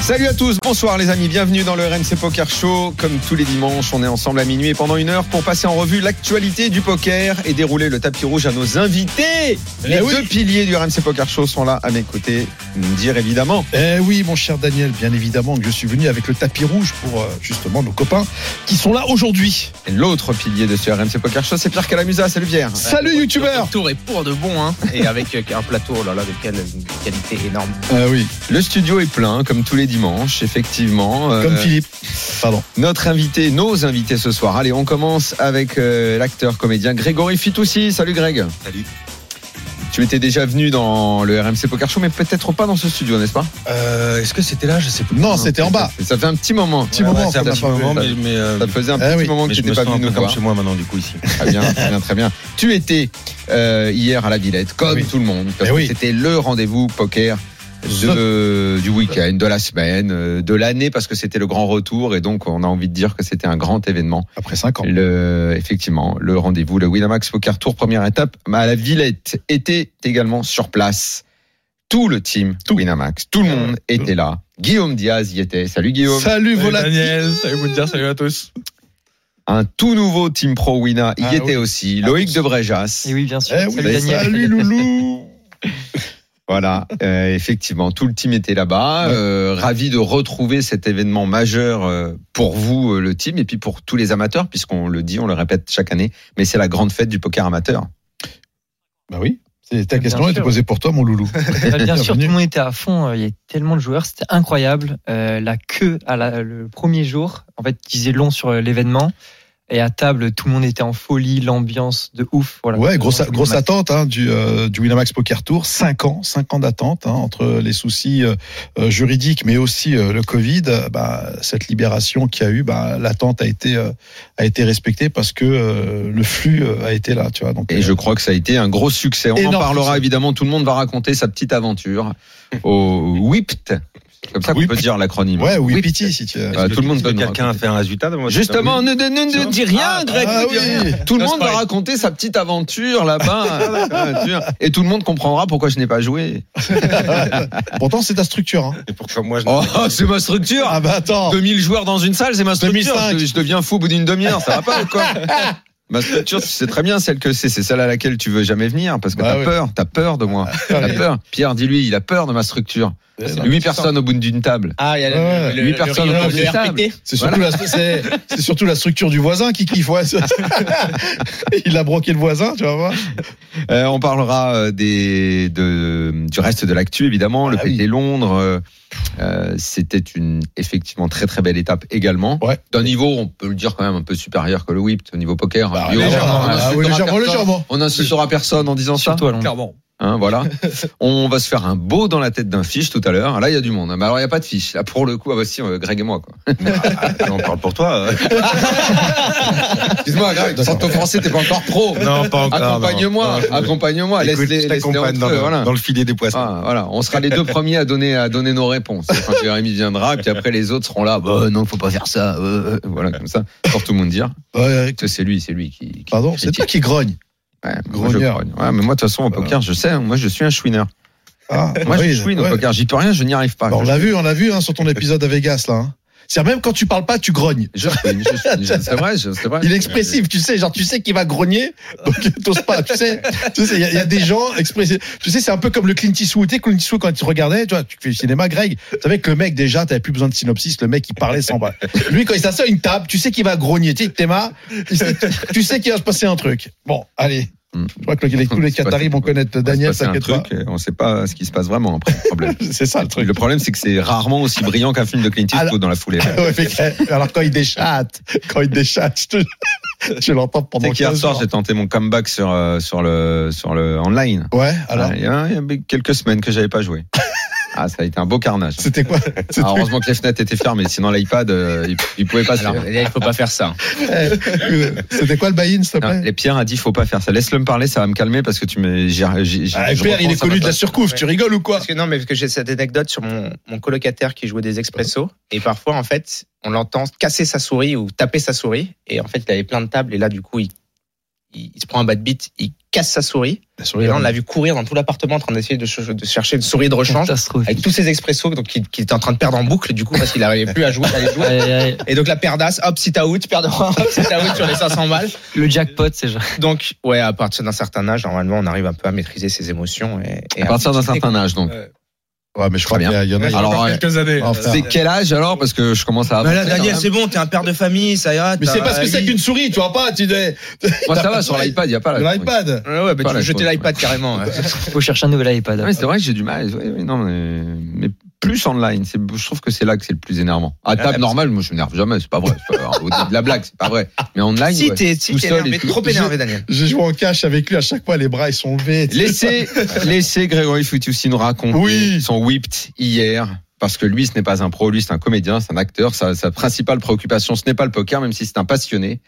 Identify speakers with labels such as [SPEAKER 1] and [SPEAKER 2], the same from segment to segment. [SPEAKER 1] Salut à tous, bonsoir les amis, bienvenue dans le RMC Poker Show. Comme tous les dimanches, on est ensemble à minuit et pendant une heure pour passer en revue l'actualité du poker et dérouler le tapis rouge à nos invités.
[SPEAKER 2] Eh
[SPEAKER 1] les deux piliers du RMC Poker Show sont là à mes côtés, me dire évidemment.
[SPEAKER 3] Eh oui, mon cher Daniel, bien évidemment que je suis venu avec le tapis rouge pour euh, justement nos copains qui sont là aujourd'hui.
[SPEAKER 1] Et l'autre pilier de ce RMC Poker Show, c'est Pierre Calamusa. Salut Pierre.
[SPEAKER 3] Salut youtubeur
[SPEAKER 2] tour est pour de bon, hein. Et avec euh, un plateau, oh là là, de quelle de qualité énorme.
[SPEAKER 3] Ah oui,
[SPEAKER 1] Euh, Le studio est plein, comme tous les dimanches, effectivement. Euh,
[SPEAKER 3] comme Philippe. Pardon.
[SPEAKER 1] Notre invité, nos invités ce soir. Allez, on commence avec euh, l'acteur comédien Grégory Fitoussi. Salut Greg.
[SPEAKER 2] Salut.
[SPEAKER 1] Tu étais déjà venu dans le RMC Poker Show, mais peut-être pas dans ce studio, n'est-ce pas
[SPEAKER 3] Euh, Est-ce que c'était là Je sais plus. Non, c'était en bas.
[SPEAKER 1] Et Ça fait un petit moment.
[SPEAKER 3] Petit moment,
[SPEAKER 1] ça,
[SPEAKER 3] qu'on n'a
[SPEAKER 1] fait
[SPEAKER 3] pas
[SPEAKER 1] un
[SPEAKER 3] vu.
[SPEAKER 1] moment, mais- ça faisait un
[SPEAKER 3] Ah
[SPEAKER 1] petit
[SPEAKER 3] oui,
[SPEAKER 1] moment que tu n'étais pas venu nous voir.
[SPEAKER 2] moi maintenant, du coup, ici.
[SPEAKER 1] Très bien, très bien, très bien. Tu étais euh, hier à la Villette, comme
[SPEAKER 3] Oui.
[SPEAKER 1] tout le monde, parce
[SPEAKER 3] Eh
[SPEAKER 1] que
[SPEAKER 3] oui.
[SPEAKER 1] c'était le rendez-vous poker. De, du week-end, de la semaine, euh, de l'année, parce que c'était le grand retour, et donc on a envie de dire que c'était un grand événement.
[SPEAKER 3] Après 5 ans.
[SPEAKER 1] Le, effectivement, le rendez-vous, le Winamax Poker Tour, première étape, à la Villette, était également sur place. Tout le team Winamax, tout
[SPEAKER 3] Euh,
[SPEAKER 1] le monde était là. Guillaume Diaz y était. Salut Guillaume.
[SPEAKER 3] Salut Eh Volatile.
[SPEAKER 2] Daniel, salut Bouddha, salut à tous.
[SPEAKER 1] Un tout nouveau team pro Wina y
[SPEAKER 3] Ah
[SPEAKER 1] était
[SPEAKER 3] oui.
[SPEAKER 1] aussi. Loïc de Bréjas.
[SPEAKER 4] Et oui, bien sûr.
[SPEAKER 3] Eh oui,
[SPEAKER 4] Salut Daniel.
[SPEAKER 3] salut Loulou.
[SPEAKER 1] Voilà, euh, effectivement, tout le team était là-bas.
[SPEAKER 3] Ouais.
[SPEAKER 1] Euh, ravi de retrouver cet événement majeur euh, pour vous, euh, le team, et puis pour tous les amateurs, puisqu'on le dit, on le répète chaque année, mais c'est la grande fête du poker amateur.
[SPEAKER 3] Bah oui. c'est- Ta
[SPEAKER 4] Bien
[SPEAKER 3] question
[SPEAKER 4] sûr.
[SPEAKER 3] était posée pour toi, mon loulou.
[SPEAKER 4] Bah, bien sûr, tout
[SPEAKER 3] Bienvenue.
[SPEAKER 4] le monde était à fond. euh, Il y a tellement de joueurs, c'était incroyable. Euh, la queue à la- le premier jour, en fait, disait long sur euh, l'événement. Et à table, tout le monde était en folie, l'ambiance de ouf. Voilà.
[SPEAKER 3] Ouais, grosse,
[SPEAKER 4] Vraiment,
[SPEAKER 3] grosse
[SPEAKER 4] le match.
[SPEAKER 3] attente hein, du, euh, du Winamax Poker Tour. 5 ans, 5 ans d'attente hein, entre les soucis euh, euh, juridiques, mais aussi euh, le Covid. Euh, Bah, cette libération qu'il y a eu, bah, l'attente a été euh, a été respectée parce que euh, le flux euh, a été là, tu vois. Donc,
[SPEAKER 1] Et
[SPEAKER 3] euh,
[SPEAKER 1] je crois que ça a été un gros succès. On en
[SPEAKER 3] Énorme
[SPEAKER 1] parlera
[SPEAKER 3] succès.
[SPEAKER 1] évidemment. Tout le monde va raconter sa petite aventure au WIPT. C'est comme ça qu'on
[SPEAKER 3] Whipped.
[SPEAKER 1] peut dire l'acronyme.
[SPEAKER 3] ouais, oui,
[SPEAKER 1] Whipped.
[SPEAKER 3] piti, si tu. veux.
[SPEAKER 1] Ah, tout le monde peut nous
[SPEAKER 2] Quelqu'un a
[SPEAKER 1] raconter.
[SPEAKER 2] fait un résultat devant
[SPEAKER 1] Justement, ne, ne, ne- ne dis rien, Greg.
[SPEAKER 3] ah
[SPEAKER 1] ne dis
[SPEAKER 3] oui.
[SPEAKER 1] rien. Tout le
[SPEAKER 2] Non,
[SPEAKER 1] monde
[SPEAKER 2] c'est
[SPEAKER 1] va
[SPEAKER 2] pareil.
[SPEAKER 1] raconter sa petite aventure là-bas. Aventure. Et tout le monde comprendra pourquoi je n'ai pas joué.
[SPEAKER 3] Pourtant, c'est ta structure. Hein.
[SPEAKER 2] Et pourquoi moi je
[SPEAKER 1] Oh, c'est ma structure.
[SPEAKER 3] Ah bah attends.
[SPEAKER 1] 2000 joueurs dans une salle, c'est ma structure.
[SPEAKER 3] 2005.
[SPEAKER 1] Je, je deviens fou au bout d'une demi-heure, ça va pas ou quoi Ma structure, tu sais très bien celle que c'est. C'est celle à laquelle tu veux jamais venir parce que
[SPEAKER 3] Bah
[SPEAKER 1] t'as
[SPEAKER 3] oui.
[SPEAKER 1] peur, t'as peur de moi. T'as peur. Pierre, dis-lui, il a peur de ma structure. Huit personnes au bout d'une table.
[SPEAKER 2] Ah, il y a
[SPEAKER 3] Ouais.
[SPEAKER 1] Huit personnes
[SPEAKER 2] rideau,
[SPEAKER 1] au bout d'une table.
[SPEAKER 3] C'est surtout, la- c'est- c'est surtout la structure du voisin qui kiffe. ouais. Il a broqué le voisin, tu vas voir.
[SPEAKER 1] Euh, on parlera euh, des, de, du reste de l'actu, évidemment. Le
[SPEAKER 3] Ah
[SPEAKER 1] PT Londres, euh, euh, c'était une effectivement très très belle étape également.
[SPEAKER 3] Ouais.
[SPEAKER 1] D'un niveau, on peut le dire quand même, un peu supérieur que le whip au niveau poker.
[SPEAKER 3] Bah,
[SPEAKER 1] hein, Guillaume.
[SPEAKER 3] légèrement,
[SPEAKER 1] On
[SPEAKER 3] ah,
[SPEAKER 1] insultera
[SPEAKER 3] oui, légèrement,
[SPEAKER 1] personne.
[SPEAKER 3] légèrement.
[SPEAKER 1] On insultera personne en disant ça.
[SPEAKER 4] Surtout à Londres.
[SPEAKER 1] Clairement. Hein, voilà. on va se faire un beau dans la tête d'un fiche tout à l'heure. Là, il y a du monde. hein. Mais alors, il n'y a pas de fiche. Là, pour le coup, ah, bah, si, euh, Greg et moi. quoi.
[SPEAKER 2] Ah, on parle pour toi. euh.
[SPEAKER 1] Excuse-moi, Greg, sans t'offenser, t'es pas encore pro.
[SPEAKER 2] Non, pas encore. non.
[SPEAKER 1] Accompagne-moi,
[SPEAKER 2] Non, je-
[SPEAKER 3] Ah,
[SPEAKER 1] accompagne-moi,
[SPEAKER 2] Écoute,
[SPEAKER 1] laisse-les
[SPEAKER 2] je
[SPEAKER 1] laisse-les
[SPEAKER 2] t'accompagne
[SPEAKER 1] entre
[SPEAKER 2] dans,
[SPEAKER 1] eux,
[SPEAKER 2] le-
[SPEAKER 1] voilà.
[SPEAKER 2] dans le filet des poissons.
[SPEAKER 1] Ah, voilà, on sera les deux premiers à donner à donner nos réponses. Quand Jérémy viendra, et puis après les autres seront là. Bah non, faut pas faire ça. euh, euh, voilà comme ça pour tout le monde dire
[SPEAKER 3] Ouais,
[SPEAKER 1] que c'est lui, c'est lui qui. qui-
[SPEAKER 3] Pardon, c'est toi qui grogne.
[SPEAKER 1] Ouais, moi, je
[SPEAKER 3] Grogneur.
[SPEAKER 1] grogne. Ouais, mais moi de toute façon au poker, je sais. hein, Moi je suis un chouineur.
[SPEAKER 3] Ah,
[SPEAKER 1] Moi
[SPEAKER 3] oui,
[SPEAKER 1] je chouine au
[SPEAKER 3] ouais.
[SPEAKER 1] poker. J'y peux rien, je n'y arrive pas.
[SPEAKER 3] Bah, on
[SPEAKER 1] je,
[SPEAKER 3] l'a vu, on l'a vu hein, sur ton épisode à Vegas là. hein. C'est-à-dire même quand tu parles pas, tu grognes.
[SPEAKER 1] je chouine, je chouine. je- C'est vrai, je- c'est vrai.
[SPEAKER 3] bah. Il est expressif, tu sais, genre tu sais qu'il va grogner, donc t'oses pas, tu sais. Tu sais, il y, a- il y a des gens expressifs. Tu sais, c'est un peu comme le Clint Eastwood. Tu sais, Clint Eastwood quand tu regardais, tu vois, tu fais le cinéma, Greg. Tu savais que le mec déjà, t'avais plus besoin de synopsis, le mec il parlait sans bas. Lui quand il s'assoit à une table, tu sais qu'il va grogner, tu sais, que t'es marre, tu sais, tu sais qu'il va se passer un truc. Bon, allez.
[SPEAKER 1] Hmm.
[SPEAKER 3] Je crois que les, tous les Qataris vont connaître
[SPEAKER 1] Il va
[SPEAKER 3] Daniel,
[SPEAKER 1] se passer un
[SPEAKER 3] t'inquiète pas.
[SPEAKER 1] truc, euh, On sait pas ce qui se passe vraiment après. le Problème.
[SPEAKER 3] C'est ça le truc.
[SPEAKER 1] Le problème, c'est que c'est rarement aussi brillant qu'un film de Clint Eastwood
[SPEAKER 3] Alors-
[SPEAKER 1] dans la foulée.
[SPEAKER 3] Ouais, fait que- alors quand il déchatte, quand il déchatte, je te- tu l'entends
[SPEAKER 1] Tu
[SPEAKER 3] pendant
[SPEAKER 1] sais qu'hier
[SPEAKER 3] 15
[SPEAKER 1] soir,
[SPEAKER 3] jours.
[SPEAKER 1] j'ai tenté mon comeback sur euh, sur le sur le online.
[SPEAKER 3] Ouais, alors
[SPEAKER 1] Ouais, il, y a, il y a quelques semaines que j'avais pas joué. Ah, ça a été un beau carnage.
[SPEAKER 3] C'était quoi
[SPEAKER 1] Ah, heureusement que les fenêtres étaient fermées, sinon l'iPad, euh, il, il pouvait pas se
[SPEAKER 5] Alors,
[SPEAKER 1] faire.
[SPEAKER 5] là, il faut pas faire ça.
[SPEAKER 3] C'était quoi le buy-in, s'il te
[SPEAKER 1] Non,
[SPEAKER 3] plaît
[SPEAKER 1] les Eh ben, Pierre a dit faut pas faire ça. Laisse-le me parler, ça va me calmer parce que tu me. j'ai- j'ai- j'ai-
[SPEAKER 3] Ah,
[SPEAKER 1] je
[SPEAKER 3] Pierre, il est
[SPEAKER 1] repense à ma
[SPEAKER 3] connu de la
[SPEAKER 1] place.
[SPEAKER 3] surcouffe, tu rigoles ou quoi
[SPEAKER 5] Parce que non, mais parce que j'ai cette anecdote sur mon, mon colocataire qui jouait des expressos. Et parfois, en fait, on l'entend casser sa souris ou taper sa souris. Et en fait, il avait plein de tables. Et là, du coup, il, il, il se prend un bas de bite, il casse sa souris. Et là, on l'a vu courir dans tout l'appartement en train d'essayer de, ch- de chercher une souris de rechange. Avec
[SPEAKER 4] Catastrophique.
[SPEAKER 5] tous ses expressos donc qu'il qu'il était en train de perdre en boucle, du coup, parce qu'il n'arrivait plus à jouer, à les jouer.
[SPEAKER 4] Aïe, aïe, aïe.
[SPEAKER 5] Et donc la perdasse, hop, si t'as out, perdre, hop, si t'as out sur les 500 balles.
[SPEAKER 4] Le jackpot, c'est genre.
[SPEAKER 5] Donc, ouais, à partir d'un certain âge, normalement, on arrive un peu à maîtriser ses émotions. Et, et
[SPEAKER 1] À partir d'un
[SPEAKER 5] maîtriser-
[SPEAKER 1] certain âge, donc.
[SPEAKER 3] Ouais, mais je crois
[SPEAKER 1] Très
[SPEAKER 3] qu'il y a- Ah, bah, il y en a.
[SPEAKER 1] Alors,
[SPEAKER 6] Encore
[SPEAKER 1] ouais.
[SPEAKER 6] quelques années.
[SPEAKER 3] Ah, frère.
[SPEAKER 1] C'est quel Ah, bah, âge alors Parce que je commence à.
[SPEAKER 6] Mais là,
[SPEAKER 1] avancer,
[SPEAKER 6] Daniel,
[SPEAKER 1] quand
[SPEAKER 6] c'est bon, t'es un père de famille, ça ira.
[SPEAKER 3] Mais c'est
[SPEAKER 6] t'as-
[SPEAKER 3] pas ce que c'est
[SPEAKER 6] il-
[SPEAKER 3] qu'une souris, tu vois pas Tu dis
[SPEAKER 1] même. Moi, ça va sur l'iPad, il n'y a pas la.
[SPEAKER 3] l'iPad.
[SPEAKER 5] Ouais, ouais, bah,
[SPEAKER 1] Pas
[SPEAKER 5] tu
[SPEAKER 1] la
[SPEAKER 5] veux jeter
[SPEAKER 1] chose,
[SPEAKER 5] l'iPad carrément. ouais.
[SPEAKER 4] Faut chercher un nouvel iPad.
[SPEAKER 1] Ah ouais, c'est vrai que j'ai du mal. Oui, oui, non, mais, mais plus online. C'est- Je trouve que c'est là que c'est le plus énervant. À table normale, moi je m'énerve jamais, c'est pas vrai. C'est pas- au- de la blague, c'est pas vrai. Mais online,
[SPEAKER 5] Si
[SPEAKER 1] ouais.
[SPEAKER 5] t'es si
[SPEAKER 1] Tout
[SPEAKER 5] t'es
[SPEAKER 1] seul et
[SPEAKER 5] énervé,
[SPEAKER 1] tout.
[SPEAKER 5] trop énervé, Daniel.
[SPEAKER 3] J'ai joué en cash avec lui à chaque fois, les bras ils sont levés.
[SPEAKER 1] Laissez, laissez Grégory Foutioussine nous raconter
[SPEAKER 3] Oui.
[SPEAKER 1] son whipped hier. Parce que lui, ce n'est pas un pro, lui, c'est un comédien, c'est un acteur. Sa, sa principale préoccupation, ce n'est pas le poker, même si c'est un passionné.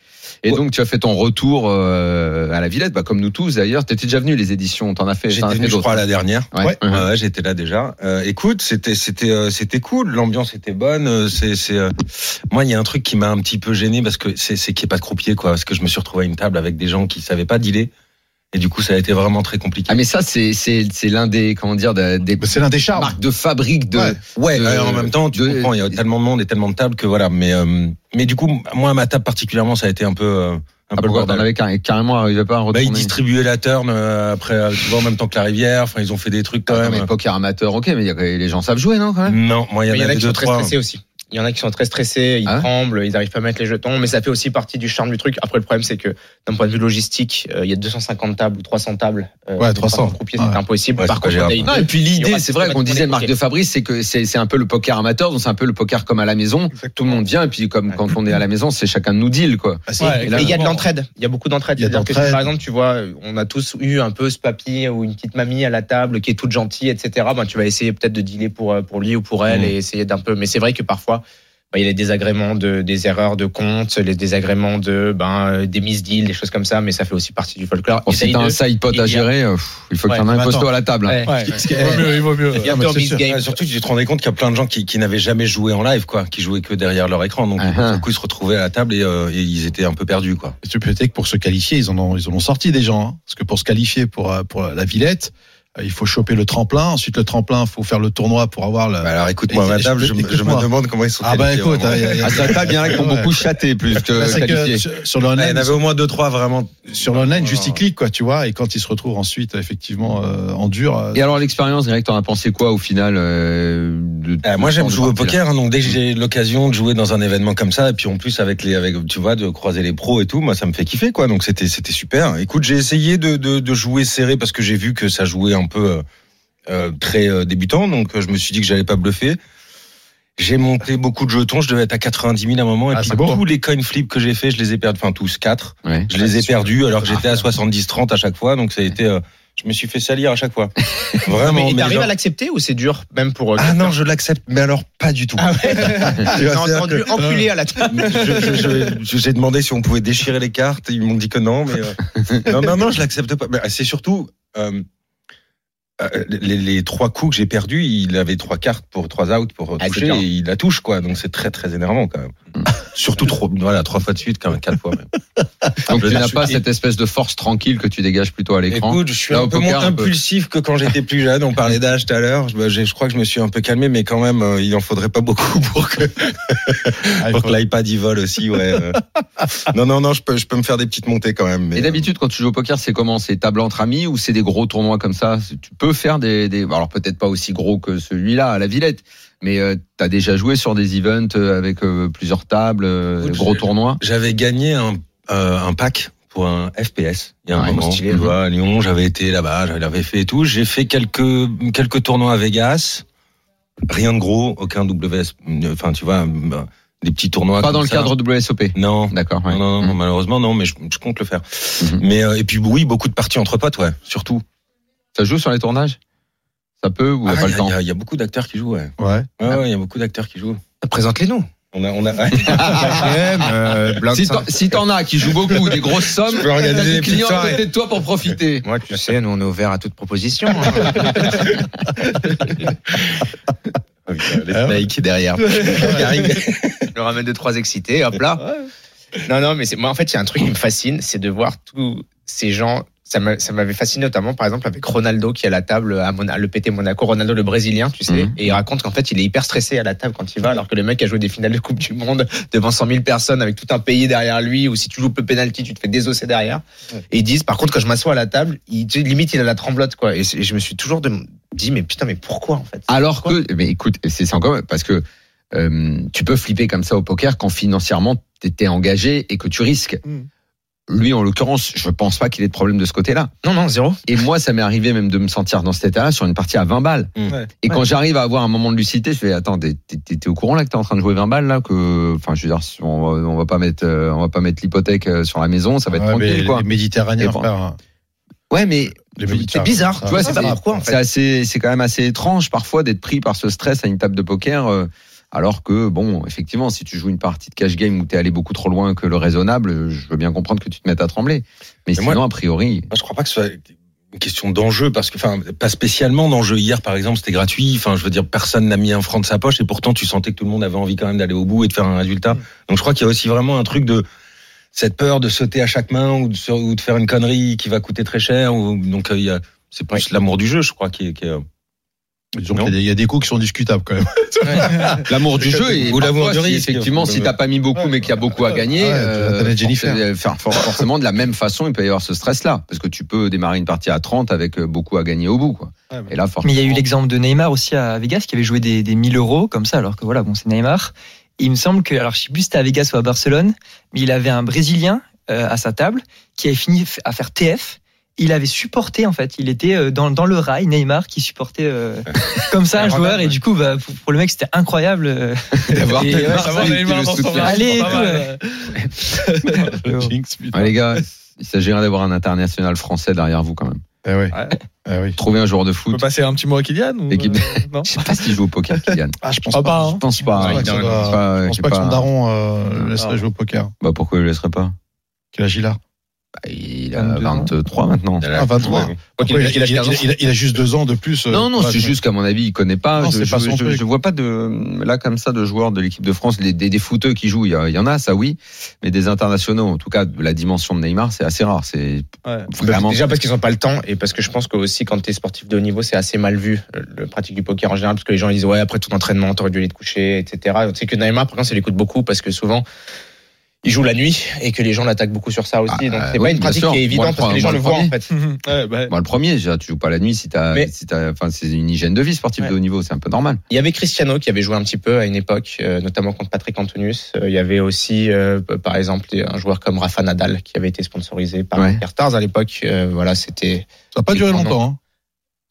[SPEAKER 1] Et donc, tu as fait ton retour euh, à la Villette, bah, comme nous tous d'ailleurs. T'étais déjà venu les éditions, t'en as fait. t'en as
[SPEAKER 6] J'étais
[SPEAKER 1] fait
[SPEAKER 6] venu, je
[SPEAKER 1] d'autres.
[SPEAKER 6] crois, à la dernière.
[SPEAKER 1] Ouais. Uh-huh.
[SPEAKER 3] Ouais.
[SPEAKER 6] Ouais, ouais, j'étais là déjà. Euh, écoute, c'était c'était euh, c'était cool, l'ambiance était bonne. euh, C'est c'est euh, moi, il y a un truc qui m'a un petit peu gêné parce que c'est c'est qu'il n'y ait pas de croupier quoi, parce que je me suis retrouvé à une table avec des gens qui savaient pas dealer et du coup, ça a été vraiment très compliqué.
[SPEAKER 1] Ah, mais ça, c'est c'est c'est l'un des comment dire des, des
[SPEAKER 3] Bah, C'est l'un des charmes.
[SPEAKER 1] marques de fabrique de.
[SPEAKER 3] Ouais.
[SPEAKER 6] Ouais,
[SPEAKER 1] de-
[SPEAKER 6] euh, en même temps, tu
[SPEAKER 1] de-
[SPEAKER 6] comprends, il y a tellement de monde et tellement de tables que voilà. Mais euh, mais du coup, moi, ma table particulièrement, ça a été un peu euh, un
[SPEAKER 1] Ah,
[SPEAKER 6] peu le
[SPEAKER 1] pourquoi t'en
[SPEAKER 6] bordel.
[SPEAKER 1] avais carré- carrément arrivé pas à
[SPEAKER 6] Bah,
[SPEAKER 1] retourner.
[SPEAKER 6] ils distribuaient la turn euh, après, euh, tu vois, en même temps que la rivière. Enfin, ils ont fait des trucs quand
[SPEAKER 1] Ah, non,
[SPEAKER 6] même.
[SPEAKER 1] mais poker amateur, ok, mais y a- les gens savent jouer, non quand même
[SPEAKER 6] Non, moi, il y
[SPEAKER 5] Mais
[SPEAKER 6] en
[SPEAKER 5] Il y en a
[SPEAKER 6] avait
[SPEAKER 5] qui
[SPEAKER 6] deux
[SPEAKER 5] sont très
[SPEAKER 6] trois.
[SPEAKER 5] stressés aussi. Il y en a qui sont très stressés, ils
[SPEAKER 1] Ah ouais
[SPEAKER 5] tremblent, ils arrivent pas à mettre les jetons, mais ça fait aussi partie du charme du truc. Après, le problème, c'est que d'un point de vue logistique, euh, il y a 250 tables ou 300 tables. euh,
[SPEAKER 3] Ouais,
[SPEAKER 5] de
[SPEAKER 3] 300.
[SPEAKER 5] Croupiers,
[SPEAKER 3] Ouais.
[SPEAKER 5] c'est impossible.
[SPEAKER 6] Ouais,
[SPEAKER 5] Par
[SPEAKER 6] c'est pas
[SPEAKER 5] contre, on a
[SPEAKER 6] gérable.
[SPEAKER 5] une-
[SPEAKER 1] Non, et puis
[SPEAKER 5] Il y
[SPEAKER 1] l'idée,
[SPEAKER 5] aura
[SPEAKER 1] c'est vrai qu'on
[SPEAKER 5] systématiquement
[SPEAKER 1] disait
[SPEAKER 5] des
[SPEAKER 1] marque de
[SPEAKER 5] croquettes.
[SPEAKER 1] Fabrice, c'est que c'est c'est un peu le poker amateur, donc c'est un peu le poker comme à la maison. Tout le monde vient, et puis comme quand on est à la maison, c'est chacun de nous deal, quoi.
[SPEAKER 3] Ah, si.
[SPEAKER 5] Ouais,
[SPEAKER 1] là,
[SPEAKER 5] mais il y a de l'entraide. Il y a beaucoup d'entraide.
[SPEAKER 3] Il y a de
[SPEAKER 5] C'est-à-dire que
[SPEAKER 3] l'entraide.
[SPEAKER 5] si, par exemple, tu vois, on a tous eu un peu ce papy ou une petite mamie à la table qui est toute gentille, etc. Ben, tu vas essayer peut-être de dealer pour, euh, pour lui ou pour elle
[SPEAKER 6] Mhm.
[SPEAKER 5] et essayer d'un peu. Mais c'est vrai que parfois, ben, il y a des désagréments de, des erreurs de compte, les désagréments de, ben, euh, des misdeals, des choses comme ça. Mais ça fait aussi partie du folklore.
[SPEAKER 1] Bon,
[SPEAKER 5] Et ça,
[SPEAKER 1] si
[SPEAKER 5] il
[SPEAKER 1] t'as
[SPEAKER 5] ne-
[SPEAKER 1] un side pot à
[SPEAKER 5] il y a-
[SPEAKER 1] gérer, euh, pff, il faut que
[SPEAKER 5] hein. Ouais,
[SPEAKER 1] t'en aies un
[SPEAKER 3] mais
[SPEAKER 1] costaud
[SPEAKER 3] attends.
[SPEAKER 1] à la table. hein.
[SPEAKER 4] Ouais.
[SPEAKER 3] Il vaut mieux, il vaut
[SPEAKER 6] Euh,
[SPEAKER 3] mieux.
[SPEAKER 5] il y a
[SPEAKER 3] Ah, mais
[SPEAKER 5] peur
[SPEAKER 3] c'est
[SPEAKER 5] miss
[SPEAKER 3] sûr.
[SPEAKER 5] game.
[SPEAKER 6] Ouais, surtout, tu te rendais compte qu'il y a plein de gens qui, qui n'avaient jamais joué en live, quoi, qui jouaient que derrière leur écran. Donc,
[SPEAKER 1] Ah, ah.
[SPEAKER 6] du coup, ils se retrouvaient à la table et, euh, et ils étaient un peu perdus, quoi.
[SPEAKER 3] Tu peux être que pour se qualifier, ils en ont, ils en ont sorti des gens. hein. Parce que pour se qualifier pour, euh, pour la Villette, euh, il faut choper le tremplin. Ensuite, le tremplin, faut faire le tournoi pour avoir le.
[SPEAKER 6] Bah, alors, écoute-moi,
[SPEAKER 3] Et- et-
[SPEAKER 6] madame, je, me- je
[SPEAKER 3] écoute-moi.
[SPEAKER 6] me demande comment ils sont
[SPEAKER 3] ah bah
[SPEAKER 6] qualifiés,
[SPEAKER 3] écoute,
[SPEAKER 6] vraiment.
[SPEAKER 3] hein, il y a- il y a-
[SPEAKER 1] À sa table, il y en a qui ont
[SPEAKER 3] Ouais.
[SPEAKER 1] beaucoup chaté plus
[SPEAKER 3] Bah,
[SPEAKER 1] que
[SPEAKER 3] c'est que
[SPEAKER 1] qualifié.
[SPEAKER 3] sur, sur le
[SPEAKER 6] Ah,
[SPEAKER 3] online,
[SPEAKER 6] il y en avait au moins deux, trois vraiment.
[SPEAKER 3] sur le online, juste
[SPEAKER 6] Voilà.
[SPEAKER 3] ils cliquent quoi, tu vois. Et quand ils se retrouvent ensuite effectivement euh, en dur, euh,
[SPEAKER 1] Et alors l'expérience, Greg, t'en as pensé quoi au final euh, de-
[SPEAKER 6] Ah, moi,
[SPEAKER 1] de
[SPEAKER 6] j'aime
[SPEAKER 1] ce
[SPEAKER 6] jouer au
[SPEAKER 1] parti-là
[SPEAKER 6] poker, hein, donc dès que j'ai l'occasion de jouer dans un événement comme ça, et puis en plus avec les, avec, tu vois, de croiser les pros et tout, moi, ça me fait kiffer, quoi. Donc c'était, c'était super. Écoute, j'ai essayé de, de, de jouer serré parce que j'ai vu que ça jouait un peu euh, euh, très euh, débutant, donc euh, je me suis dit que j'allais pas bluffer. J'ai monté beaucoup de jetons, je devais être à 90 000 à un moment, et
[SPEAKER 3] Ah,
[SPEAKER 6] puis
[SPEAKER 3] c'est beau.
[SPEAKER 6] tous les coin flips que j'ai fait, je les ai perdus, enfin tous quatre,
[SPEAKER 1] Ouais.
[SPEAKER 6] je les ai perdus alors que j'étais à 70-30 à chaque fois, donc ça a été, euh, je me suis fait salir à chaque fois. Vraiment.
[SPEAKER 5] Mais
[SPEAKER 6] mais
[SPEAKER 5] t'arrives
[SPEAKER 6] genre-
[SPEAKER 5] à l'accepter ou c'est dur même pour eux
[SPEAKER 6] ah non, je l'accepte, mais alors pas du tout. Tu vois,
[SPEAKER 5] T'as
[SPEAKER 6] c'est-à-dire
[SPEAKER 5] Ah
[SPEAKER 6] que-
[SPEAKER 5] entendu
[SPEAKER 6] euh,
[SPEAKER 5] enculé à la table.
[SPEAKER 6] Je- je- je- J'ai demandé si on pouvait déchirer les cartes, ils m'ont dit que non, mais euh, non, non, non, je l'accepte pas. Mais C'est surtout euh, euh, les, les trois coups que j'ai perdus, il avait trois cartes pour trois outs pour
[SPEAKER 5] Ah, c'est
[SPEAKER 6] toucher,
[SPEAKER 5] bien. Mm.
[SPEAKER 6] et il la touche quoi, donc c'est très très énervant quand même. surtout trois, voilà, trois fois de suite, quand même, quatre fois. même.
[SPEAKER 1] Donc
[SPEAKER 6] Je
[SPEAKER 1] tu n'as
[SPEAKER 6] suis-
[SPEAKER 1] pas cette espèce de force tranquille que tu dégages plutôt à l'écran.
[SPEAKER 6] Écoute, je suis
[SPEAKER 1] Là, au
[SPEAKER 6] un peu
[SPEAKER 1] poker,
[SPEAKER 6] moins
[SPEAKER 1] un peu.
[SPEAKER 6] impulsif que quand j'étais plus jeune. On parlait d'âge tout à l'heure. Je, bah, je- je crois que je me suis un peu calmé, mais quand même, euh, il en faudrait pas beaucoup pour que,
[SPEAKER 3] ah, il
[SPEAKER 6] pour
[SPEAKER 3] faut-
[SPEAKER 6] que l'iPad y vole aussi. Ouais. euh. non, non, non, je peux, je peux me faire des petites montées quand même. mais,
[SPEAKER 1] Et d'habitude, quand tu joues au poker, c'est comment C'est table entre amis ou c'est des gros tournois comme ça C'est- Tu peux faire des, des- alors peut-être pas aussi gros que celui-là à la Villette, mais euh, t'as déjà joué sur des events euh, avec euh, plusieurs tables, euh,
[SPEAKER 6] Écoute,
[SPEAKER 1] gros
[SPEAKER 6] je-
[SPEAKER 1] tournois.
[SPEAKER 6] J'avais gagné un, euh, un pack pour un FPS il y a un
[SPEAKER 1] Ouais,
[SPEAKER 6] moment.
[SPEAKER 1] stylé,
[SPEAKER 6] tu
[SPEAKER 1] ouais.
[SPEAKER 6] vois, à Lyon, j'avais été là-bas, j'avais l'avais fait et tout. J'ai fait quelques quelques tournois à Vegas. Rien de gros, aucun WS. Enfin, tu vois, euh, des petits tournois.
[SPEAKER 1] Pas
[SPEAKER 6] comme
[SPEAKER 1] dans le
[SPEAKER 6] ça.
[SPEAKER 1] cadre WSOP.
[SPEAKER 6] Non.
[SPEAKER 1] D'accord. ouais.
[SPEAKER 6] Non, non, non,
[SPEAKER 1] Mmh.
[SPEAKER 6] malheureusement non, mais je, je compte le faire.
[SPEAKER 1] Mhm.
[SPEAKER 6] Mais euh, et puis oui, beaucoup de parties entre potes, ouais, surtout.
[SPEAKER 1] Ça joue sur les tournages Ça peut ou
[SPEAKER 6] Ah,
[SPEAKER 1] il a pas
[SPEAKER 6] Il
[SPEAKER 1] le temps
[SPEAKER 6] y, a- il y a beaucoup d'acteurs qui jouent. Ouais,
[SPEAKER 3] Ouais.
[SPEAKER 6] Ouais,
[SPEAKER 1] Ah.
[SPEAKER 6] ouais, il y a beaucoup d'acteurs qui jouent.
[SPEAKER 5] Présente-les-nous. euh,
[SPEAKER 6] On a, on a. ouais.
[SPEAKER 1] Si t'en- Si t'en as qui jouent beaucoup, des grosses sommes,
[SPEAKER 6] peux organiser
[SPEAKER 1] t'as
[SPEAKER 6] des
[SPEAKER 1] des clients à
[SPEAKER 6] petites
[SPEAKER 1] côté de toi pour profiter.
[SPEAKER 5] Moi, tu sais, nous, on est ouvert à toute proposition. hein.
[SPEAKER 6] Les
[SPEAKER 5] Mike derrière. Il arrive, il nous ramène deux trois excités, hop là. Non non, mais c'est moi en fait, il y a un truc qui me fascine, c'est de voir tous ces gens. Ça m'a- ça m'avait fasciné notamment par exemple avec Ronaldo qui est à la table à Mona- le PT Monaco, Ronaldo le Brésilien, tu sais,
[SPEAKER 1] Mhm.
[SPEAKER 5] et il raconte qu'en fait il est hyper stressé à la table quand il va, alors que le mec a joué des finales de Coupe du Monde devant 100 000 personnes avec tout un pays derrière lui, ou si tu joues peu penalty, tu te fais désosser derrière. Et ils disent par contre quand je m'assois à la table, il, tu sais, limite il a la tremblote quoi. Et, c'est- et je me suis toujours dem- dit mais putain mais pourquoi en fait
[SPEAKER 1] Alors que, mais écoute, c'est c'est encore parce que euh, tu peux flipper comme ça au poker quand financièrement t'étais engagé et que tu risques.
[SPEAKER 3] Mm.
[SPEAKER 1] Lui, en l'occurrence, je pense pas qu'il ait de problème de ce côté-là.
[SPEAKER 5] Non non zéro.
[SPEAKER 1] Et moi, ça m'est arrivé même de me sentir dans cet état-là sur une partie à 20 balles.
[SPEAKER 6] Mm.
[SPEAKER 3] Ouais.
[SPEAKER 1] Et quand j'arrive à avoir un moment de lucidité, je fais attends, t'es- t'es t'es- t'es au courant là que t'es en train de jouer 20 balles là que, enfin, je veux dire, on va, on va pas mettre, euh, on va pas mettre l'hypothèque euh, sur la maison, ça va être
[SPEAKER 3] Ouais, mais
[SPEAKER 1] tranquille quoi.
[SPEAKER 3] Les Méditerranéens,
[SPEAKER 1] Et bon.
[SPEAKER 3] frère, hein.
[SPEAKER 1] Ouais, mais
[SPEAKER 3] Les
[SPEAKER 1] C'est
[SPEAKER 3] Méditerranéens,
[SPEAKER 5] bizarre,
[SPEAKER 3] ça.
[SPEAKER 1] tu vois, c'est
[SPEAKER 5] pas pourquoi, en fait.
[SPEAKER 1] c'est assez, c'est quand même assez étrange parfois d'être pris par ce stress à une table de poker, euh, alors que bon, effectivement, si tu joues une partie de cash game où t'es allé beaucoup trop loin que le raisonnable, euh, je veux bien comprendre que tu te mettes à trembler. Mais,
[SPEAKER 6] Mais moi-
[SPEAKER 1] sinon, a priori,
[SPEAKER 6] Moi, je crois pas que ce soit une question d'enjeu parce que enfin pas spécialement d'enjeu hier par exemple c'était gratuit enfin je veux dire personne n'a mis un franc de sa poche et pourtant tu sentais que tout le monde avait envie quand même d'aller au bout et de faire un résultat donc je crois qu'il y a aussi vraiment un truc de cette peur de sauter à chaque main ou de, se- ou de faire une connerie qui va coûter très cher ou donc euh, il y a c'est plus l'amour du jeu je crois qui est, qui est, euh,
[SPEAKER 3] Disons
[SPEAKER 6] Non.
[SPEAKER 3] qu'il y a des- Il y a des coups qui sont discutables quand même.
[SPEAKER 1] l'amour du
[SPEAKER 6] C'est
[SPEAKER 1] jeu et
[SPEAKER 6] ou l'amour
[SPEAKER 1] parfois,
[SPEAKER 6] du
[SPEAKER 1] si,
[SPEAKER 6] risque.
[SPEAKER 1] effectivement, si t'as pas mis beaucoup mais qu'il y a beaucoup à gagner,
[SPEAKER 3] Ouais, Jonathan et Jennifer.
[SPEAKER 1] forc- enfin, for- forcément de la même façon, il peut y avoir ce stress-là, parce que tu peux démarrer une partie à 30 avec euh, beaucoup à gagner au bout. Quoi.
[SPEAKER 3] Ouais, mais-
[SPEAKER 1] Et là, forcément,
[SPEAKER 4] Mais il y a eu l'exemple de Neymar aussi à Vegas qui avait joué des, des 1000 euros comme ça, alors que voilà, bon, c'est Neymar. Et il me semble que, alors je sais plus si c'était à Vegas ou à Barcelone, mais il avait un Brésilien euh, à sa table qui avait fini f- à faire TF. Il avait supporté en fait, il était euh, dans, dans le rail Neymar qui supportait euh, comme ça un joueur et du coup bah, pour, pour le mec c'était incroyable. euh,
[SPEAKER 1] d'avoir
[SPEAKER 4] Et,
[SPEAKER 1] Neymar,
[SPEAKER 4] ouais,
[SPEAKER 1] ça, il était le soutien.
[SPEAKER 4] Allez, et tout, euh.
[SPEAKER 1] Ouais, les gars, il s'agirait d'avoir un international français derrière vous quand même.
[SPEAKER 3] Eh oui. Eh oui.
[SPEAKER 1] Trouver un joueur de foot.
[SPEAKER 7] passer un petit mot à Kylian ou
[SPEAKER 1] Et qui-
[SPEAKER 7] euh, non
[SPEAKER 1] Je sais pas s'il joue au poker, Kylian.
[SPEAKER 3] Ah, je pense
[SPEAKER 7] Ah,
[SPEAKER 3] pas.
[SPEAKER 7] pas,
[SPEAKER 1] Je
[SPEAKER 7] hein.
[SPEAKER 1] pense pas.
[SPEAKER 3] Je pense
[SPEAKER 1] Je sais
[SPEAKER 3] pas que ça va-
[SPEAKER 1] pas,
[SPEAKER 3] Je pense
[SPEAKER 1] sais
[SPEAKER 3] pas que son
[SPEAKER 1] pas.
[SPEAKER 3] daron euh, laisserait
[SPEAKER 7] Ah.
[SPEAKER 3] jouer au poker.
[SPEAKER 1] Bah pourquoi il le laisserait pas
[SPEAKER 3] Qu'il agit là.
[SPEAKER 1] Bah, Il a
[SPEAKER 4] 22 ans.
[SPEAKER 1] 23 maintenant.
[SPEAKER 3] Ah, 23.
[SPEAKER 5] Ok,
[SPEAKER 3] Après, il, a, il a- il a- il a juste deux ans de plus. euh,
[SPEAKER 1] Non, non,
[SPEAKER 3] voilà,
[SPEAKER 1] c'est
[SPEAKER 3] je-
[SPEAKER 1] juste qu'à mon avis, il connaît pas.
[SPEAKER 3] Non,
[SPEAKER 1] je,
[SPEAKER 3] c'est pas
[SPEAKER 1] je-
[SPEAKER 3] son
[SPEAKER 1] je-
[SPEAKER 3] truc.
[SPEAKER 1] je vois pas de là comme ça de joueurs de l'équipe de France, les- des, des footeux qui jouent. Il y, a- il y en a, ça oui, mais des internationaux, en tout cas, de la dimension de Neymar, c'est assez rare. C'est
[SPEAKER 7] Ouais.
[SPEAKER 1] vraiment.
[SPEAKER 5] Déjà parce qu'ils n'ont pas le temps et parce que je pense que aussi quand t'es sportif de haut niveau, c'est assez mal vu euh, le pratique du poker en général parce que les gens ils disent ouais après tout entraînement t'aurais dû aller te coucher etc. Tu sais que Neymar par contre ça lui coûte beaucoup parce que souvent il joue la nuit et que les gens l'attaquent beaucoup sur ça aussi.
[SPEAKER 1] Ah,
[SPEAKER 5] donc
[SPEAKER 1] euh,
[SPEAKER 5] c'est
[SPEAKER 1] oui,
[SPEAKER 5] pas une
[SPEAKER 1] bien
[SPEAKER 5] pratique
[SPEAKER 1] sûr.
[SPEAKER 5] qui est
[SPEAKER 1] Moi,
[SPEAKER 5] évidente
[SPEAKER 1] le
[SPEAKER 5] parce que
[SPEAKER 1] premier-
[SPEAKER 5] les gens le voient
[SPEAKER 1] moi, le
[SPEAKER 5] en fait.
[SPEAKER 7] Ouais, bah,
[SPEAKER 1] Bon, le premier, déjà, tu joues pas la nuit si t'as,
[SPEAKER 5] Mais-
[SPEAKER 1] si t'as- enfin, c'est une hygiène de vie sportive
[SPEAKER 5] Ouais.
[SPEAKER 1] de haut niveau, c'est un peu normal.
[SPEAKER 5] Il y avait Cristiano qui avait joué un petit peu à une époque, euh, notamment contre Patrick Antonius. Euh, il y avait aussi, euh, par exemple, un joueur comme Rafa Nadal qui avait été sponsorisé par
[SPEAKER 1] Ouais.
[SPEAKER 5] les Stars à l'époque. Euh, voilà, c'était.
[SPEAKER 3] Ça n'a pas duré
[SPEAKER 5] Non, non.
[SPEAKER 3] longtemps. hein.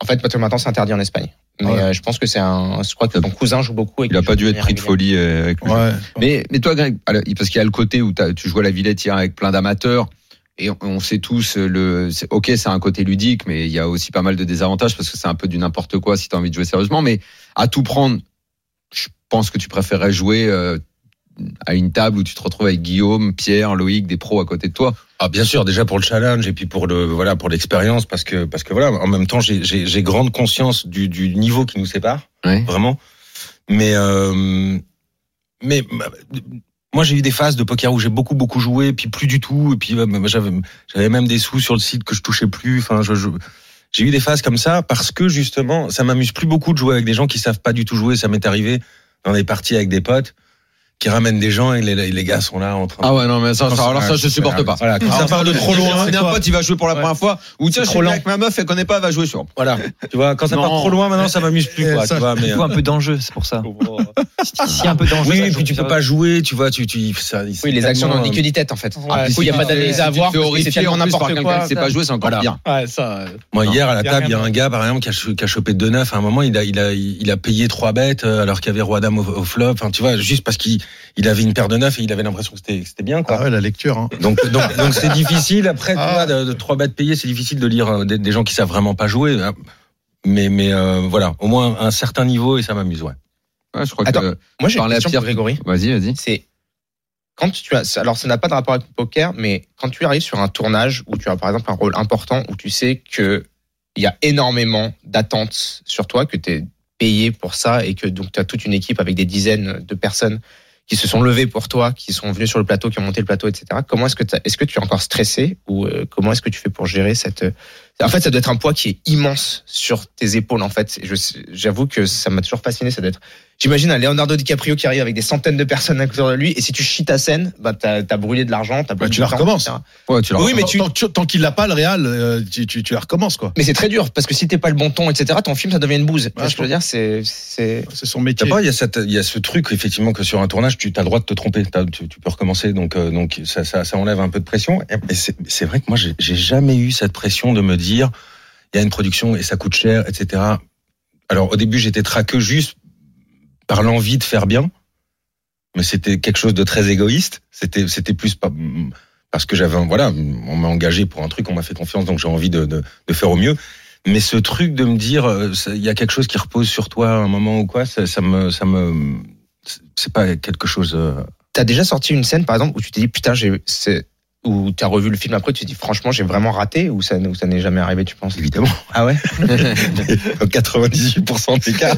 [SPEAKER 5] En fait, parce que maintenant, c'est interdit en Espagne. Mais
[SPEAKER 3] Ouais.
[SPEAKER 5] euh, je pense que c'est un. Je crois que son cousin joue beaucoup. Et
[SPEAKER 1] Il a pas dû être pris de folie euh, avec lui.
[SPEAKER 3] hein. Ouais.
[SPEAKER 1] Mais, mais toi, Greg, alors, parce qu'il y a le côté où t'as- tu joues à la Villette hier avec plein d'amateurs. Et on- on sait tous, euh, le, c'est- ok, c'est un côté ludique, mais il y a aussi pas mal de désavantages parce que c'est un peu du n'importe quoi si tu as envie de jouer sérieusement. Mais à tout prendre, je pense que tu préférerais jouer euh, à une table où tu te retrouves avec Guillaume, Pierre, Loïc, des pros à côté de toi.
[SPEAKER 6] Ah bien sûr, déjà pour le challenge et puis pour le voilà pour l'expérience parce que parce que voilà en même temps j'ai j'ai j'ai grande conscience du du niveau qui nous sépare
[SPEAKER 1] Ouais.
[SPEAKER 6] vraiment. Mais euh, mais bah, moi j'ai eu des phases de poker où j'ai beaucoup beaucoup joué puis plus du tout et puis bah, bah, j'avais j'avais même des sous sur le site que je touchais plus. Enfin je, je- j'ai eu des phases comme ça parce que justement ça m'amuse plus beaucoup de jouer avec des gens qui savent pas du tout jouer. Ça m'est arrivé dans des parties avec des potes qui ramènent des gens et les, les gars sont là en train. de-
[SPEAKER 1] Ah ouais, non, mais ça,
[SPEAKER 6] Voilà, quand ça part de trop loin,
[SPEAKER 1] C'est un pote, il va jouer pour la première fois. Ou tiens, je suis
[SPEAKER 6] Trop lent.
[SPEAKER 1] avec ma meuf, elle connaît pas, elle va jouer sur.
[SPEAKER 6] Voilà, tu vois, quand ça
[SPEAKER 1] Non.
[SPEAKER 6] part trop loin, maintenant ça m'amuse plus, quoi,
[SPEAKER 3] Ça-
[SPEAKER 6] tu vois, mais,
[SPEAKER 4] Il
[SPEAKER 6] euh,
[SPEAKER 4] faut un peu d'enjeu, c'est pour ça. Si un peu d'enjeu.
[SPEAKER 6] oui,
[SPEAKER 4] ça
[SPEAKER 6] et puis
[SPEAKER 4] joue,
[SPEAKER 6] tu
[SPEAKER 4] ça
[SPEAKER 6] peux
[SPEAKER 4] va.
[SPEAKER 6] pas jouer, tu vois, tu, tu, ça, c'est
[SPEAKER 5] Oui, les actions
[SPEAKER 6] tellement,
[SPEAKER 5] n'ont ni
[SPEAKER 6] euh,
[SPEAKER 5] queue ni tête en fait.
[SPEAKER 1] Ah,
[SPEAKER 5] Ah,
[SPEAKER 7] Ouais,
[SPEAKER 5] du coup, il n'y a pas d'analyse à avoir. parce que C'est tellement n'importe quoi.
[SPEAKER 1] C'est pas joué, c'est encore
[SPEAKER 6] Voilà.
[SPEAKER 1] bien.
[SPEAKER 7] ouais, ça. euh,
[SPEAKER 6] Moi,
[SPEAKER 1] Non.
[SPEAKER 6] hier, à la
[SPEAKER 7] Y a
[SPEAKER 6] table,
[SPEAKER 7] rien
[SPEAKER 6] il y a
[SPEAKER 7] de-
[SPEAKER 6] un gars, par exemple, qui a, cho- qui a chopé 2-9. À un moment, il a, il a, il a payé 3 bêtes, euh, alors qu'il y avait Roi-Dame au, au flop. Enfin, tu vois, juste parce qu'il il avait une paire de 9 et il avait l'impression que c'était que c'était bien, quoi.
[SPEAKER 3] Ah ouais, la lecture. hein.
[SPEAKER 6] Donc, donc, donc c'est difficile. Après, tu
[SPEAKER 3] Ah.
[SPEAKER 6] vois, de, de trois bêtes payées, c'est difficile de lire euh, des, des gens qui savent vraiment pas jouer. mais mais euh, voilà, au moins un certain niveau et ça m'amuse, ouais.
[SPEAKER 1] Ouais, je crois
[SPEAKER 5] Attends.
[SPEAKER 1] que.
[SPEAKER 5] Moi, j'ai une
[SPEAKER 1] Parle à
[SPEAKER 5] question pour
[SPEAKER 1] Pierre.
[SPEAKER 5] Grégory.
[SPEAKER 1] Vas-y, vas-y.
[SPEAKER 5] C'est quand tu as. Alors, ça n'a pas de rapport avec le poker, mais quand tu arrives sur un tournage où tu as par exemple un rôle important, où tu sais que il y a énormément d'attentes sur toi, que tu es payé pour ça et que donc tu as toute une équipe avec des dizaines de personnes qui se sont levées pour toi, qui sont venues sur le plateau, qui ont monté le plateau, etc. Comment est-ce que t'as- est-ce que tu es encore stressé ou euh, comment est-ce que tu fais pour gérer cette euh, En fait, ça doit être un poids qui est immense sur tes épaules. En fait, Je sais- j'avoue que ça m'a toujours fasciné. Ça doit être. J'imagine un Leonardo DiCaprio qui arrive avec des centaines de personnes autour de lui et si tu chies ta scène, bah t'as as brûlé de l'argent, t'as
[SPEAKER 6] Bah,
[SPEAKER 5] brûlé
[SPEAKER 3] tu
[SPEAKER 5] du
[SPEAKER 3] la
[SPEAKER 5] temps,
[SPEAKER 3] recommences.
[SPEAKER 5] etc.
[SPEAKER 1] Ouais, tu leur-
[SPEAKER 5] Oui, mais tu-
[SPEAKER 3] Bah, Tant, tant- tant qu'il l'a pas, le Real, euh, tu, tu, tu la recommences, quoi.
[SPEAKER 5] Mais c'est très dur parce que si t'es pas le bon ton, etc. Ton film, ça devient une bouse.
[SPEAKER 3] Ouais,
[SPEAKER 5] ce que je veux dire, c'est c'est
[SPEAKER 3] C'est son métier.
[SPEAKER 6] T'as pas, il y a cette, il y a ce truc effectivement que sur un tournage, tu as le droit de te tromper, T'as- tu, tu peux recommencer, donc euh, donc ça, ça ça enlève un peu de pression. Et- Et c'est c'est vrai que moi j'ai j'ai jamais eu cette pression de me dire il y a une production et ça coûte cher, etc. Alors au début j'étais traqueux juste par l'envie de faire bien, mais c'était quelque chose de très égoïste. C'était c'était plus pas parce que j'avais un- voilà on m'a engagé pour un truc, on m'a fait confiance, donc j'ai envie de, de de faire au mieux. Mais ce truc de me dire, euh, ça- il y a quelque chose qui repose sur toi à un moment ou quoi, ça, ça me, ça me, c'est pas quelque chose. euh,
[SPEAKER 5] T'as déjà sorti une scène, par exemple, où tu t'es dit, putain, j'ai. c'est- Ou t'as revu le film après, tu te dis, franchement, j'ai vraiment raté, ou ça, ou ça n'est jamais arrivé, tu penses
[SPEAKER 6] Évidemment.
[SPEAKER 5] Ah ouais
[SPEAKER 6] 98% des cas.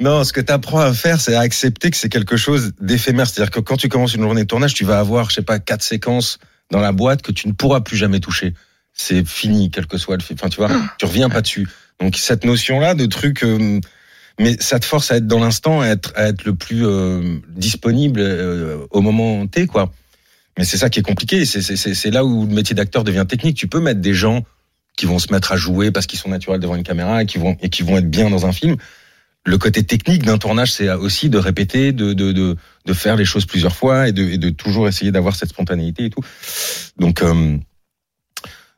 [SPEAKER 6] non, ce que tu apprends à faire, c'est à accepter que c'est quelque chose d'éphémère. C'est-à-dire que quand tu commences une journée de tournage, tu vas avoir, je sais pas, quatre séquences dans la boîte que tu ne pourras plus jamais toucher. C'est fini, quel que soit le film. Enfin, tu vois, tu reviens pas dessus. Donc, cette notion-là de truc, euh, mais ça te force à être dans l'instant, à être, à être le plus euh, disponible euh, au moment T, quoi. Mais c'est ça qui est compliqué. C'est- C'est c'est- c'est là où le métier d'acteur devient technique. Tu peux mettre des gens qui vont se mettre à jouer parce qu'ils sont naturels devant une caméra et qui vont et qui vont être bien dans un film. Le côté technique d'un tournage, c'est aussi de répéter, de de, de de faire les choses plusieurs fois et de et de toujours essayer d'avoir cette spontanéité et tout. Donc euh,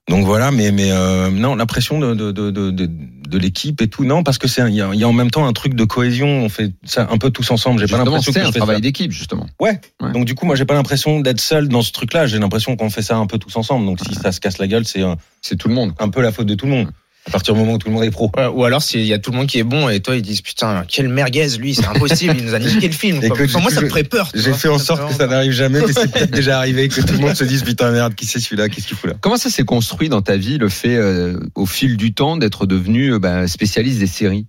[SPEAKER 6] donc voilà, mais mais euh, non, la pression de de de de, de- de l'équipe et tout, non, parce que c'est un- il y a, il y a en même temps un truc de cohésion. On fait ça un peu tous ensemble. J'ai pas
[SPEAKER 1] Justement,
[SPEAKER 6] l'impression que
[SPEAKER 1] c'est
[SPEAKER 6] je
[SPEAKER 1] un
[SPEAKER 6] fais ça.
[SPEAKER 1] travail d'équipe, justement. Ouais.
[SPEAKER 6] Donc du coup, moi, j'ai pas l'impression d'être seul dans ce truc-là. J'ai l'impression qu'on fait ça un peu tous ensemble. Donc si ça se casse la gueule, c'est euh,
[SPEAKER 1] C'est tout le monde.
[SPEAKER 6] un peu la faute de tout le monde. À partir du moment où tout le monde est pro.
[SPEAKER 5] Ouais, Ou alors, s'il y a tout le monde qui est bon, et toi, ils disent, putain, quelle merguez, lui, c'est impossible, il nous a niqué le film. quoi.
[SPEAKER 6] Écoute,
[SPEAKER 5] Enfin, moi,
[SPEAKER 6] j'ai
[SPEAKER 5] ça me
[SPEAKER 6] toujours-
[SPEAKER 5] ferait peur. tu
[SPEAKER 6] J'ai
[SPEAKER 5] vois.
[SPEAKER 6] fait en
[SPEAKER 5] me
[SPEAKER 6] sorte
[SPEAKER 5] ferait
[SPEAKER 6] que ça
[SPEAKER 5] vraiment
[SPEAKER 6] n'arrive jamais, mais c'est peut-être déjà arrivé que tout le monde se dise putain merde, qui c'est celui-là, qu'est-ce qu'il fout là
[SPEAKER 1] Comment ça s'est construit dans ta vie le fait, euh, au fil du temps, d'être devenu euh, bah, spécialiste des séries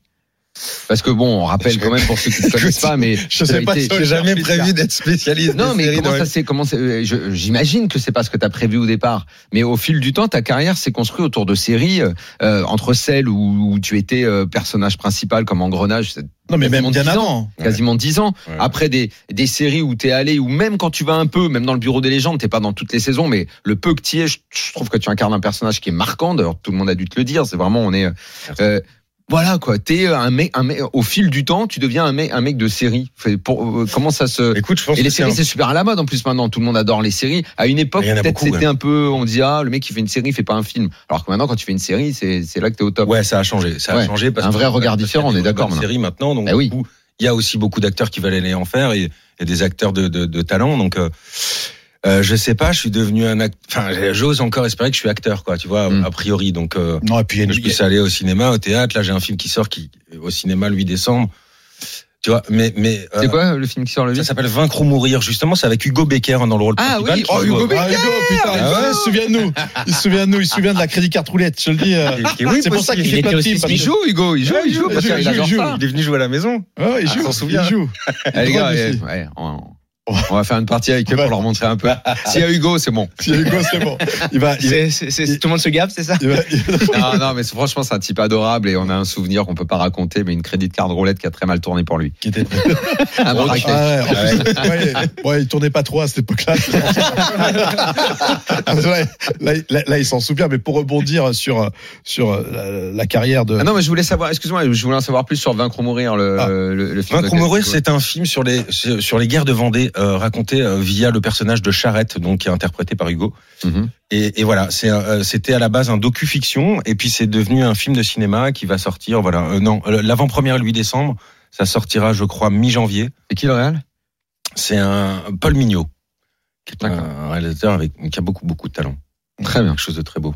[SPEAKER 1] Parce que bon, on rappelle quand même pour ceux qui ne connaissent pas, mais
[SPEAKER 3] Je sais
[SPEAKER 1] la
[SPEAKER 3] pas
[SPEAKER 1] vérité-
[SPEAKER 3] si on l'a jamais prévu
[SPEAKER 6] d'être spécialiste.
[SPEAKER 1] Non, mais comment ça s'est comment c'est- euh, je- J'imagine que c'est pas ce que t'as prévu au départ, mais au fil du temps, ta carrière s'est construite autour de séries euh, entre celles où, où tu étais euh, personnage principal comme Engrenage, c'est
[SPEAKER 3] Non, mais même
[SPEAKER 1] quasiment
[SPEAKER 3] bien
[SPEAKER 1] 10 ans.
[SPEAKER 3] avant.
[SPEAKER 1] quasiment 10 ans.
[SPEAKER 6] Ouais.
[SPEAKER 1] Après des, des séries où t'es allé, ou même quand tu vas un peu, même dans le bureau des légendes, t'es pas dans toutes les saisons, mais le peu que t'y es, je, je trouve que tu incarnes un personnage qui est marquant. D'ailleurs, tout le monde a dû te le dire. C'est vraiment, on est. euh, euh, voilà quoi, t'es euh, un mec, un mec. Au fil du temps, tu deviens un mec, un mec de série. Fait, pour, euh, comment ça se
[SPEAKER 6] Écoute, je pense
[SPEAKER 1] et
[SPEAKER 6] que
[SPEAKER 1] les
[SPEAKER 6] c'est un-
[SPEAKER 1] séries, c'est super à la mode en plus maintenant. Tout le monde adore les séries. À une époque,
[SPEAKER 6] Il y en a
[SPEAKER 1] peut-être
[SPEAKER 6] beaucoup,
[SPEAKER 1] c'était
[SPEAKER 6] ouais.
[SPEAKER 1] un peu, on dit ah le mec qui fait une série, il fait pas un film. Alors que maintenant, quand tu fais une série, c'est c'est là que t'es au top.
[SPEAKER 6] Ouais, ça a changé. Ça a
[SPEAKER 1] Ouais,
[SPEAKER 6] changé parce
[SPEAKER 1] un
[SPEAKER 6] que-
[SPEAKER 1] vrai regard
[SPEAKER 6] parce qu'il y a
[SPEAKER 1] différent,
[SPEAKER 6] des
[SPEAKER 1] on est d'accord,
[SPEAKER 6] nouvelles séries maintenant, donc
[SPEAKER 1] Eh oui.
[SPEAKER 6] du coup, il y a aussi beaucoup d'acteurs qui veulent aller en faire et, et des acteurs de, de, de talent. Donc, euh, euh, je sais pas, je suis devenu un acteur. Enfin, j'ose encore espérer que je suis acteur, quoi. Tu vois,
[SPEAKER 1] Mm.
[SPEAKER 6] a priori. Donc, euh,
[SPEAKER 3] Non, et puis il y a une-
[SPEAKER 6] que je puisse aller au cinéma, au théâtre. Là, j'ai un film qui sort qui au cinéma le 8 décembre. Tu vois, mais mais
[SPEAKER 1] C'est
[SPEAKER 6] euh,
[SPEAKER 1] quoi le film qui sort le
[SPEAKER 6] ça
[SPEAKER 1] vide
[SPEAKER 6] s'appelle Vaincre ou mourir. Justement, c'est avec Hugo Becker hein, dans le rôle
[SPEAKER 1] Ah
[SPEAKER 6] principal.
[SPEAKER 1] oui,
[SPEAKER 6] qui
[SPEAKER 1] oh,
[SPEAKER 6] joue- euh,
[SPEAKER 1] Hugo
[SPEAKER 3] Ah,
[SPEAKER 1] Becker.
[SPEAKER 3] Hugo, putain,
[SPEAKER 6] Ah ouais.
[SPEAKER 3] il se souvient de nous. Il se souvient de nous. Il se souvient de la crédit carte roulette. Je te le dis. euh,
[SPEAKER 6] Qui- qui- oui,
[SPEAKER 3] c'est pour ça qu'il
[SPEAKER 6] possible.
[SPEAKER 3] fait plein de
[SPEAKER 5] aussi
[SPEAKER 3] films. parce
[SPEAKER 1] Il
[SPEAKER 3] que-
[SPEAKER 1] joue Hugo, il joue,
[SPEAKER 3] Ouais,
[SPEAKER 1] il joue
[SPEAKER 3] il
[SPEAKER 1] parce
[SPEAKER 3] joue,
[SPEAKER 1] qu'il
[SPEAKER 3] il
[SPEAKER 1] adore
[SPEAKER 3] joue,
[SPEAKER 1] ça.
[SPEAKER 6] Il est venu jouer à la maison.
[SPEAKER 3] Ouais, il
[SPEAKER 6] Ah,
[SPEAKER 3] joue.
[SPEAKER 6] s'en souvient.
[SPEAKER 3] Il joue.
[SPEAKER 1] Eh, les gars,
[SPEAKER 3] Drôle
[SPEAKER 1] eh,
[SPEAKER 3] aussi.
[SPEAKER 1] ouais, on, on va faire une partie avec eux pour
[SPEAKER 3] Ouais.
[SPEAKER 1] leur montrer un peu. S'il y a Hugo, c'est bon.
[SPEAKER 3] Si Hugo, c'est bon. Il va. il-
[SPEAKER 5] C'est- c'est- c'est- Tout le monde se gave, c'est ça
[SPEAKER 3] il va- il-
[SPEAKER 1] Non, non, mais c'est- franchement, c'est un type adorable et on a un souvenir qu'on peut pas raconter, mais une crédit de carte roulette qui a très mal tourné pour lui.
[SPEAKER 6] Qui était-
[SPEAKER 1] À Marrakech.
[SPEAKER 3] Ah ouais, en plus, ouais, ouais, il tournait pas trop à cette époque-là. Ah, ouais, là, là, là, il s'en souvient, mais pour rebondir sur, sur euh, la, la carrière de.
[SPEAKER 1] Ah non, mais je voulais savoir, excuse-moi, je voulais en savoir plus sur Vaincre ou Mourir, le,
[SPEAKER 3] Ah.
[SPEAKER 1] le, le film.
[SPEAKER 6] Vaincre
[SPEAKER 1] de-
[SPEAKER 6] ou mourir, c'est un film sur les sur sur les guerres de Vendée euh, raconté euh, via le personnage de Charette, donc qui est interprété par Hugo.
[SPEAKER 1] Mhm.
[SPEAKER 6] Et, et voilà, c'est, euh, c'était à la base un docu-fiction, et puis c'est devenu un film de cinéma qui va sortir. Voilà, euh, non, euh, l'avant-première le 8 décembre, ça sortira, je crois, mi-janvier.
[SPEAKER 1] Et qui le réal
[SPEAKER 6] C'est un Paul Mignot, qui est un-
[SPEAKER 1] D'accord.
[SPEAKER 6] un réalisateur avec qui a beaucoup beaucoup de talent.
[SPEAKER 1] Très bien.
[SPEAKER 6] Quelque chose de très beau.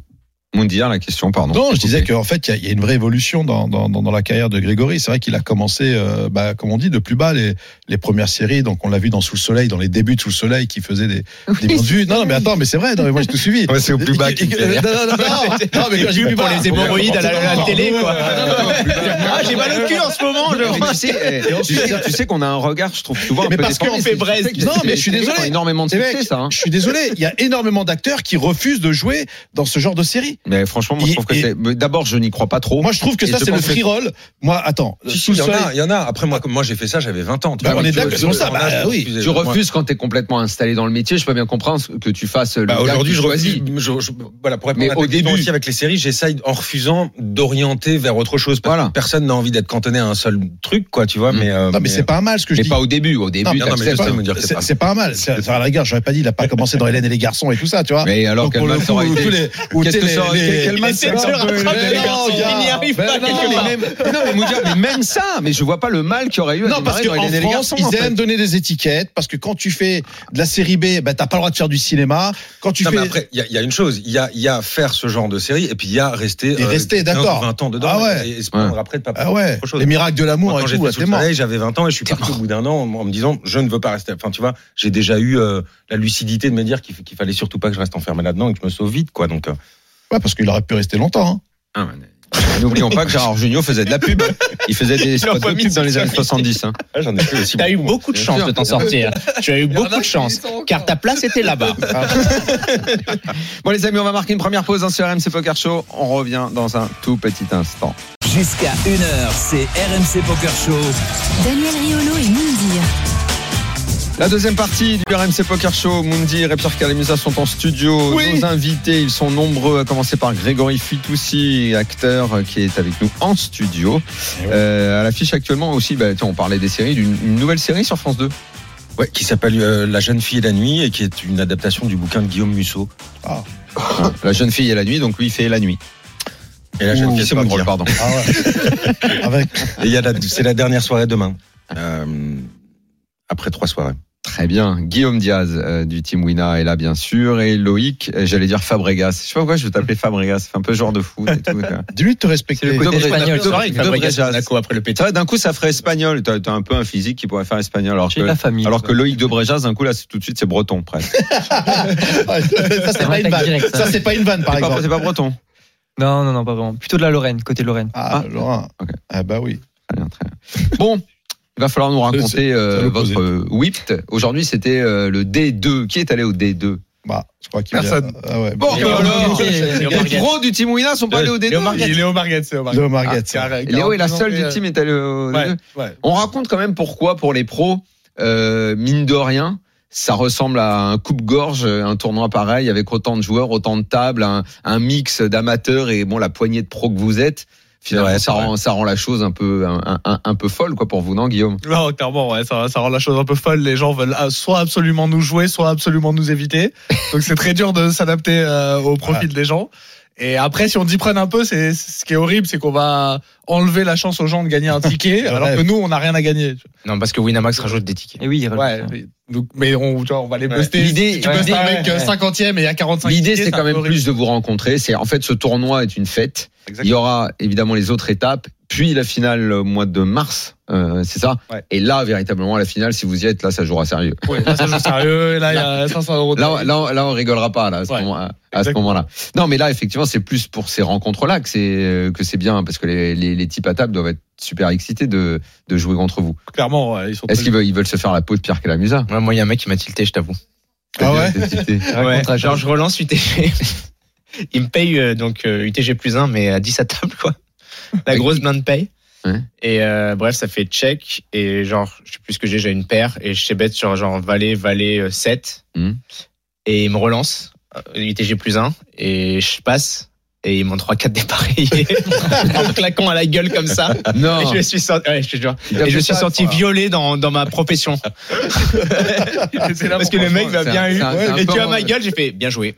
[SPEAKER 1] Moundir, la question, pardon.
[SPEAKER 3] Non, je disais qu'en fait, il y a- il y, a une vraie évolution dans, dans, dans, dans la carrière de Grégory. C'est vrai qu'il a commencé, euh, bah, comme on dit, de plus bas les, les premières séries. Donc, on l'a vu dans Sous le Soleil, dans les débuts de Sous le Soleil, qui faisait des, des grandes vues. Non, non, mais attends, mais c'est vrai. Non, mais moi, j'ai tout suivi.
[SPEAKER 1] Ouais, c'est au plus bas
[SPEAKER 3] Et- et-
[SPEAKER 1] qu'il
[SPEAKER 3] et-
[SPEAKER 1] fait rire.
[SPEAKER 3] Non, non, non, non, non, mais quand j'ai vu pour
[SPEAKER 5] les hémorroïdes à la- à la télé, quoi.
[SPEAKER 3] Ah, j'ai mal au cul en ce moment.
[SPEAKER 1] tu sais, eh, tu sais, tu sais qu'on a un regard, je trouve souvent un
[SPEAKER 3] Mais
[SPEAKER 1] peu
[SPEAKER 3] parce qu'on
[SPEAKER 1] déformé.
[SPEAKER 3] fait braise. Non, mais je suis
[SPEAKER 1] C'est- c'est-
[SPEAKER 3] désolé.
[SPEAKER 1] c'est énormément de
[SPEAKER 3] C'est
[SPEAKER 1] succès,
[SPEAKER 3] vrai.
[SPEAKER 1] ça. hein.
[SPEAKER 3] Je suis désolé, il y a énormément d'acteurs qui refusent de jouer dans ce genre de série.
[SPEAKER 1] Mais franchement, moi, je
[SPEAKER 3] Et-
[SPEAKER 1] trouve que
[SPEAKER 3] et-
[SPEAKER 1] c'est. mais D'abord, je n'y crois pas trop.
[SPEAKER 3] Moi, je trouve que
[SPEAKER 1] Et
[SPEAKER 3] ça,
[SPEAKER 1] je
[SPEAKER 3] c'est le
[SPEAKER 1] pense que-
[SPEAKER 3] free roll. Moi, attends,
[SPEAKER 6] Si, si,
[SPEAKER 3] sous
[SPEAKER 6] Il y,
[SPEAKER 3] le
[SPEAKER 6] en
[SPEAKER 3] soleil.
[SPEAKER 6] a, il y en a. Après, moi, comme moi j'ai fait ça, j'avais 20 ans. tu
[SPEAKER 3] Bah,
[SPEAKER 6] vois.
[SPEAKER 3] on est
[SPEAKER 6] Tu vois,
[SPEAKER 3] d'accord,
[SPEAKER 6] tu
[SPEAKER 3] c'est pour ça.
[SPEAKER 6] vois, en
[SPEAKER 3] Bah,
[SPEAKER 6] âge,
[SPEAKER 3] oui.
[SPEAKER 6] excusez,
[SPEAKER 1] tu
[SPEAKER 6] moi-
[SPEAKER 1] refuses quand t'es complètement installé dans le métier. Je peux bien comprendre ce- que tu fasses le.
[SPEAKER 6] Bah,
[SPEAKER 1] gars
[SPEAKER 6] aujourd'hui,
[SPEAKER 1] qui
[SPEAKER 6] je
[SPEAKER 1] choisit.
[SPEAKER 6] refuse. je- je- voilà, pour répondre
[SPEAKER 1] Mais
[SPEAKER 6] à ta
[SPEAKER 1] au
[SPEAKER 6] question
[SPEAKER 1] début-
[SPEAKER 6] aussi avec les séries, j'essaye en refusant d'orienter vers autre chose. Parce
[SPEAKER 1] Voilà.
[SPEAKER 6] que personne n'a envie d'être cantonné à un seul truc, quoi. Tu vois.
[SPEAKER 1] Mm.
[SPEAKER 6] Mais euh,
[SPEAKER 3] Non, mais c'est pas un mal ce que je
[SPEAKER 1] Mais
[SPEAKER 3] dis.
[SPEAKER 1] pas au début. Au
[SPEAKER 3] Non,
[SPEAKER 1] début,
[SPEAKER 3] mais
[SPEAKER 6] non, mais je
[SPEAKER 1] t'acceptes.
[SPEAKER 6] sais me dire que c'est
[SPEAKER 3] C'est-
[SPEAKER 6] pas-
[SPEAKER 3] C'est pas un mal. C'est- Enfin, à la rigueur, j'aurais pas dit, il a pas commencé dans Hélène et les garçons et tout ça, tu vois.
[SPEAKER 1] Mais alors,
[SPEAKER 3] Donc,
[SPEAKER 1] quel
[SPEAKER 3] pour le
[SPEAKER 1] mal ça
[SPEAKER 3] coup,
[SPEAKER 1] aurait
[SPEAKER 3] tous
[SPEAKER 1] été
[SPEAKER 3] les- ou
[SPEAKER 1] Qu'est-ce
[SPEAKER 3] tous
[SPEAKER 1] que
[SPEAKER 3] les-
[SPEAKER 1] ça aurait-
[SPEAKER 3] les-
[SPEAKER 1] quel mal
[SPEAKER 3] les-
[SPEAKER 1] ça aurait-
[SPEAKER 3] un peu-
[SPEAKER 1] rattraper
[SPEAKER 3] Mais
[SPEAKER 1] les
[SPEAKER 3] non,
[SPEAKER 1] garçons,
[SPEAKER 3] gars.
[SPEAKER 1] il n'y
[SPEAKER 5] arrive
[SPEAKER 3] Mais
[SPEAKER 5] pas
[SPEAKER 3] non,
[SPEAKER 5] quelque
[SPEAKER 3] mais
[SPEAKER 5] part.
[SPEAKER 3] même-
[SPEAKER 1] Mais non, mais Moudia, mais même ça, mais je vois pas le mal qu'il aurait eu à
[SPEAKER 3] Non, parce
[SPEAKER 1] démarrer dans
[SPEAKER 3] qu'en
[SPEAKER 1] Hélène et les
[SPEAKER 3] France,
[SPEAKER 1] garçons, en
[SPEAKER 3] ils
[SPEAKER 1] fait.
[SPEAKER 3] aiment donner des étiquettes, parce que quand tu fais de la série B, ben, t'as pas le droit de faire du cinéma. Quand tu
[SPEAKER 6] non,
[SPEAKER 3] fais.
[SPEAKER 6] mais après, il y a, il y a une chose. Il y a, il y a faire ce genre de série, et puis il y a rester. euh,
[SPEAKER 3] Et rester,
[SPEAKER 6] 15,
[SPEAKER 3] d'accord.
[SPEAKER 6] 20 ans dedans.
[SPEAKER 3] Ah ouais.
[SPEAKER 6] Et, et se prendre après de pas
[SPEAKER 3] Ah ouais,
[SPEAKER 6] autre chose.
[SPEAKER 3] les miracles de
[SPEAKER 6] Moi,
[SPEAKER 3] l'amour
[SPEAKER 6] quand
[SPEAKER 3] et
[SPEAKER 6] j'étais
[SPEAKER 3] tout, là,
[SPEAKER 6] sous le
[SPEAKER 3] c'est mort.
[SPEAKER 6] soleil, j'avais 20 ans et je suis parti au bout d'un an en, en me disant je ne veux pas rester. Enfin, tu vois, j'ai déjà eu euh, la lucidité de me dire qu'il, qu'il fallait surtout pas que je reste enfermé là-dedans et que je me sauve vite, quoi. Donc, euh,
[SPEAKER 3] Ouais, parce qu'il aurait pu rester longtemps. hein.
[SPEAKER 1] Ah, mais N'oublions pas que Gérard Junior faisait de la pub. Il faisait des spots de
[SPEAKER 5] pas mis
[SPEAKER 1] pub dans les
[SPEAKER 5] sur
[SPEAKER 1] années
[SPEAKER 5] la
[SPEAKER 1] 70. hein.
[SPEAKER 6] ouais, j'en ai fait aussi.
[SPEAKER 5] T'as eu
[SPEAKER 6] beaucoup, moi.
[SPEAKER 5] beaucoup de chance
[SPEAKER 1] sûr.
[SPEAKER 5] de t'en sortir. Tu as eu beaucoup de chance, car ta place était là-bas.
[SPEAKER 1] Bon, les amis, on va marquer une première pause hein, sur RMC Poker Show. On revient dans un tout petit instant.
[SPEAKER 8] Jusqu'à 1h, c'est RMC Poker Show.
[SPEAKER 9] Daniel Riolo et Moundir.
[SPEAKER 1] La deuxième partie du RMC Poker Show, Moundir et Pierre Calamusa sont en studio. Nos invités, ils sont nombreux, à commencer par Grégory Fitoussi, acteur euh, qui est avec nous en studio. Euh, à l'affiche actuellement aussi, bah, tiens, on parlait des séries, d'une une nouvelle série sur France 2.
[SPEAKER 6] Ouais, qui s'appelle euh, La jeune fille et la nuit et qui est une adaptation du bouquin de Guillaume Musso.
[SPEAKER 1] Hein, la jeune fille et la nuit, donc lui il fait la nuit.
[SPEAKER 6] Et la jeune
[SPEAKER 1] Ouh,
[SPEAKER 6] fille,
[SPEAKER 1] c'est
[SPEAKER 6] c'est
[SPEAKER 1] pas
[SPEAKER 6] pas
[SPEAKER 1] drôle,
[SPEAKER 6] dire.
[SPEAKER 1] pardon.
[SPEAKER 3] Ah ouais. Avec.
[SPEAKER 6] Et il y a la- c'est la dernière soirée demain. Euh, après trois soirées.
[SPEAKER 1] Très bien. Guillaume Diaz euh, du Team Wina est là, bien sûr. Et Loïc, euh, j'allais dire Fabregas. Je sais pas pourquoi je vais t'appeler Fabregas. C'est un peu genre de fou et tout. quoi.
[SPEAKER 3] Dis-lui de te respecter.
[SPEAKER 1] C'est le côté
[SPEAKER 4] Dobre-
[SPEAKER 1] espagnol.
[SPEAKER 4] Dobre-
[SPEAKER 1] Dobre- Dobre-
[SPEAKER 5] après le
[SPEAKER 1] C'est vrai, d'un coup, ça ferait espagnol. T'as t'as un peu un physique qui pourrait faire espagnol. Alors
[SPEAKER 4] J'ai
[SPEAKER 1] que,
[SPEAKER 4] la famille.
[SPEAKER 1] alors que Loïc Dobrejas, d'un coup, là, c'est- tout de suite, c'est breton, presque.
[SPEAKER 3] ça, c'est
[SPEAKER 4] Un
[SPEAKER 3] pas une
[SPEAKER 4] attaque
[SPEAKER 3] vanne.
[SPEAKER 4] directe, ça.
[SPEAKER 3] Ça, c'est pas une vanne, par
[SPEAKER 1] C'est pas,
[SPEAKER 3] exemple.
[SPEAKER 1] c'est pas breton.
[SPEAKER 4] Non, non, non, pas vraiment. Plutôt de la Lorraine, côté de Lorraine.
[SPEAKER 3] Ah,
[SPEAKER 1] Ah,
[SPEAKER 3] Laurent.
[SPEAKER 1] ok.
[SPEAKER 3] Ah, bah oui.
[SPEAKER 1] Très bien, très bien. Bon. Il va falloir nous raconter euh,
[SPEAKER 3] l'opposé.
[SPEAKER 1] votre euh, whipped. Aujourd'hui, c'était euh, le D2. Qui est allé au D2
[SPEAKER 3] Bah, je crois qu'il y a-
[SPEAKER 1] Personne.
[SPEAKER 3] Ah ouais.
[SPEAKER 1] Bon,
[SPEAKER 3] Léo-
[SPEAKER 1] alors,
[SPEAKER 5] Léo
[SPEAKER 1] les
[SPEAKER 5] Marguerite.
[SPEAKER 1] pros du Team Wina sont pas allés au D2.
[SPEAKER 5] Léo Marguerite, c'est Léo Marguerite.
[SPEAKER 3] Léo Marguerite.
[SPEAKER 5] Ah,
[SPEAKER 3] ça.
[SPEAKER 1] Léo est la seule du team est allée au D2.
[SPEAKER 5] Ouais, ouais.
[SPEAKER 1] On raconte quand même pourquoi, pour les pros, euh, mine de rien, ça ressemble à un coupe-gorge, un tournoi pareil, avec autant de joueurs, autant de tables, un, un mix d'amateurs et bon, la poignée de pros que vous êtes. Finalement,
[SPEAKER 6] Ouais, c'est
[SPEAKER 1] ça, rend, ça rend la chose un peu, un, un- un peu folle, quoi, pour vous, non, Guillaume
[SPEAKER 7] Non, clairement, ouais, ça, ça rend la chose un peu folle. Les gens veulent ah, soit absolument nous jouer, soit absolument nous éviter. Donc c'est très dur de s'adapter euh, au profil des gens. Et après, si on dit prenne un peu, c'est ce qui est horrible, c'est qu'on va enlever la chance aux gens de gagner un ticket, alors que nous, on n'a rien à gagner.
[SPEAKER 5] Non, parce que Winamax rajoute des tickets.
[SPEAKER 4] Et Eh oui, il rajoute
[SPEAKER 7] Ouais.
[SPEAKER 4] ça.
[SPEAKER 7] mais- Donc, mais on, tu vois, on va les
[SPEAKER 5] Ouais.
[SPEAKER 7] buster.
[SPEAKER 1] L'idée-
[SPEAKER 7] Si tu bustes
[SPEAKER 4] ouais.
[SPEAKER 7] avec
[SPEAKER 4] Ouais.
[SPEAKER 7] 50 e et il y a 45
[SPEAKER 1] L'idée,
[SPEAKER 7] tickets,
[SPEAKER 1] c'est quand
[SPEAKER 7] un peu
[SPEAKER 1] même
[SPEAKER 7] horrible.
[SPEAKER 1] plus de vous rencontrer. C'est En fait, ce tournoi est une fête. Il y aura évidemment les autres étapes, puis la finale au mois de mars, euh, c'est ça
[SPEAKER 5] Ouais.
[SPEAKER 1] Et là, véritablement, la finale, si vous y êtes, là, ça jouera sérieux.
[SPEAKER 7] Ouais, là, ça joue sérieux, et là, il y a 500 euros de-
[SPEAKER 1] Là, on- là, on- là, on rigolera pas là, à ce
[SPEAKER 7] Ouais,
[SPEAKER 1] moment- à- à ce moment-là. non, mais là, effectivement, c'est plus pour ces rencontres-là que c'est euh, que c'est bien parce que les, les, les types à table doivent être super excités de, de jouer contre vous.
[SPEAKER 7] Clairement, ouais, ils sont
[SPEAKER 1] Est-ce
[SPEAKER 7] très-
[SPEAKER 1] qu'ils veulent, ils veulent se faire la peau de Pierre Calamusa
[SPEAKER 5] Ouais, moi, il y a un mec qui m'a tilté, je t'avoue.
[SPEAKER 3] Ah ouais
[SPEAKER 4] Raconte,
[SPEAKER 5] Genre,
[SPEAKER 4] raconte.
[SPEAKER 5] je relance UTG. Il me paye euh, donc euh, UTG plus 1, mais à 10 à table, quoi. La grosse blinde paye.
[SPEAKER 1] Bah, Ouais.
[SPEAKER 5] Et euh, bref, ça fait check. Et genre, je sais plus ce que j'ai, j'ai une paire. Et je sais bête sur genre valet, valet euh, 7.
[SPEAKER 1] Mhm.
[SPEAKER 5] Et il me relance, euh, UTG plus 1. Et je passe. Et ils m'ont 3-4 dépareillé. en claquant à la gueule comme ça. Et
[SPEAKER 1] Non.
[SPEAKER 5] je me suis sorti, ouais, je te jure.
[SPEAKER 1] Il a Oh.
[SPEAKER 5] Et je
[SPEAKER 1] fait
[SPEAKER 5] me suis
[SPEAKER 1] ça,
[SPEAKER 5] sorti
[SPEAKER 1] voilà.
[SPEAKER 5] violé dans, dans ma profession. Parce que le mec m'a
[SPEAKER 1] c'est un-
[SPEAKER 5] bien eu.
[SPEAKER 1] c'est un- c'est un
[SPEAKER 5] Et
[SPEAKER 1] peu
[SPEAKER 5] tu as
[SPEAKER 1] en-
[SPEAKER 5] ma gueule, j'ai fait bien joué.